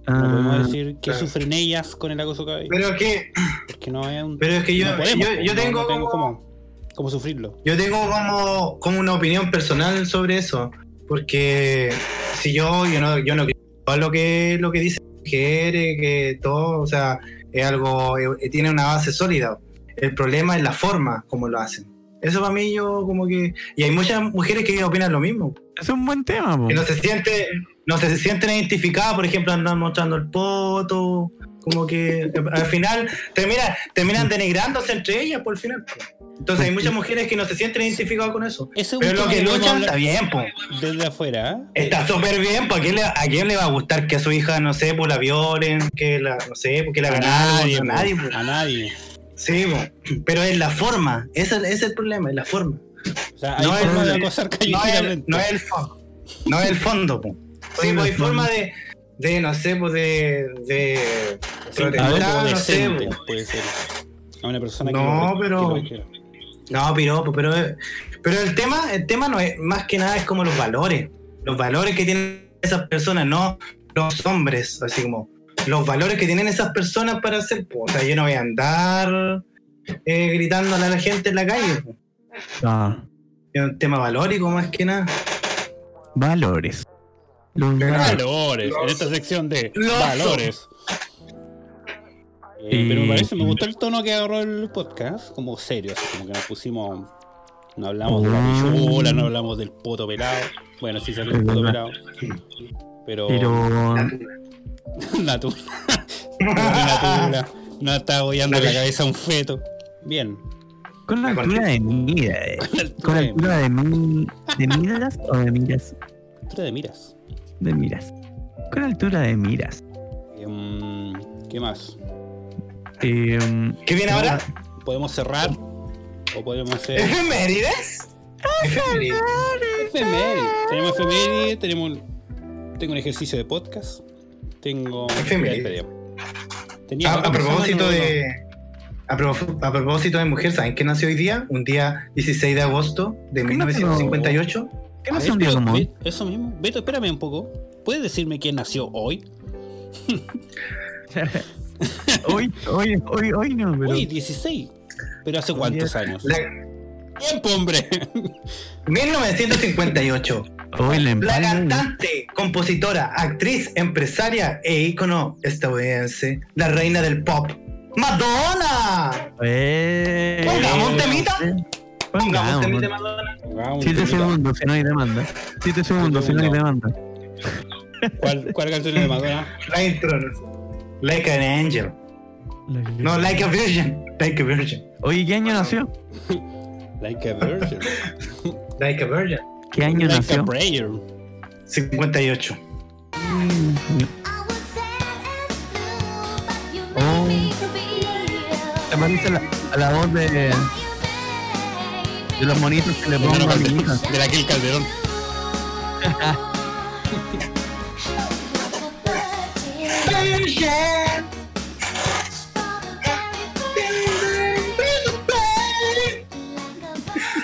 Speaker 1: No
Speaker 3: Ah,
Speaker 1: podemos decir que
Speaker 2: claro.
Speaker 1: sufren ellas con el acoso callejero,
Speaker 2: Pero que,
Speaker 1: porque no es un...
Speaker 2: pero es que yo,
Speaker 1: no podemos,
Speaker 2: yo,
Speaker 1: po,
Speaker 2: yo
Speaker 1: no-
Speaker 2: tengo
Speaker 1: no
Speaker 2: como-
Speaker 1: tenemos cómo- cómo sufrirlo.
Speaker 2: Yo tengo como, como una opinión personal sobre eso, porque si yo, yo no, yo no creo en todo lo que, lo que dice mujeres, que todo, o eh, sea, es algo, eh, tiene una base sólida. El problema es la forma como lo hacen. Eso para mí yo como que... Y hay muchas mujeres que opinan lo mismo.
Speaker 3: Es un buen tema, po.
Speaker 2: Que no se siente no se sienten identificadas, por ejemplo, andan mostrando el poto. Como que eh, al final termina, terminan denigrándose entre ellas por el final. po. Entonces hay muchas mujeres que no se sienten identificadas con eso.
Speaker 1: Ese es un
Speaker 2: Pero lo
Speaker 1: tema
Speaker 2: que
Speaker 1: que podemos
Speaker 2: luchan
Speaker 1: hablar.
Speaker 2: está bien, pues.
Speaker 1: Desde afuera, ¿eh?
Speaker 2: Está súper bien, ¿para quién le, ¿a quién le va a gustar que a su hija, no sé, pues la violen, que la, no sé, pues, que la hagan algo? A
Speaker 1: po,
Speaker 2: nadie, pues.
Speaker 1: a nadie.
Speaker 2: Sí, po. pero es la forma, ese ese es el problema, es la forma.
Speaker 1: O sea, hay
Speaker 2: No es-
Speaker 1: forma de acosar
Speaker 2: No es, el-
Speaker 1: callejeramente.
Speaker 2: no es el fondo, no es el fondo, po. Sí, po, hay forma de, de, no sé, pues de, de
Speaker 1: a
Speaker 2: protestar, no sé,
Speaker 1: decente,
Speaker 2: po.
Speaker 1: puede ser. A una persona que
Speaker 2: No,
Speaker 1: lo-
Speaker 2: pero-
Speaker 1: que lo quiera.
Speaker 2: No, piropo, pero, pero el tema, el tema no es, más que nada es como los valores. Los valores que tienen esas personas, no los hombres, así como los valores que tienen esas personas para hacer. po. O sea, yo no voy a andar eh, gritándole a la gente en la calle. po.
Speaker 3: Ah,
Speaker 2: Es un tema valórico más que nada.
Speaker 3: valores. Los
Speaker 2: Pero-
Speaker 3: valores.
Speaker 1: Valores, en esta sección de
Speaker 2: Los-
Speaker 1: valores. Eh,
Speaker 3: Y-
Speaker 1: pero me parece, me gustó el tono que agarró el podcast, como serio, así como que nos pusimos. No hablamos de la bichola, no hablamos del poto pelado. Bueno, sí salió el
Speaker 3: Es
Speaker 1: poto
Speaker 3: verdad.
Speaker 1: pelado. Pero.
Speaker 3: Pero
Speaker 1: Natu. Natula. No está apoyando la cabeza a un feto. Bien.
Speaker 3: con la altura de mira, eh. Con la altura de mi, de miras o de miras,
Speaker 1: Altura de miras.
Speaker 3: de miras. Con la altura de miras.
Speaker 1: Em, ¿Qué más?
Speaker 3: Em,
Speaker 2: ¿Qué viene ahora?
Speaker 1: ¿Podemos cerrar? ¿O podemos hacer.?
Speaker 2: ¿Efemérides? Efemérides.
Speaker 1: Efemérides. Tenemos efemérides, tenemos un- tengo un ejercicio de podcast. Tengo.
Speaker 2: Efemérides.
Speaker 1: Tenía
Speaker 2: A,
Speaker 1: para
Speaker 2: Ah, a propósito
Speaker 1: pensar,
Speaker 2: de. A, pro- a propósito de mujer, ¿saben qué nació hoy día? Un día 16 de agosto de 1958.
Speaker 1: no, no.
Speaker 3: ¿Qué no es
Speaker 1: A este
Speaker 3: un
Speaker 1: ver,
Speaker 3: día
Speaker 1: pero,
Speaker 3: como hoy?
Speaker 1: Beto, Eso mismo. Beto, espérame un poco. ¿Puedes decirme quién nació hoy?
Speaker 3: Hoy, hoy, hoy, hoy no, pero.
Speaker 1: hoy, 16. ¿Pero hace cuántos años?
Speaker 2: La-
Speaker 1: ¡Tiempo, hombre!
Speaker 2: 1958.
Speaker 3: Hoy la
Speaker 2: La
Speaker 3: empalma.
Speaker 2: cantante, compositora, actriz, empresaria e ícono estadounidense, la reina del pop, Madonna.
Speaker 3: Eh,
Speaker 2: Pongamos un
Speaker 3: eh,
Speaker 2: temita. Pongamos
Speaker 3: Pongamos.
Speaker 2: también de Madonna.
Speaker 1: Vamos,
Speaker 3: 7
Speaker 1: temita.
Speaker 3: segundos si no hay demanda. 7 segundos si no hay demanda.
Speaker 1: ¿Cuál, ¿Cuál canción es de Madonna?
Speaker 2: La intro. Like an angel. No, like a virgin. Like a virgin.
Speaker 3: Oye, ¿qué año nació?
Speaker 1: Like a Virgin.
Speaker 2: Like a virgin.
Speaker 3: ¿Qué año
Speaker 1: Like a
Speaker 3: nació?
Speaker 1: Prayer.
Speaker 2: 58.
Speaker 3: Oh. Se parece a la, a la voz de, de los monitos que le
Speaker 1: De
Speaker 3: pongo a mi hija.
Speaker 1: la- de la que el Calderón.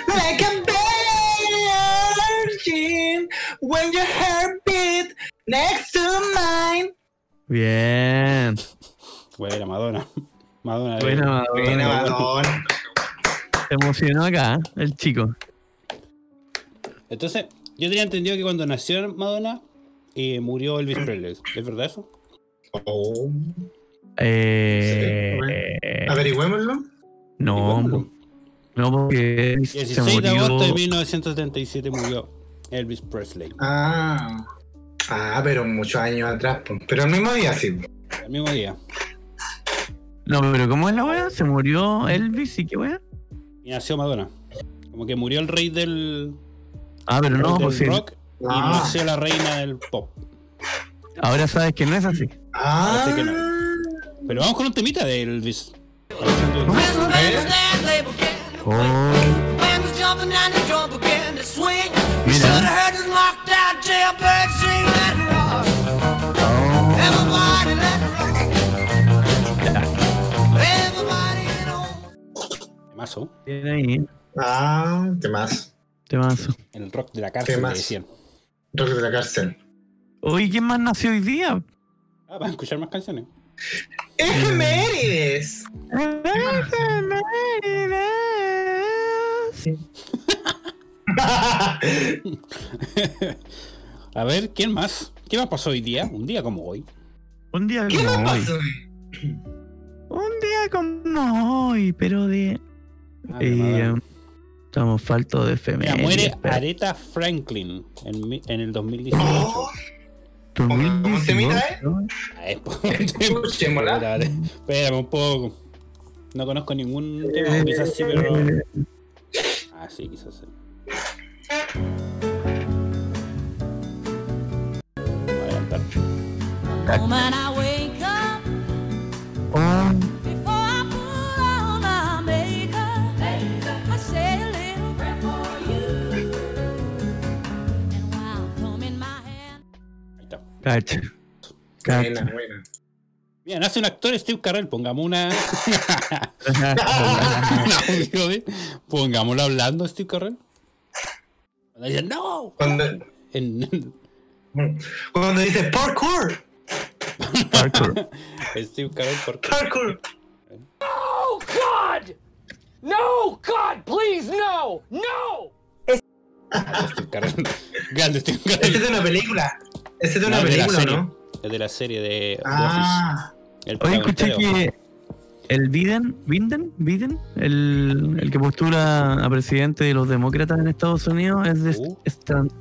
Speaker 2: Like a virgin. When your heart beat next to mine.
Speaker 3: Bien.
Speaker 1: Buena, Madonna. Madonna. eh.
Speaker 3: Buena, Madonna.
Speaker 2: Buena Madonna.
Speaker 3: Se emocionó acá, ¿eh? el chico.
Speaker 1: Entonces, yo tenía entendido que cuando nació Madonna, eh, murió Elvis Presley. ¿Es verdad eso?
Speaker 2: Oh.
Speaker 3: Eh,
Speaker 2: Averigüémoslo.
Speaker 3: no,
Speaker 1: Igual,
Speaker 3: po- no, porque se
Speaker 1: 16 de
Speaker 3: murió.
Speaker 1: agosto de 1977 murió Elvis Presley.
Speaker 2: Ah. Ah, pero muchos años atrás. po. Pero el mismo día sí.
Speaker 1: El mismo día.
Speaker 3: No, pero ¿cómo es la wea? Se murió Elvis y qué wea.
Speaker 1: Y nació Madonna. Como que murió el rey del,
Speaker 3: Ah, pero no,
Speaker 1: del
Speaker 3: pues sí.
Speaker 1: rock y
Speaker 2: Ah.
Speaker 1: nació la reina del pop.
Speaker 3: ahora sabes que no es así.
Speaker 2: Ah.
Speaker 1: Parece que no. Pero vamos con un temita de Elvis.
Speaker 2: ¿Eh?
Speaker 3: Oh, mira. Oh,
Speaker 1: Mazo.
Speaker 3: bien ahí. eh,
Speaker 2: Ah, ¿qué más?
Speaker 3: Temazo.
Speaker 1: El rock de la cárcel, le
Speaker 2: Temazo.
Speaker 1: decían.
Speaker 2: Rock de la cárcel.
Speaker 1: Mm.
Speaker 3: Oye, ¿quién más nació hoy día?
Speaker 1: Ah, ¿vas a escuchar más canciones?
Speaker 2: ¡Efemérides!
Speaker 1: A ver, ¿quién más? ¿Qué más pasó hoy día? Un día como hoy.
Speaker 3: Un día
Speaker 2: ¿Qué
Speaker 3: como
Speaker 2: más
Speaker 3: hoy.
Speaker 2: pasó?
Speaker 3: Un día como hoy, pero de.
Speaker 1: Ah, de
Speaker 3: eh,
Speaker 1: Madonna.
Speaker 3: Estamos faltos de FM.
Speaker 1: Mira, muere Aretha Franklin en, mi- en el
Speaker 2: Oh.
Speaker 1: 2018.
Speaker 2: ¿Cómo se mira, eh?
Speaker 1: Ay, po.
Speaker 2: Escuchémosla.
Speaker 1: Espérate, Espérame un poco. No conozco ningún tema, quizás sí, pero. Ah, sí, quizás sí. Voy a adelantar.
Speaker 5: When I wake up
Speaker 3: Oh,
Speaker 5: before I put on my makeup, I say a little prayer for you. And while I'm combing my hair,
Speaker 1: Ahí está.
Speaker 3: Cacha. Cacha.
Speaker 2: Buena, buena.
Speaker 1: Mira, nace un actor Steve Carrell, pongamos una. una audio de- ¿eh? Pongámoslo hablando a Steve Carrell. Cuando dicen, ¡No!
Speaker 2: Cuando,
Speaker 1: En-
Speaker 2: cuando dice parkour,
Speaker 3: Parkour.
Speaker 1: Steve Carrell, ¿por qué?
Speaker 2: parkour.
Speaker 1: Steve Carrell. Grande Steve
Speaker 2: Este es
Speaker 1: Carrell.
Speaker 2: de una película. Este es de una
Speaker 1: No, es de la
Speaker 2: película,
Speaker 1: serie.
Speaker 2: ¿no?
Speaker 1: Es de la serie de, de
Speaker 2: Ah,
Speaker 1: Office. El
Speaker 3: Hoy escuché
Speaker 1: protagonista de
Speaker 3: que el Biden, Biden, Biden, el, el que postula a presidente de los demócratas en Estados Unidos es de
Speaker 1: Uh.
Speaker 3: Stran-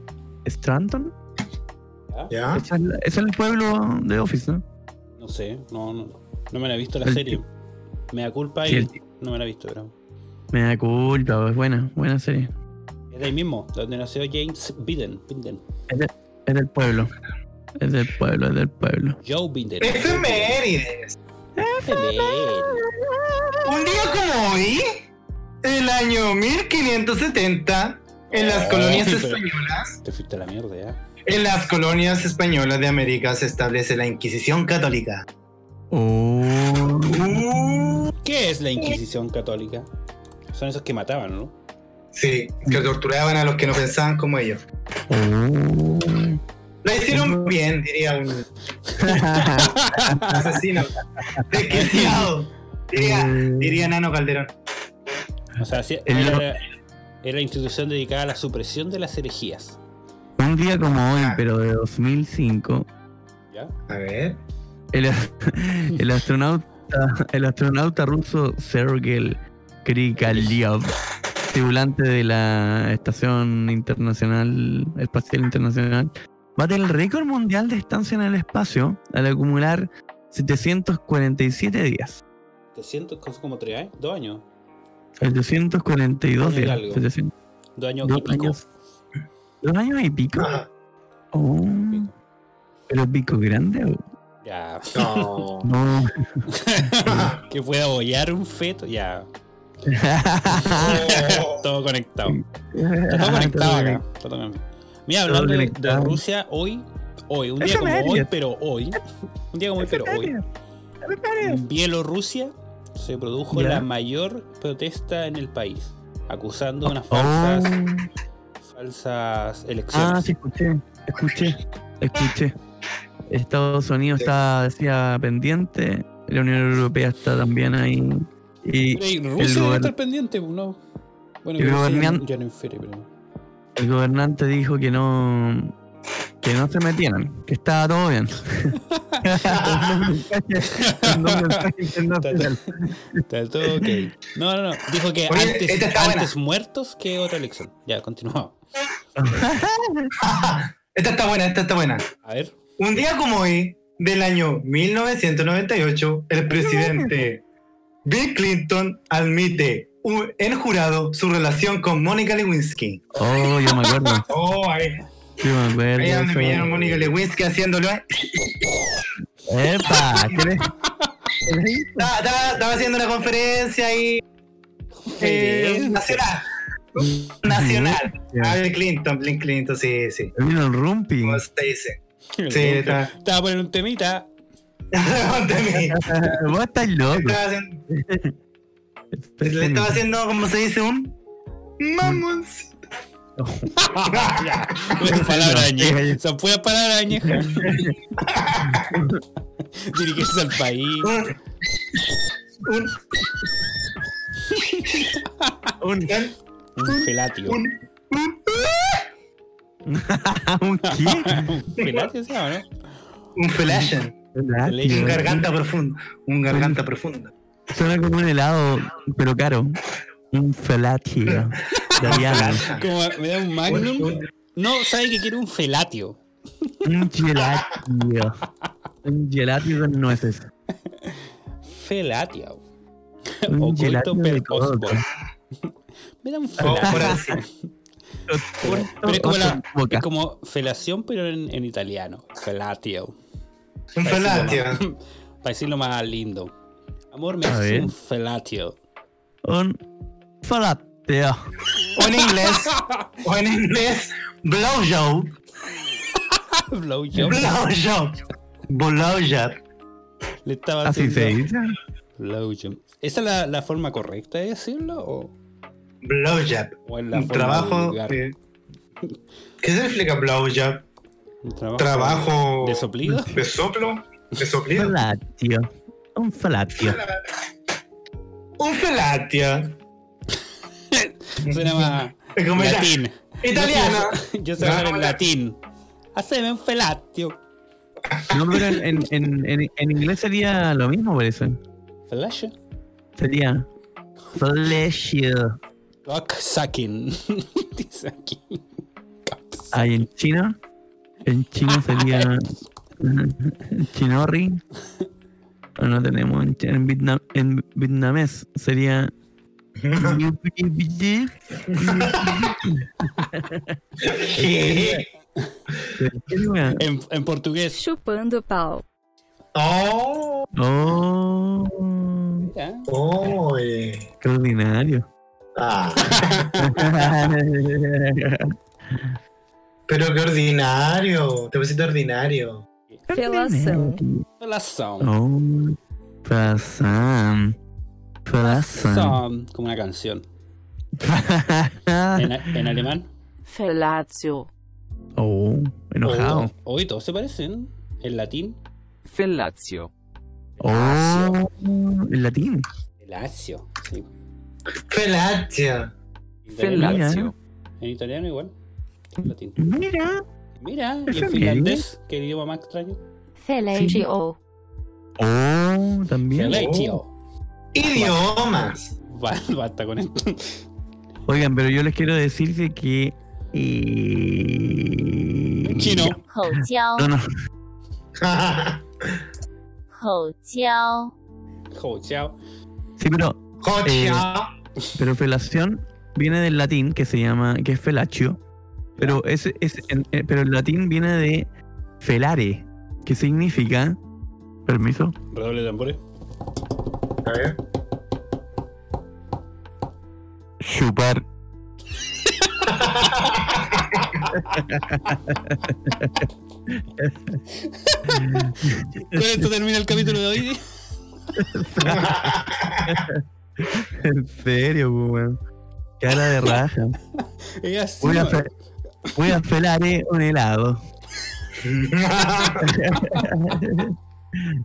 Speaker 3: Stanton.
Speaker 2: ya.
Speaker 1: Ah.
Speaker 3: Esa Es, la- ese es el pueblo de Office, ¿no?
Speaker 1: Office. No sé, no, no, no me la he visto la
Speaker 3: El
Speaker 1: serie. Me da culpa
Speaker 3: Sí,
Speaker 1: y
Speaker 3: el
Speaker 1: no me la he visto, pero.
Speaker 3: Me da culpa, es buena, buena serie.
Speaker 1: Es de ahí mismo, donde nació James Biden. Biden.
Speaker 3: Es del pueblo. Es del pueblo, es del pueblo.
Speaker 1: Joe Biden.
Speaker 2: Efemérides.
Speaker 1: Biden.
Speaker 2: Un día como hoy, el año 1570, en las
Speaker 1: Oh,
Speaker 2: colonias
Speaker 1: pero-
Speaker 2: españolas,
Speaker 1: Te fuiste a la mierda, ¿eh? ya.
Speaker 2: en las colonias españolas de América se establece la Inquisición Católica.
Speaker 3: Oh,
Speaker 1: ¿Qué es la Inquisición Católica? Son esos que mataban, ¿no?
Speaker 2: Sí,
Speaker 1: Mm.
Speaker 2: que torturaban a los que no pensaban como ellos.
Speaker 3: oh.
Speaker 2: Lo hicieron bien, diría un asesino. Desquiciado. Diría, diría
Speaker 1: Eh.
Speaker 2: Nano Calderón.
Speaker 1: O sea, sí,
Speaker 3: El-
Speaker 1: era, era la institución dedicada a la supresión de las herejías.
Speaker 3: Un día como hoy, pero de 2005,
Speaker 1: ¿Ya?
Speaker 2: A ver.
Speaker 3: el, el astronauta el astronauta ruso Sergei Krikalev, tripulante de la Estación Internacional Espacial Internacional, bate el récord mundial de estancia en el espacio al acumular 747 días.
Speaker 1: Te siento como- como tres años, dos años.
Speaker 3: 742
Speaker 1: Año y
Speaker 3: días.
Speaker 1: algo.
Speaker 3: 700,
Speaker 1: Dos años
Speaker 3: dos,
Speaker 1: y pico.
Speaker 3: años, dos años y pico.
Speaker 2: Ajá.
Speaker 3: Oh,
Speaker 1: Pico.
Speaker 3: ¿Pero pico grande? o-
Speaker 1: Ya.
Speaker 2: No.
Speaker 3: No.
Speaker 1: que pueda bollar un feto. Ya. todo conectado. Está todo conectado acá. Está todo conectado. Mira,
Speaker 3: Todo
Speaker 1: hablando de, de
Speaker 3: conectado.
Speaker 1: Rusia hoy, hoy, un día como hoy,
Speaker 3: Efemérides.
Speaker 1: pero hoy, un día como hoy, pero hoy,
Speaker 2: Mm.
Speaker 1: en Bielorrusia se produjo
Speaker 3: Ya.
Speaker 1: la mayor protesta en el país, acusando unas
Speaker 3: Oh.
Speaker 1: falsas, falsas elecciones.
Speaker 3: Ah, sí, escuché. Escuché. Escuché. Estados Unidos está, decía, pendiente. La Unión Europea está también ahí. Y
Speaker 1: Pero, ¿y
Speaker 3: el
Speaker 1: Rusia debe
Speaker 3: gober-
Speaker 1: estar pendiente, pues, ¿no? Bueno,
Speaker 3: El
Speaker 1: que Rusia ya,
Speaker 3: gobernan-
Speaker 1: no- ya no infiere, pero.
Speaker 3: el gobernante dijo que no. Que no se metieran, que estaba todo bien. Mandó un mensaje internacional.
Speaker 1: Está todo ok. No, no, no. Dijo que
Speaker 2: Oye,
Speaker 1: antes,
Speaker 2: esta está buena.
Speaker 1: antes muertos que otra elección. Ya, continuamos.
Speaker 2: Esta está buena, esta está buena.
Speaker 1: A ver.
Speaker 2: Un día como hoy, del año 1998, el presidente Bill Clinton admite u- en jurado su relación con Mónica Lewinsky.
Speaker 3: Oh, yo me acuerdo.
Speaker 2: Oh, ahí.
Speaker 3: Yo me acuerdo.
Speaker 2: Ahí
Speaker 3: de
Speaker 2: donde
Speaker 3: eso.
Speaker 2: pillaron a Mónica Lewinsky haciéndolo. ¿eh?
Speaker 3: ¡Epa! ¿qué le-
Speaker 2: Estaba, estaba- estaba haciendo una conferencia ahí. eh, nacional. Nacional. Ah, Bill Clinton, Bill Clinton, sí, sí.
Speaker 3: Vino el rumpi.
Speaker 2: ¿Cómo se dice? Sí,
Speaker 1: Estaba
Speaker 2: está.
Speaker 1: a poner un temita.
Speaker 2: Ponte a mí.
Speaker 3: Vos estás loco.
Speaker 2: Estaba haciendo- Pues Le estaba haciendo, como se dice, un mamoncito.
Speaker 1: Buenas palabras
Speaker 3: ya,
Speaker 1: añejas.
Speaker 3: ya.
Speaker 1: Son puras palabras añejas. Dirigirse al país.
Speaker 2: Un- un-
Speaker 3: un,
Speaker 1: Un felatio.
Speaker 2: un- un-
Speaker 3: Ah, un qué?
Speaker 1: Un felatio, ¿sí o no?
Speaker 2: un flashen, un garganta profunda, un garganta profunda.
Speaker 3: Suena como un helado, pero caro. Un felatio. de Diana.
Speaker 1: Como me da un magnum. No, sabe que quiere un felatio.
Speaker 3: Un gelatio. Un gelatio con nueces.
Speaker 1: Felatio.
Speaker 3: Un
Speaker 1: Oculto
Speaker 3: gelatio de
Speaker 1: per
Speaker 3: coco.
Speaker 1: osmos. Me da un
Speaker 2: O por
Speaker 1: felatio.
Speaker 2: así.
Speaker 1: Pero pero es como, la-
Speaker 3: Ojo, boca.
Speaker 1: es como felación, pero en, en italiano. Felatio.
Speaker 2: Un felatio.
Speaker 1: Para decirlo más lindo. Amor, me
Speaker 3: A
Speaker 1: haces
Speaker 3: ver.
Speaker 1: un felatio.
Speaker 3: Un falateo.
Speaker 2: O en inglés. O en inglés. Blowjob.
Speaker 1: Blowjob.
Speaker 2: Blowjob. Blowjob.
Speaker 1: Le estaba
Speaker 3: Así se
Speaker 1: haciendo
Speaker 3: dice.
Speaker 1: blowjob. ¿Esa es la, la forma correcta de decirlo? ¿O,
Speaker 2: Blowjob.
Speaker 1: o es la
Speaker 2: Un
Speaker 1: forma
Speaker 2: trabajo.
Speaker 1: vulgar?
Speaker 2: de- ¿Qué significa blowjob?
Speaker 1: ¿Un trabajo,
Speaker 2: Trabajo.
Speaker 1: de soplido?
Speaker 2: ¿De soplo? ¿De soplido?
Speaker 3: Falatio. Un falatio.
Speaker 2: Un felatio.
Speaker 1: Suena más
Speaker 2: Es como ya-
Speaker 1: latín.
Speaker 2: Italiano.
Speaker 1: Yo sé
Speaker 3: Ah.
Speaker 1: hablar en latín. Haceme un felatio.
Speaker 3: No, pero en, en, en, en inglés sería lo mismo, parece.
Speaker 1: Flash.
Speaker 3: Sería. Falatio.
Speaker 1: Cock sucking. Dice aquí.
Speaker 3: Ay, Ah, en chino. En chino sería. Chinorri. Pero no tenemos. En, en, vietnam, en vietnamés sería.
Speaker 2: ¿Qué?
Speaker 1: En, en portugués.
Speaker 5: Chupando pau.
Speaker 2: Oh,
Speaker 3: Oh,
Speaker 1: Mira.
Speaker 2: oh, eh.
Speaker 3: extraordinario.
Speaker 2: Ah, pero qué ordinario. Te pusiste ordinario.
Speaker 5: Relação.
Speaker 1: Relação.
Speaker 3: Oh, Frazan. Frazan.
Speaker 1: Son, Como una canción.
Speaker 3: Ah.
Speaker 1: En, en alemán.
Speaker 5: Felatio.
Speaker 3: Oh, enojado.
Speaker 1: Hoy todos se parecen. En latín.
Speaker 10: Fellatio.
Speaker 3: Oh, en latín.
Speaker 1: Lazio. Sí.
Speaker 2: Felatio.
Speaker 1: En italiano-
Speaker 10: Fellatio.
Speaker 1: En italiano igual. En latín.
Speaker 3: Mira.
Speaker 1: Mira, y
Speaker 3: Eso
Speaker 1: en
Speaker 3: es
Speaker 1: finlandés, que idioma más extraño.
Speaker 7: Felatio.
Speaker 3: Oh, también.
Speaker 1: Felatio.
Speaker 2: Idiomas.
Speaker 1: Ba- Basta con esto.
Speaker 3: Oigan, pero yo les quiero decir de que. eh,
Speaker 1: Chino.
Speaker 7: Hou jiao.
Speaker 3: No, no.
Speaker 7: Hou jiao.
Speaker 1: Jo, chao.
Speaker 3: Sí, pero
Speaker 2: Cocha.
Speaker 3: Pero felación viene del latín que se llama, que es felaccio. Pero, ese, ese- en- eh, pero el latín viene de felare, que significa. Permiso.
Speaker 1: Redoble de tambores.
Speaker 2: A ver.
Speaker 3: Chupar.
Speaker 1: Con esto termina el capítulo de hoy.
Speaker 3: En serio, po, weón. Cara de raja.
Speaker 1: Es así.
Speaker 3: Voy a,
Speaker 1: man.
Speaker 3: fe- voy a felare un helado.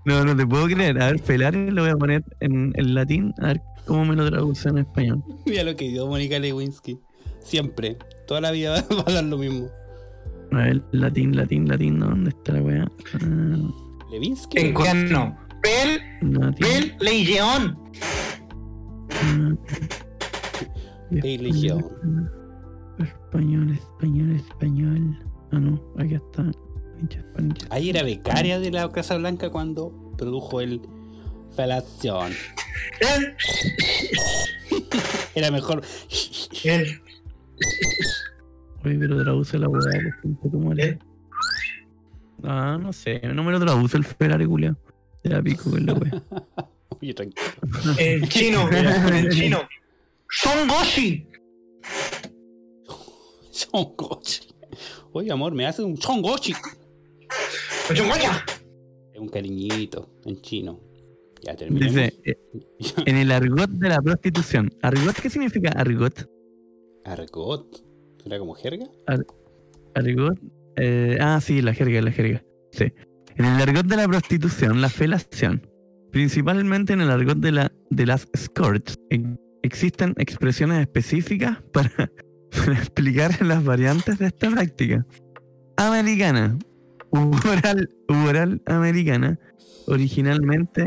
Speaker 3: No, no te puedo creer. A ver, felare lo voy a poner en, en latín. A ver cómo me lo traduce en español.
Speaker 1: Mira lo que dio Mónica Lewinsky. Siempre. Toda la vida va a dar lo mismo.
Speaker 3: A ver, latín, latín, latín. ¿no? ¿Dónde está la weá? Ah,
Speaker 1: Lewinsky.
Speaker 2: En coreano. Pel,
Speaker 3: latín. ah.
Speaker 2: pel, legión.
Speaker 1: Religión.
Speaker 3: Español, español, español. Ah, no, aquí está. Pinche español.
Speaker 1: Ahí era becaria de la Casa Blanca cuando produjo el Falación.
Speaker 2: El,
Speaker 1: Era mejor.
Speaker 2: el,
Speaker 3: Oye, pero traduce la hueá, pues, pinche tu madre.
Speaker 2: ¿Eh?
Speaker 3: Ah, no sé, no me lo traduce el Ferrari, culiao. Te la pico con la hueá.
Speaker 1: Oye, tranquilo.
Speaker 2: el chino. El chino. Son Goshi.
Speaker 1: Chongochi. Oye, amor, me haces un chongochi.
Speaker 2: Son
Speaker 3: Ah,
Speaker 2: Goya.
Speaker 1: Es un cariñito en chino. Ya terminamos.
Speaker 3: Dice, eh, en el argot de la prostitución. ¿Argot qué significa argot?
Speaker 1: Argot. ¿Será como jerga?
Speaker 3: Argot. eh, ah, sí, la jerga, la jerga. Sí. En el argot de la prostitución, la felación, principalmente en el argot de, la, de las escorts, e- existen expresiones específicas para, para explicar las variantes de esta práctica. Americana, humoral, humoral americana, originalmente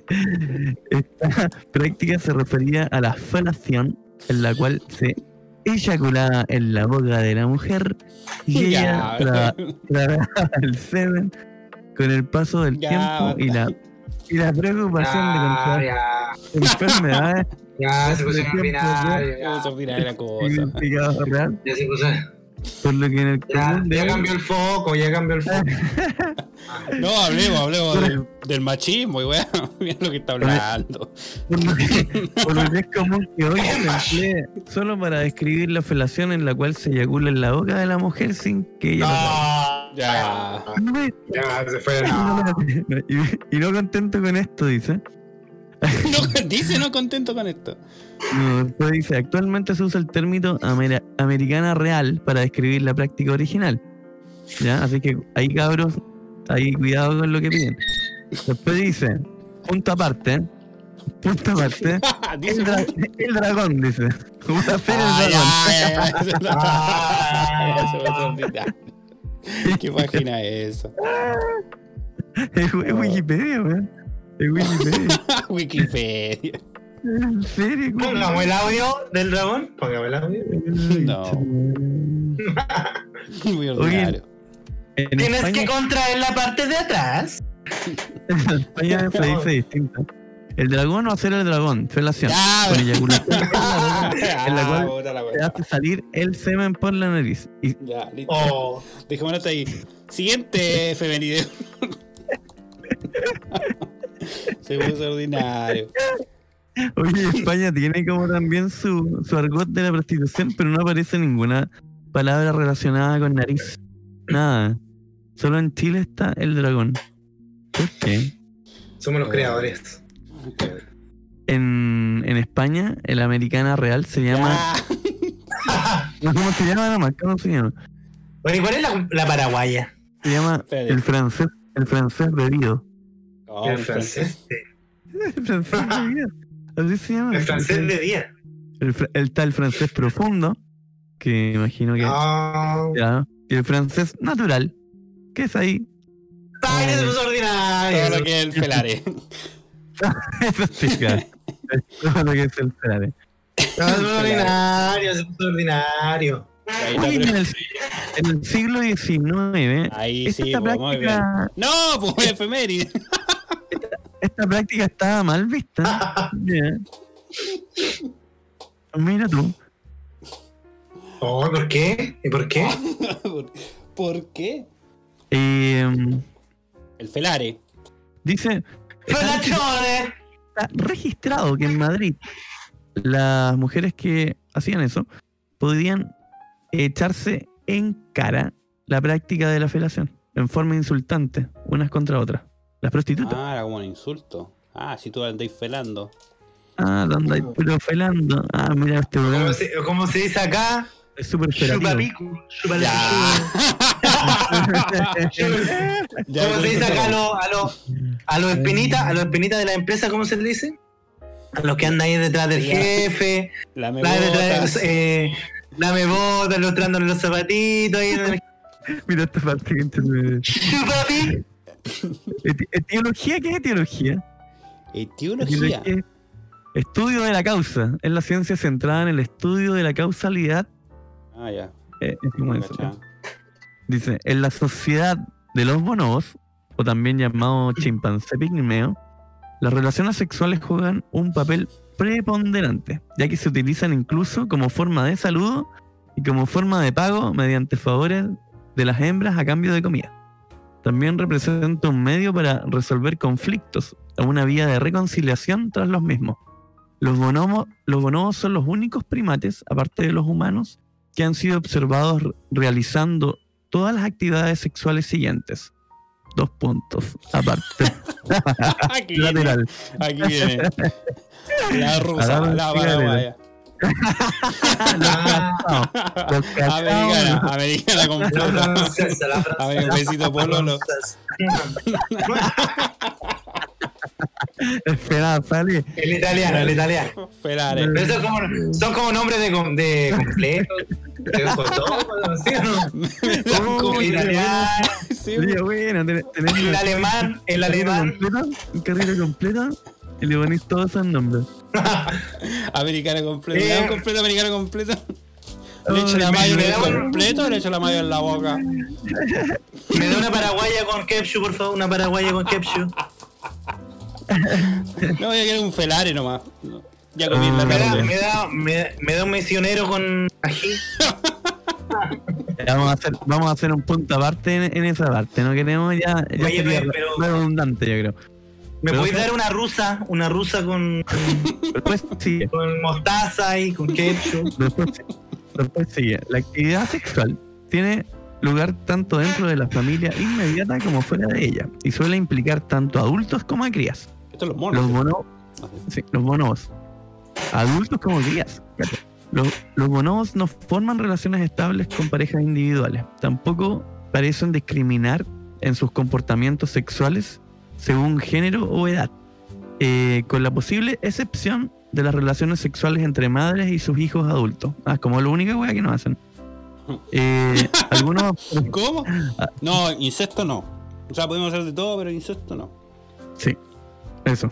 Speaker 3: esta práctica se refería a la felación en la cual se eyaculada en la boca de la mujer y
Speaker 1: Ya,
Speaker 3: ella tra- tragaba el semen con el paso del
Speaker 1: Ya,
Speaker 3: tiempo y la, y la preocupación
Speaker 2: Ah,
Speaker 3: de
Speaker 2: ya,
Speaker 3: contraer enfermedades
Speaker 2: ya se pusieron
Speaker 3: Por ejemplo,
Speaker 2: ordinarios,
Speaker 1: Es
Speaker 2: ya.
Speaker 1: ordinaria la cosa.
Speaker 3: identificadas real,
Speaker 2: Ya se pusieron-
Speaker 3: por lo que en el
Speaker 2: Ya,
Speaker 3: común
Speaker 2: ya
Speaker 3: de-
Speaker 2: cambió el foco, ya cambió el foco.
Speaker 1: No, hablemos, hablemos del, del machismo y weón. Mira lo que está hablando.
Speaker 3: por lo que, por lo que es común que hoy se emplee solo para describir la felación en la cual se eyacula en la boca de la mujer sin que ella lo haga.
Speaker 2: No,
Speaker 1: Ya.
Speaker 2: ya se fue. No.
Speaker 3: Y, y no contento con esto, dice.
Speaker 1: No, dice no contento con esto.
Speaker 3: No, después dice, actualmente se usa el término amera- americana real para describir la práctica original. ¿Ya? Así que ahí cabros, ahí cuidado con lo que piden. Después dice, punto aparte, punto aparte,
Speaker 1: dice.
Speaker 3: el, dra- el dragón, dice. Una fe del
Speaker 1: Ah,
Speaker 3: dragón.
Speaker 1: ya, ya, ya.
Speaker 2: Ah.
Speaker 1: Ya, se va a ordinaria. ¿Qué página es eso?
Speaker 3: Es
Speaker 1: Oh.
Speaker 3: es Wikipedia, weón. Es Wikipedia.
Speaker 1: Wikipedia.
Speaker 3: ¿En serio?
Speaker 2: Pongamos el audio del dragón. Pongamos el audio.
Speaker 3: No.
Speaker 1: Muy ordinario.
Speaker 2: Tienes que contraer la parte de atrás.
Speaker 3: En España se dice distinto. El dragón o hacer el dragón, felación.
Speaker 1: Ya,
Speaker 3: Con
Speaker 1: güey.
Speaker 3: eyaculación en la
Speaker 1: Ah,
Speaker 3: cual
Speaker 1: puta la
Speaker 3: te
Speaker 1: wea.
Speaker 3: hace salir el semen por la nariz. Y
Speaker 1: Ya, listo.
Speaker 2: Oh,
Speaker 1: Dejémonos hasta ahí. Siguiente femenideo. Se puso ordinario.
Speaker 3: oye, España tiene como también su, su argot de la prostitución, pero no aparece ninguna palabra relacionada con nariz. Nada. Solo en Chile está el dragón. ¿Por qué?
Speaker 2: somos los creadores.
Speaker 3: En, en España, el americana real se llama.
Speaker 1: Ya.
Speaker 3: No, ¿Cómo se llama nomás? ¿Cómo se llama?
Speaker 2: Bueno, ¿y cuál es la, la paraguaya?
Speaker 3: Se llama
Speaker 1: Espérate.
Speaker 3: el francés, el francés bebido.
Speaker 1: Oh,
Speaker 2: el francés.
Speaker 3: El francés de vida. Así se llama.
Speaker 2: El francés de día.
Speaker 3: El, fra- el tal francés profundo, que imagino
Speaker 2: Ah,
Speaker 3: que.
Speaker 2: No.
Speaker 3: ya, Y el francés natural, que es ahí.
Speaker 2: Ay, que se puso ordinario.
Speaker 1: Todo lo que es el pelare.
Speaker 3: Eso sí, claro. Es todo lo que es el frare.
Speaker 2: No, se puso ordinario, se puso ordinario.
Speaker 1: Ahí
Speaker 3: Oye, en,
Speaker 1: está,
Speaker 3: el, en el siglo XIX,
Speaker 1: Ahí
Speaker 3: esta,
Speaker 1: sí,
Speaker 3: esta
Speaker 1: pues, muy bien.
Speaker 3: práctica,
Speaker 1: No, pues efeméride.
Speaker 3: esta práctica estaba mal vista. Ya. Mira tú.
Speaker 2: Oh, ¿por qué? ¿Y por qué?
Speaker 1: ¿Por qué?
Speaker 3: Eh,
Speaker 1: El felare.
Speaker 3: dice,
Speaker 2: ¡Relachones!
Speaker 3: está registrado que en Madrid las mujeres que hacían eso podían echarse en cara la práctica de la felación en forma insultante unas contra otras. Las prostitutas.
Speaker 1: Ah, era como un insulto. Ah, si tú andáis felando.
Speaker 3: Ah, donde hay puro felando. Ah, mira este programa
Speaker 2: ¿Cómo se, cómo se dice acá?
Speaker 3: es súper felativo.
Speaker 2: Chupapicu. Chupale-
Speaker 1: Ya.
Speaker 2: chupa-
Speaker 1: Ya,
Speaker 2: ¿Cómo se dice acá a
Speaker 1: no?
Speaker 2: los a los a los espinitas, a los espinitas de la empresa, cómo se le dice? A los que andan ahí detrás del
Speaker 1: Ya.
Speaker 2: jefe,
Speaker 1: La me
Speaker 2: la detrás de los,
Speaker 1: botas.
Speaker 2: eh, dame botas, lustrándole los zapatitos, ahí en el
Speaker 3: Mira esta parte que Eh, entendí.
Speaker 2: chupapi.
Speaker 3: Eti- ¿Etiología? eh, ¿Qué es etiología?
Speaker 1: Etiología.
Speaker 3: Etiología es Estudio de la causa. Es la ciencia centrada en el estudio de la causalidad.
Speaker 1: Ah, ya.
Speaker 3: Eh, es como eso.
Speaker 1: Cachá.
Speaker 3: Dice, en la sociedad de los bonobos, o también llamado chimpancé pigmeo, las relaciones sexuales juegan un papel preponderante, ya que se utilizan incluso como forma de saludo y como forma de pago mediante favores de las hembras a cambio de comida. También representa un medio para resolver conflictos, una vía de reconciliación tras los mismos. Los bonobos, los bonobos son los únicos primates, aparte de los humanos, que han sido observados re- realizando todas las actividades sexuales siguientes. Dos puntos. Aparte,
Speaker 1: Aquí viene.
Speaker 3: lateral.
Speaker 1: Aquí viene. La rusa.
Speaker 3: Agarra
Speaker 1: La
Speaker 3: el cigarro.
Speaker 1: paraguaya.
Speaker 2: Ah,
Speaker 3: Los
Speaker 1: Americana.
Speaker 3: cachados.
Speaker 1: Americana
Speaker 2: la
Speaker 1: completa.
Speaker 2: francesa, la
Speaker 1: A ver, un
Speaker 2: francesa.
Speaker 1: besito pololo.
Speaker 3: Espera, Fali.
Speaker 2: El italiano, el italiano.
Speaker 1: Felare.
Speaker 2: Pero eso es como, son como nombres de, com- de completo. De todo, ¿sí o no?
Speaker 1: Como
Speaker 2: El italiano,
Speaker 1: Sí,
Speaker 3: Oye, bueno, ten- tenés
Speaker 2: el
Speaker 3: un
Speaker 2: alemán, el
Speaker 3: carrito
Speaker 2: alemán.
Speaker 3: completo, un carrito completo y le ponés todos esos nombres.
Speaker 1: Americana completa.
Speaker 2: Eh.
Speaker 1: Americana completa, americana completa. Le echo la mayo en el
Speaker 2: Minuto.
Speaker 1: completo o le echo la mayo en la boca.
Speaker 2: Me da una paraguaya con ketchup, por favor, una paraguaya con ketchup.
Speaker 1: No, voy a querer un felare nomás. No, Ya comí en la
Speaker 2: Me da,
Speaker 1: tarde.
Speaker 2: me da, me da- me da un misionero con ají.
Speaker 3: Eh, Vamos a hacer, vamos a hacer un punto aparte en, en esa parte. No queremos ya. ya
Speaker 2: Oye,
Speaker 3: sería
Speaker 2: pero- pero-
Speaker 3: redundante, yo creo.
Speaker 2: ¿Me
Speaker 3: Pero-
Speaker 2: podéis dar una rusa? Una rusa con,
Speaker 3: Después sigue.
Speaker 2: con mostaza y con ketchup.
Speaker 3: Después, sigue. después sigue. La actividad sexual tiene lugar tanto dentro de la familia inmediata como fuera de ella y suele implicar tanto a adultos como a crías.
Speaker 1: Esto es los monos.
Speaker 3: Los bonobos. Sí, los bonobos. Adultos como crías. Los, los bonobos no forman relaciones estables con parejas individuales. Tampoco parecen discriminar en sus comportamientos sexuales según género o edad. Eh, con la posible excepción de las relaciones sexuales entre madres y sus hijos adultos. Ah, como la única wea que no hacen. Eh, algunos.
Speaker 1: ¿Cómo?
Speaker 3: Ah.
Speaker 1: No, incesto no. O sea, podemos hacer de todo, pero incesto no.
Speaker 3: Sí, eso.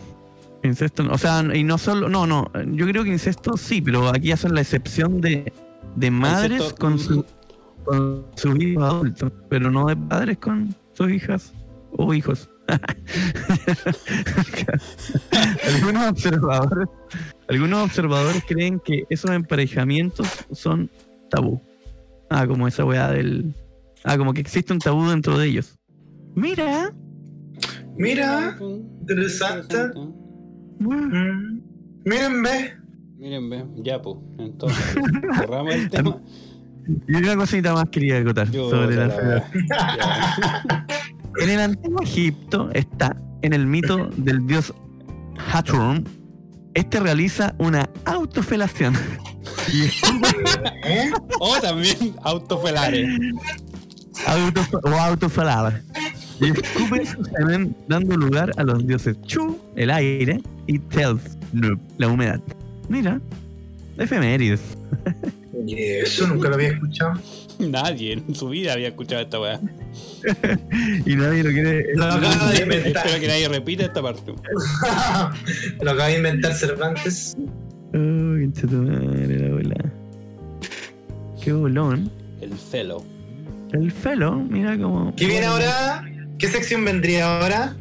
Speaker 3: Incesto, no. o sea, y no solo, no, no, yo creo que incesto sí, pero aquí hacen la excepción de, de madres
Speaker 1: Incesto-
Speaker 3: con, su- con sus hijos adultos, pero no de padres con sus hijas o hijos. algunos observadores, algunos observadores creen que esos emparejamientos son tabú. Ah, como esa weá del. Ah, como que existe un tabú dentro de ellos. Mira,
Speaker 2: Mira, interesante.
Speaker 3: bueno.
Speaker 2: Mm. Miren, ve.
Speaker 1: Miren, ve, ya, pues. Entonces, cerramos el tema.
Speaker 3: Y una cosita más quería acotar
Speaker 1: Yo,
Speaker 3: sobre
Speaker 1: ya
Speaker 3: la
Speaker 1: la-
Speaker 3: enfermedad.
Speaker 1: ya.
Speaker 3: En el antiguo Egipto está en el mito del dios Hathor. Este realiza una autofelación y
Speaker 2: ¿Eh?
Speaker 1: O también autofelares.
Speaker 3: auto- o autofelada. Y escupe su semen dando lugar a los dioses Chu, el aire, y Telz, la humedad. Mira, efemérides.
Speaker 2: Y eso nunca lo había escuchado.
Speaker 1: Nadie en su vida había escuchado esta weá.
Speaker 3: Y nadie lo quiere.
Speaker 2: Lo acabo de inventar.
Speaker 1: Espero que nadie repita esta parte.
Speaker 2: lo acaba de inventar Cervantes.
Speaker 3: Uy, Oh, concha tu madre, la abuela. Qué bolón.
Speaker 1: El celo.
Speaker 3: El felo, mira como.
Speaker 2: ¿Qué viene ahora? ¿Qué sección vendría ahora?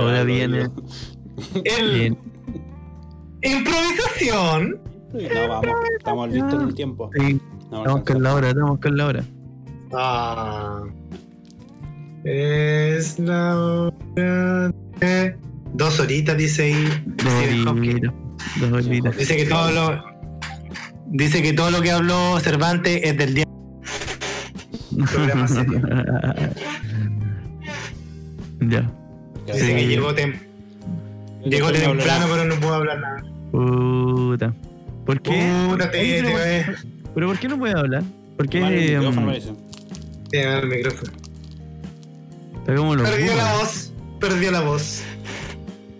Speaker 3: Ahora viene.
Speaker 2: El
Speaker 3: Bien.
Speaker 2: improvisación.
Speaker 1: No, vamos. Estamos listos en el tiempo.
Speaker 3: Sí,
Speaker 1: No,
Speaker 3: estamos con la hora, estamos con la hora.
Speaker 2: Ah. Es la hora de- Dos horitas, dice ahí.
Speaker 3: Dos
Speaker 2: Stephen Hawking.
Speaker 3: horitas. Dos horitas.
Speaker 2: Dice que todo lo. Dice que todo lo que habló Cervantes es del día. Programa serio.
Speaker 3: ya.
Speaker 1: Gracias.
Speaker 2: Dice que llegó, tem-
Speaker 1: Tengo
Speaker 2: llegó
Speaker 1: que
Speaker 2: temprano,
Speaker 1: hablar.
Speaker 2: pero no puedo hablar nada.
Speaker 3: Puta. ¿Por qué?
Speaker 2: Puta, te-
Speaker 3: Oye,
Speaker 2: te-
Speaker 3: pero- ¿Pero por qué no puede hablar? Porque
Speaker 1: Tomar el
Speaker 3: eh,
Speaker 1: micrófono,
Speaker 3: mm,
Speaker 1: parece.
Speaker 2: te- el micrófono.
Speaker 3: está como los
Speaker 2: Perdió la
Speaker 3: boomers.
Speaker 2: voz. Perdió la voz.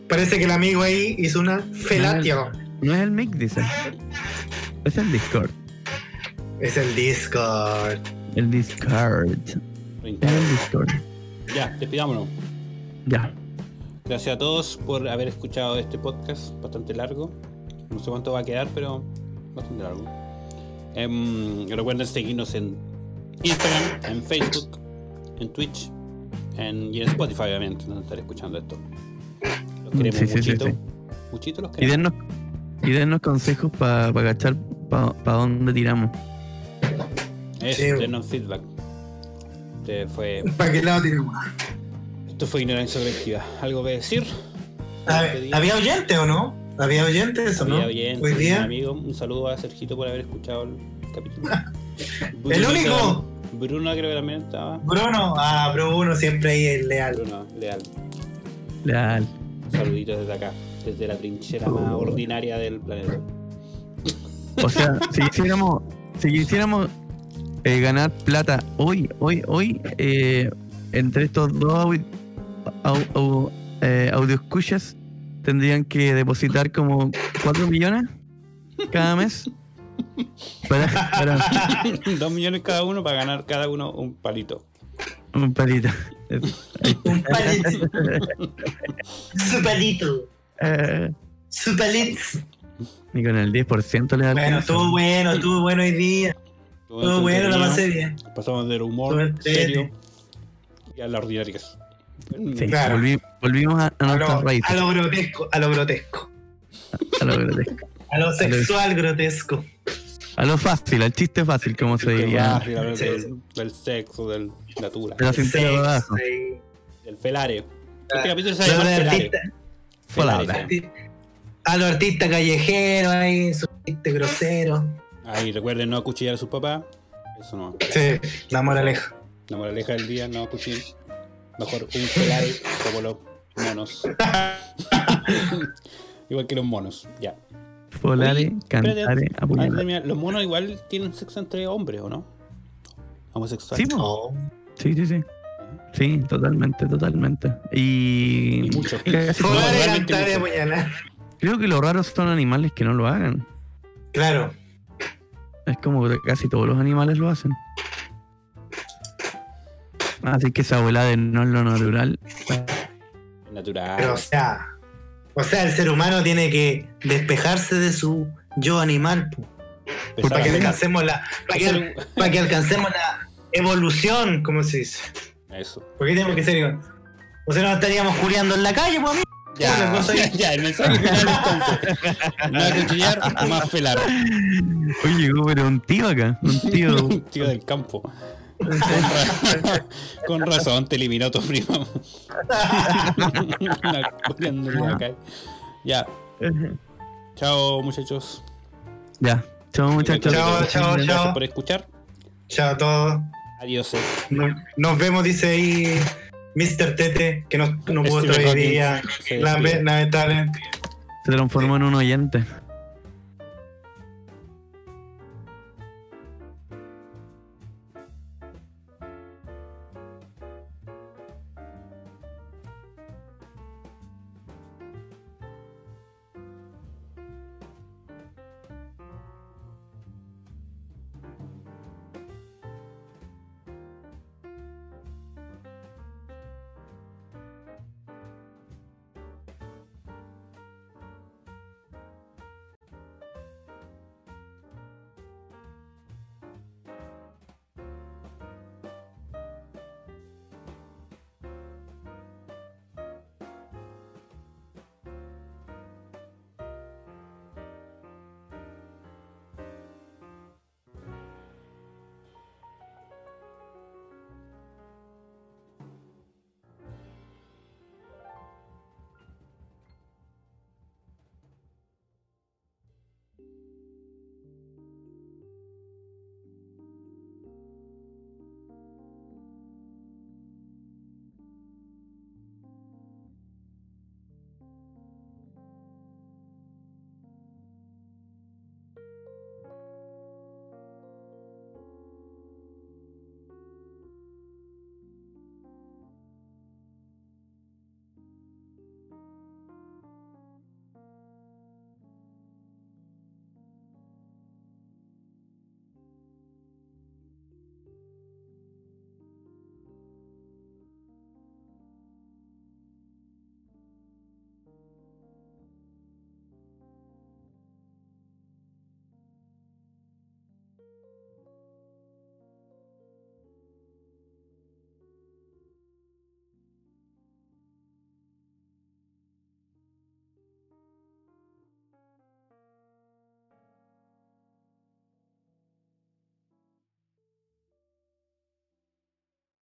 Speaker 2: Parece que el amigo ahí hizo una felatio.
Speaker 3: No es el mic, dice. Es el Discord.
Speaker 2: Es el Discord.
Speaker 3: El Discord. Es el Discord.
Speaker 1: Ya, despidámonos.
Speaker 3: Ya.
Speaker 1: Gracias a todos por haber escuchado este podcast bastante largo. No sé cuánto va a quedar, pero bastante largo. Em, recuerden seguirnos en Instagram, en Facebook, en Twitch en, y en Spotify, obviamente, donde estaré escuchando esto. Los queremos
Speaker 3: Sí, sí, sí,
Speaker 1: muchito.
Speaker 3: sí.
Speaker 1: Muchito los
Speaker 3: Y
Speaker 1: queremos.
Speaker 3: dennos, y dennos consejos para pa agachar para dónde tiramos.
Speaker 1: Eso,
Speaker 2: Sí.
Speaker 1: dennos feedback. Este fue,
Speaker 2: ¿Para qué lado tiramos?
Speaker 1: esto fue Ignorancia Colectiva. ¿Algo que decir?
Speaker 2: A ver, ¿Había oyente o no? ¿Había oyentes o no?
Speaker 1: Había bien,
Speaker 2: Hoy
Speaker 1: un
Speaker 2: día.
Speaker 1: amigo, un saludo a Sergito por haber escuchado el capítulo. Bruno
Speaker 2: ¡El único!
Speaker 1: también- Bruno creo que también estaba.
Speaker 2: Bruno. Ah, Bruno siempre ahí es leal.
Speaker 1: Bruno, leal.
Speaker 3: Leal.
Speaker 1: Saluditos desde acá, desde la trinchera más
Speaker 3: Oh.
Speaker 1: ordinaria del planeta.
Speaker 3: O sea, si quisiéramos, si quisiéramos eh, ganar plata hoy, hoy, hoy, eh, entre estos dos audio escuchas, eh, tendrían que depositar como 4 millones cada mes. Para, para
Speaker 1: Dos millones cada uno para ganar cada uno un palito.
Speaker 3: un palito.
Speaker 2: Un palito. Su palito.
Speaker 3: Eh,
Speaker 2: Su palito.
Speaker 3: ni con el 10% le da
Speaker 2: Bueno,
Speaker 3: alcanza.
Speaker 2: estuvo bueno, estuvo bueno hoy día. Todo bueno, la pasé bien.
Speaker 1: Pasamos del
Speaker 2: Todo
Speaker 1: humor
Speaker 2: el
Speaker 1: serio y a la ordinariez.
Speaker 3: Sí,
Speaker 2: Claro.
Speaker 3: volvi- volvimos a, a
Speaker 2: A
Speaker 3: nuestras
Speaker 2: lo, a
Speaker 3: raíces.
Speaker 2: lo grotesco, a lo grotesco.
Speaker 3: A lo grotesco.
Speaker 2: A lo sexual grotesco.
Speaker 3: A lo fácil, al chiste fácil, como se
Speaker 1: Del
Speaker 3: diría.
Speaker 1: barrio, del-
Speaker 2: Sí.
Speaker 1: del, del sexo, del natura,
Speaker 3: De la cintura para
Speaker 2: Sex,
Speaker 3: abajo.
Speaker 2: sí.
Speaker 1: del felare.
Speaker 2: Ah,
Speaker 1: Este capítulo se
Speaker 2: Lo
Speaker 1: llama
Speaker 2: de
Speaker 1: felare.
Speaker 2: artista-
Speaker 3: Palabra.
Speaker 2: A los artistas callejeros ahí, su chiste grosero.
Speaker 1: Ahí, recuerden no acuchillar a su papá. Eso no.
Speaker 2: Sí, la moraleja.
Speaker 1: La moraleja del día, no acuchillen. Mejor un felare como los monos. Igual que los monos, ya.
Speaker 3: Volare,
Speaker 1: Espérate,
Speaker 3: cantare,
Speaker 1: antes- antes de
Speaker 3: apuñalar.
Speaker 1: mirar, los monos igual tienen sexo entre hombres, ¿o no? Homosexual.
Speaker 3: Sí, po. sí, sí, sí. Sí, totalmente, totalmente. Y.
Speaker 1: Y mucho.
Speaker 3: Casi-
Speaker 1: No,
Speaker 2: Fogar y
Speaker 1: realmente
Speaker 2: cantar y
Speaker 1: mucho.
Speaker 2: apuñalar.
Speaker 3: Creo que lo raro son animales que no lo hagan.
Speaker 2: Claro.
Speaker 3: Es como que casi todos los animales lo hacen. Así que esa abuela de no es lo natural.
Speaker 1: Natural.
Speaker 2: eh, Pero, o sea, o sea, el ser humano tiene que despejarse de su yo animal po,
Speaker 1: Pesar
Speaker 2: para que
Speaker 1: a-
Speaker 2: alcancemos la, para
Speaker 1: pesar
Speaker 2: que, para que alcancemos la evolución, como se dice.
Speaker 1: un- Eso.
Speaker 2: Porque tenemos que ser igual. O sea, no estaríamos culiando en la calle, pues, amigo. Otra
Speaker 1: Ya,
Speaker 2: cosa es-
Speaker 1: ya, el mensaje final entonces. No acuchillar, más felar.
Speaker 3: Oye, llegó pero un tío acá. Un tío.
Speaker 1: Un tío del campo. Con, ra- con razón te eliminó tu primo. Una culiándole acá. Ya. Chao, muchachos.
Speaker 3: ya. Chao muchachos.
Speaker 2: Chao, chao,
Speaker 1: Gracias
Speaker 2: chao.
Speaker 1: por escuchar.
Speaker 2: Chao a todos.
Speaker 1: Adiós.
Speaker 2: Nos, nos vemos, dice ahí Mr. Tete, que no, no pudo
Speaker 1: Stephen
Speaker 2: otro
Speaker 1: Hawking.
Speaker 2: día.
Speaker 1: Sí,
Speaker 2: Lambe-
Speaker 1: sí.
Speaker 2: Lamentablemente.
Speaker 3: Se transformó en un oyente.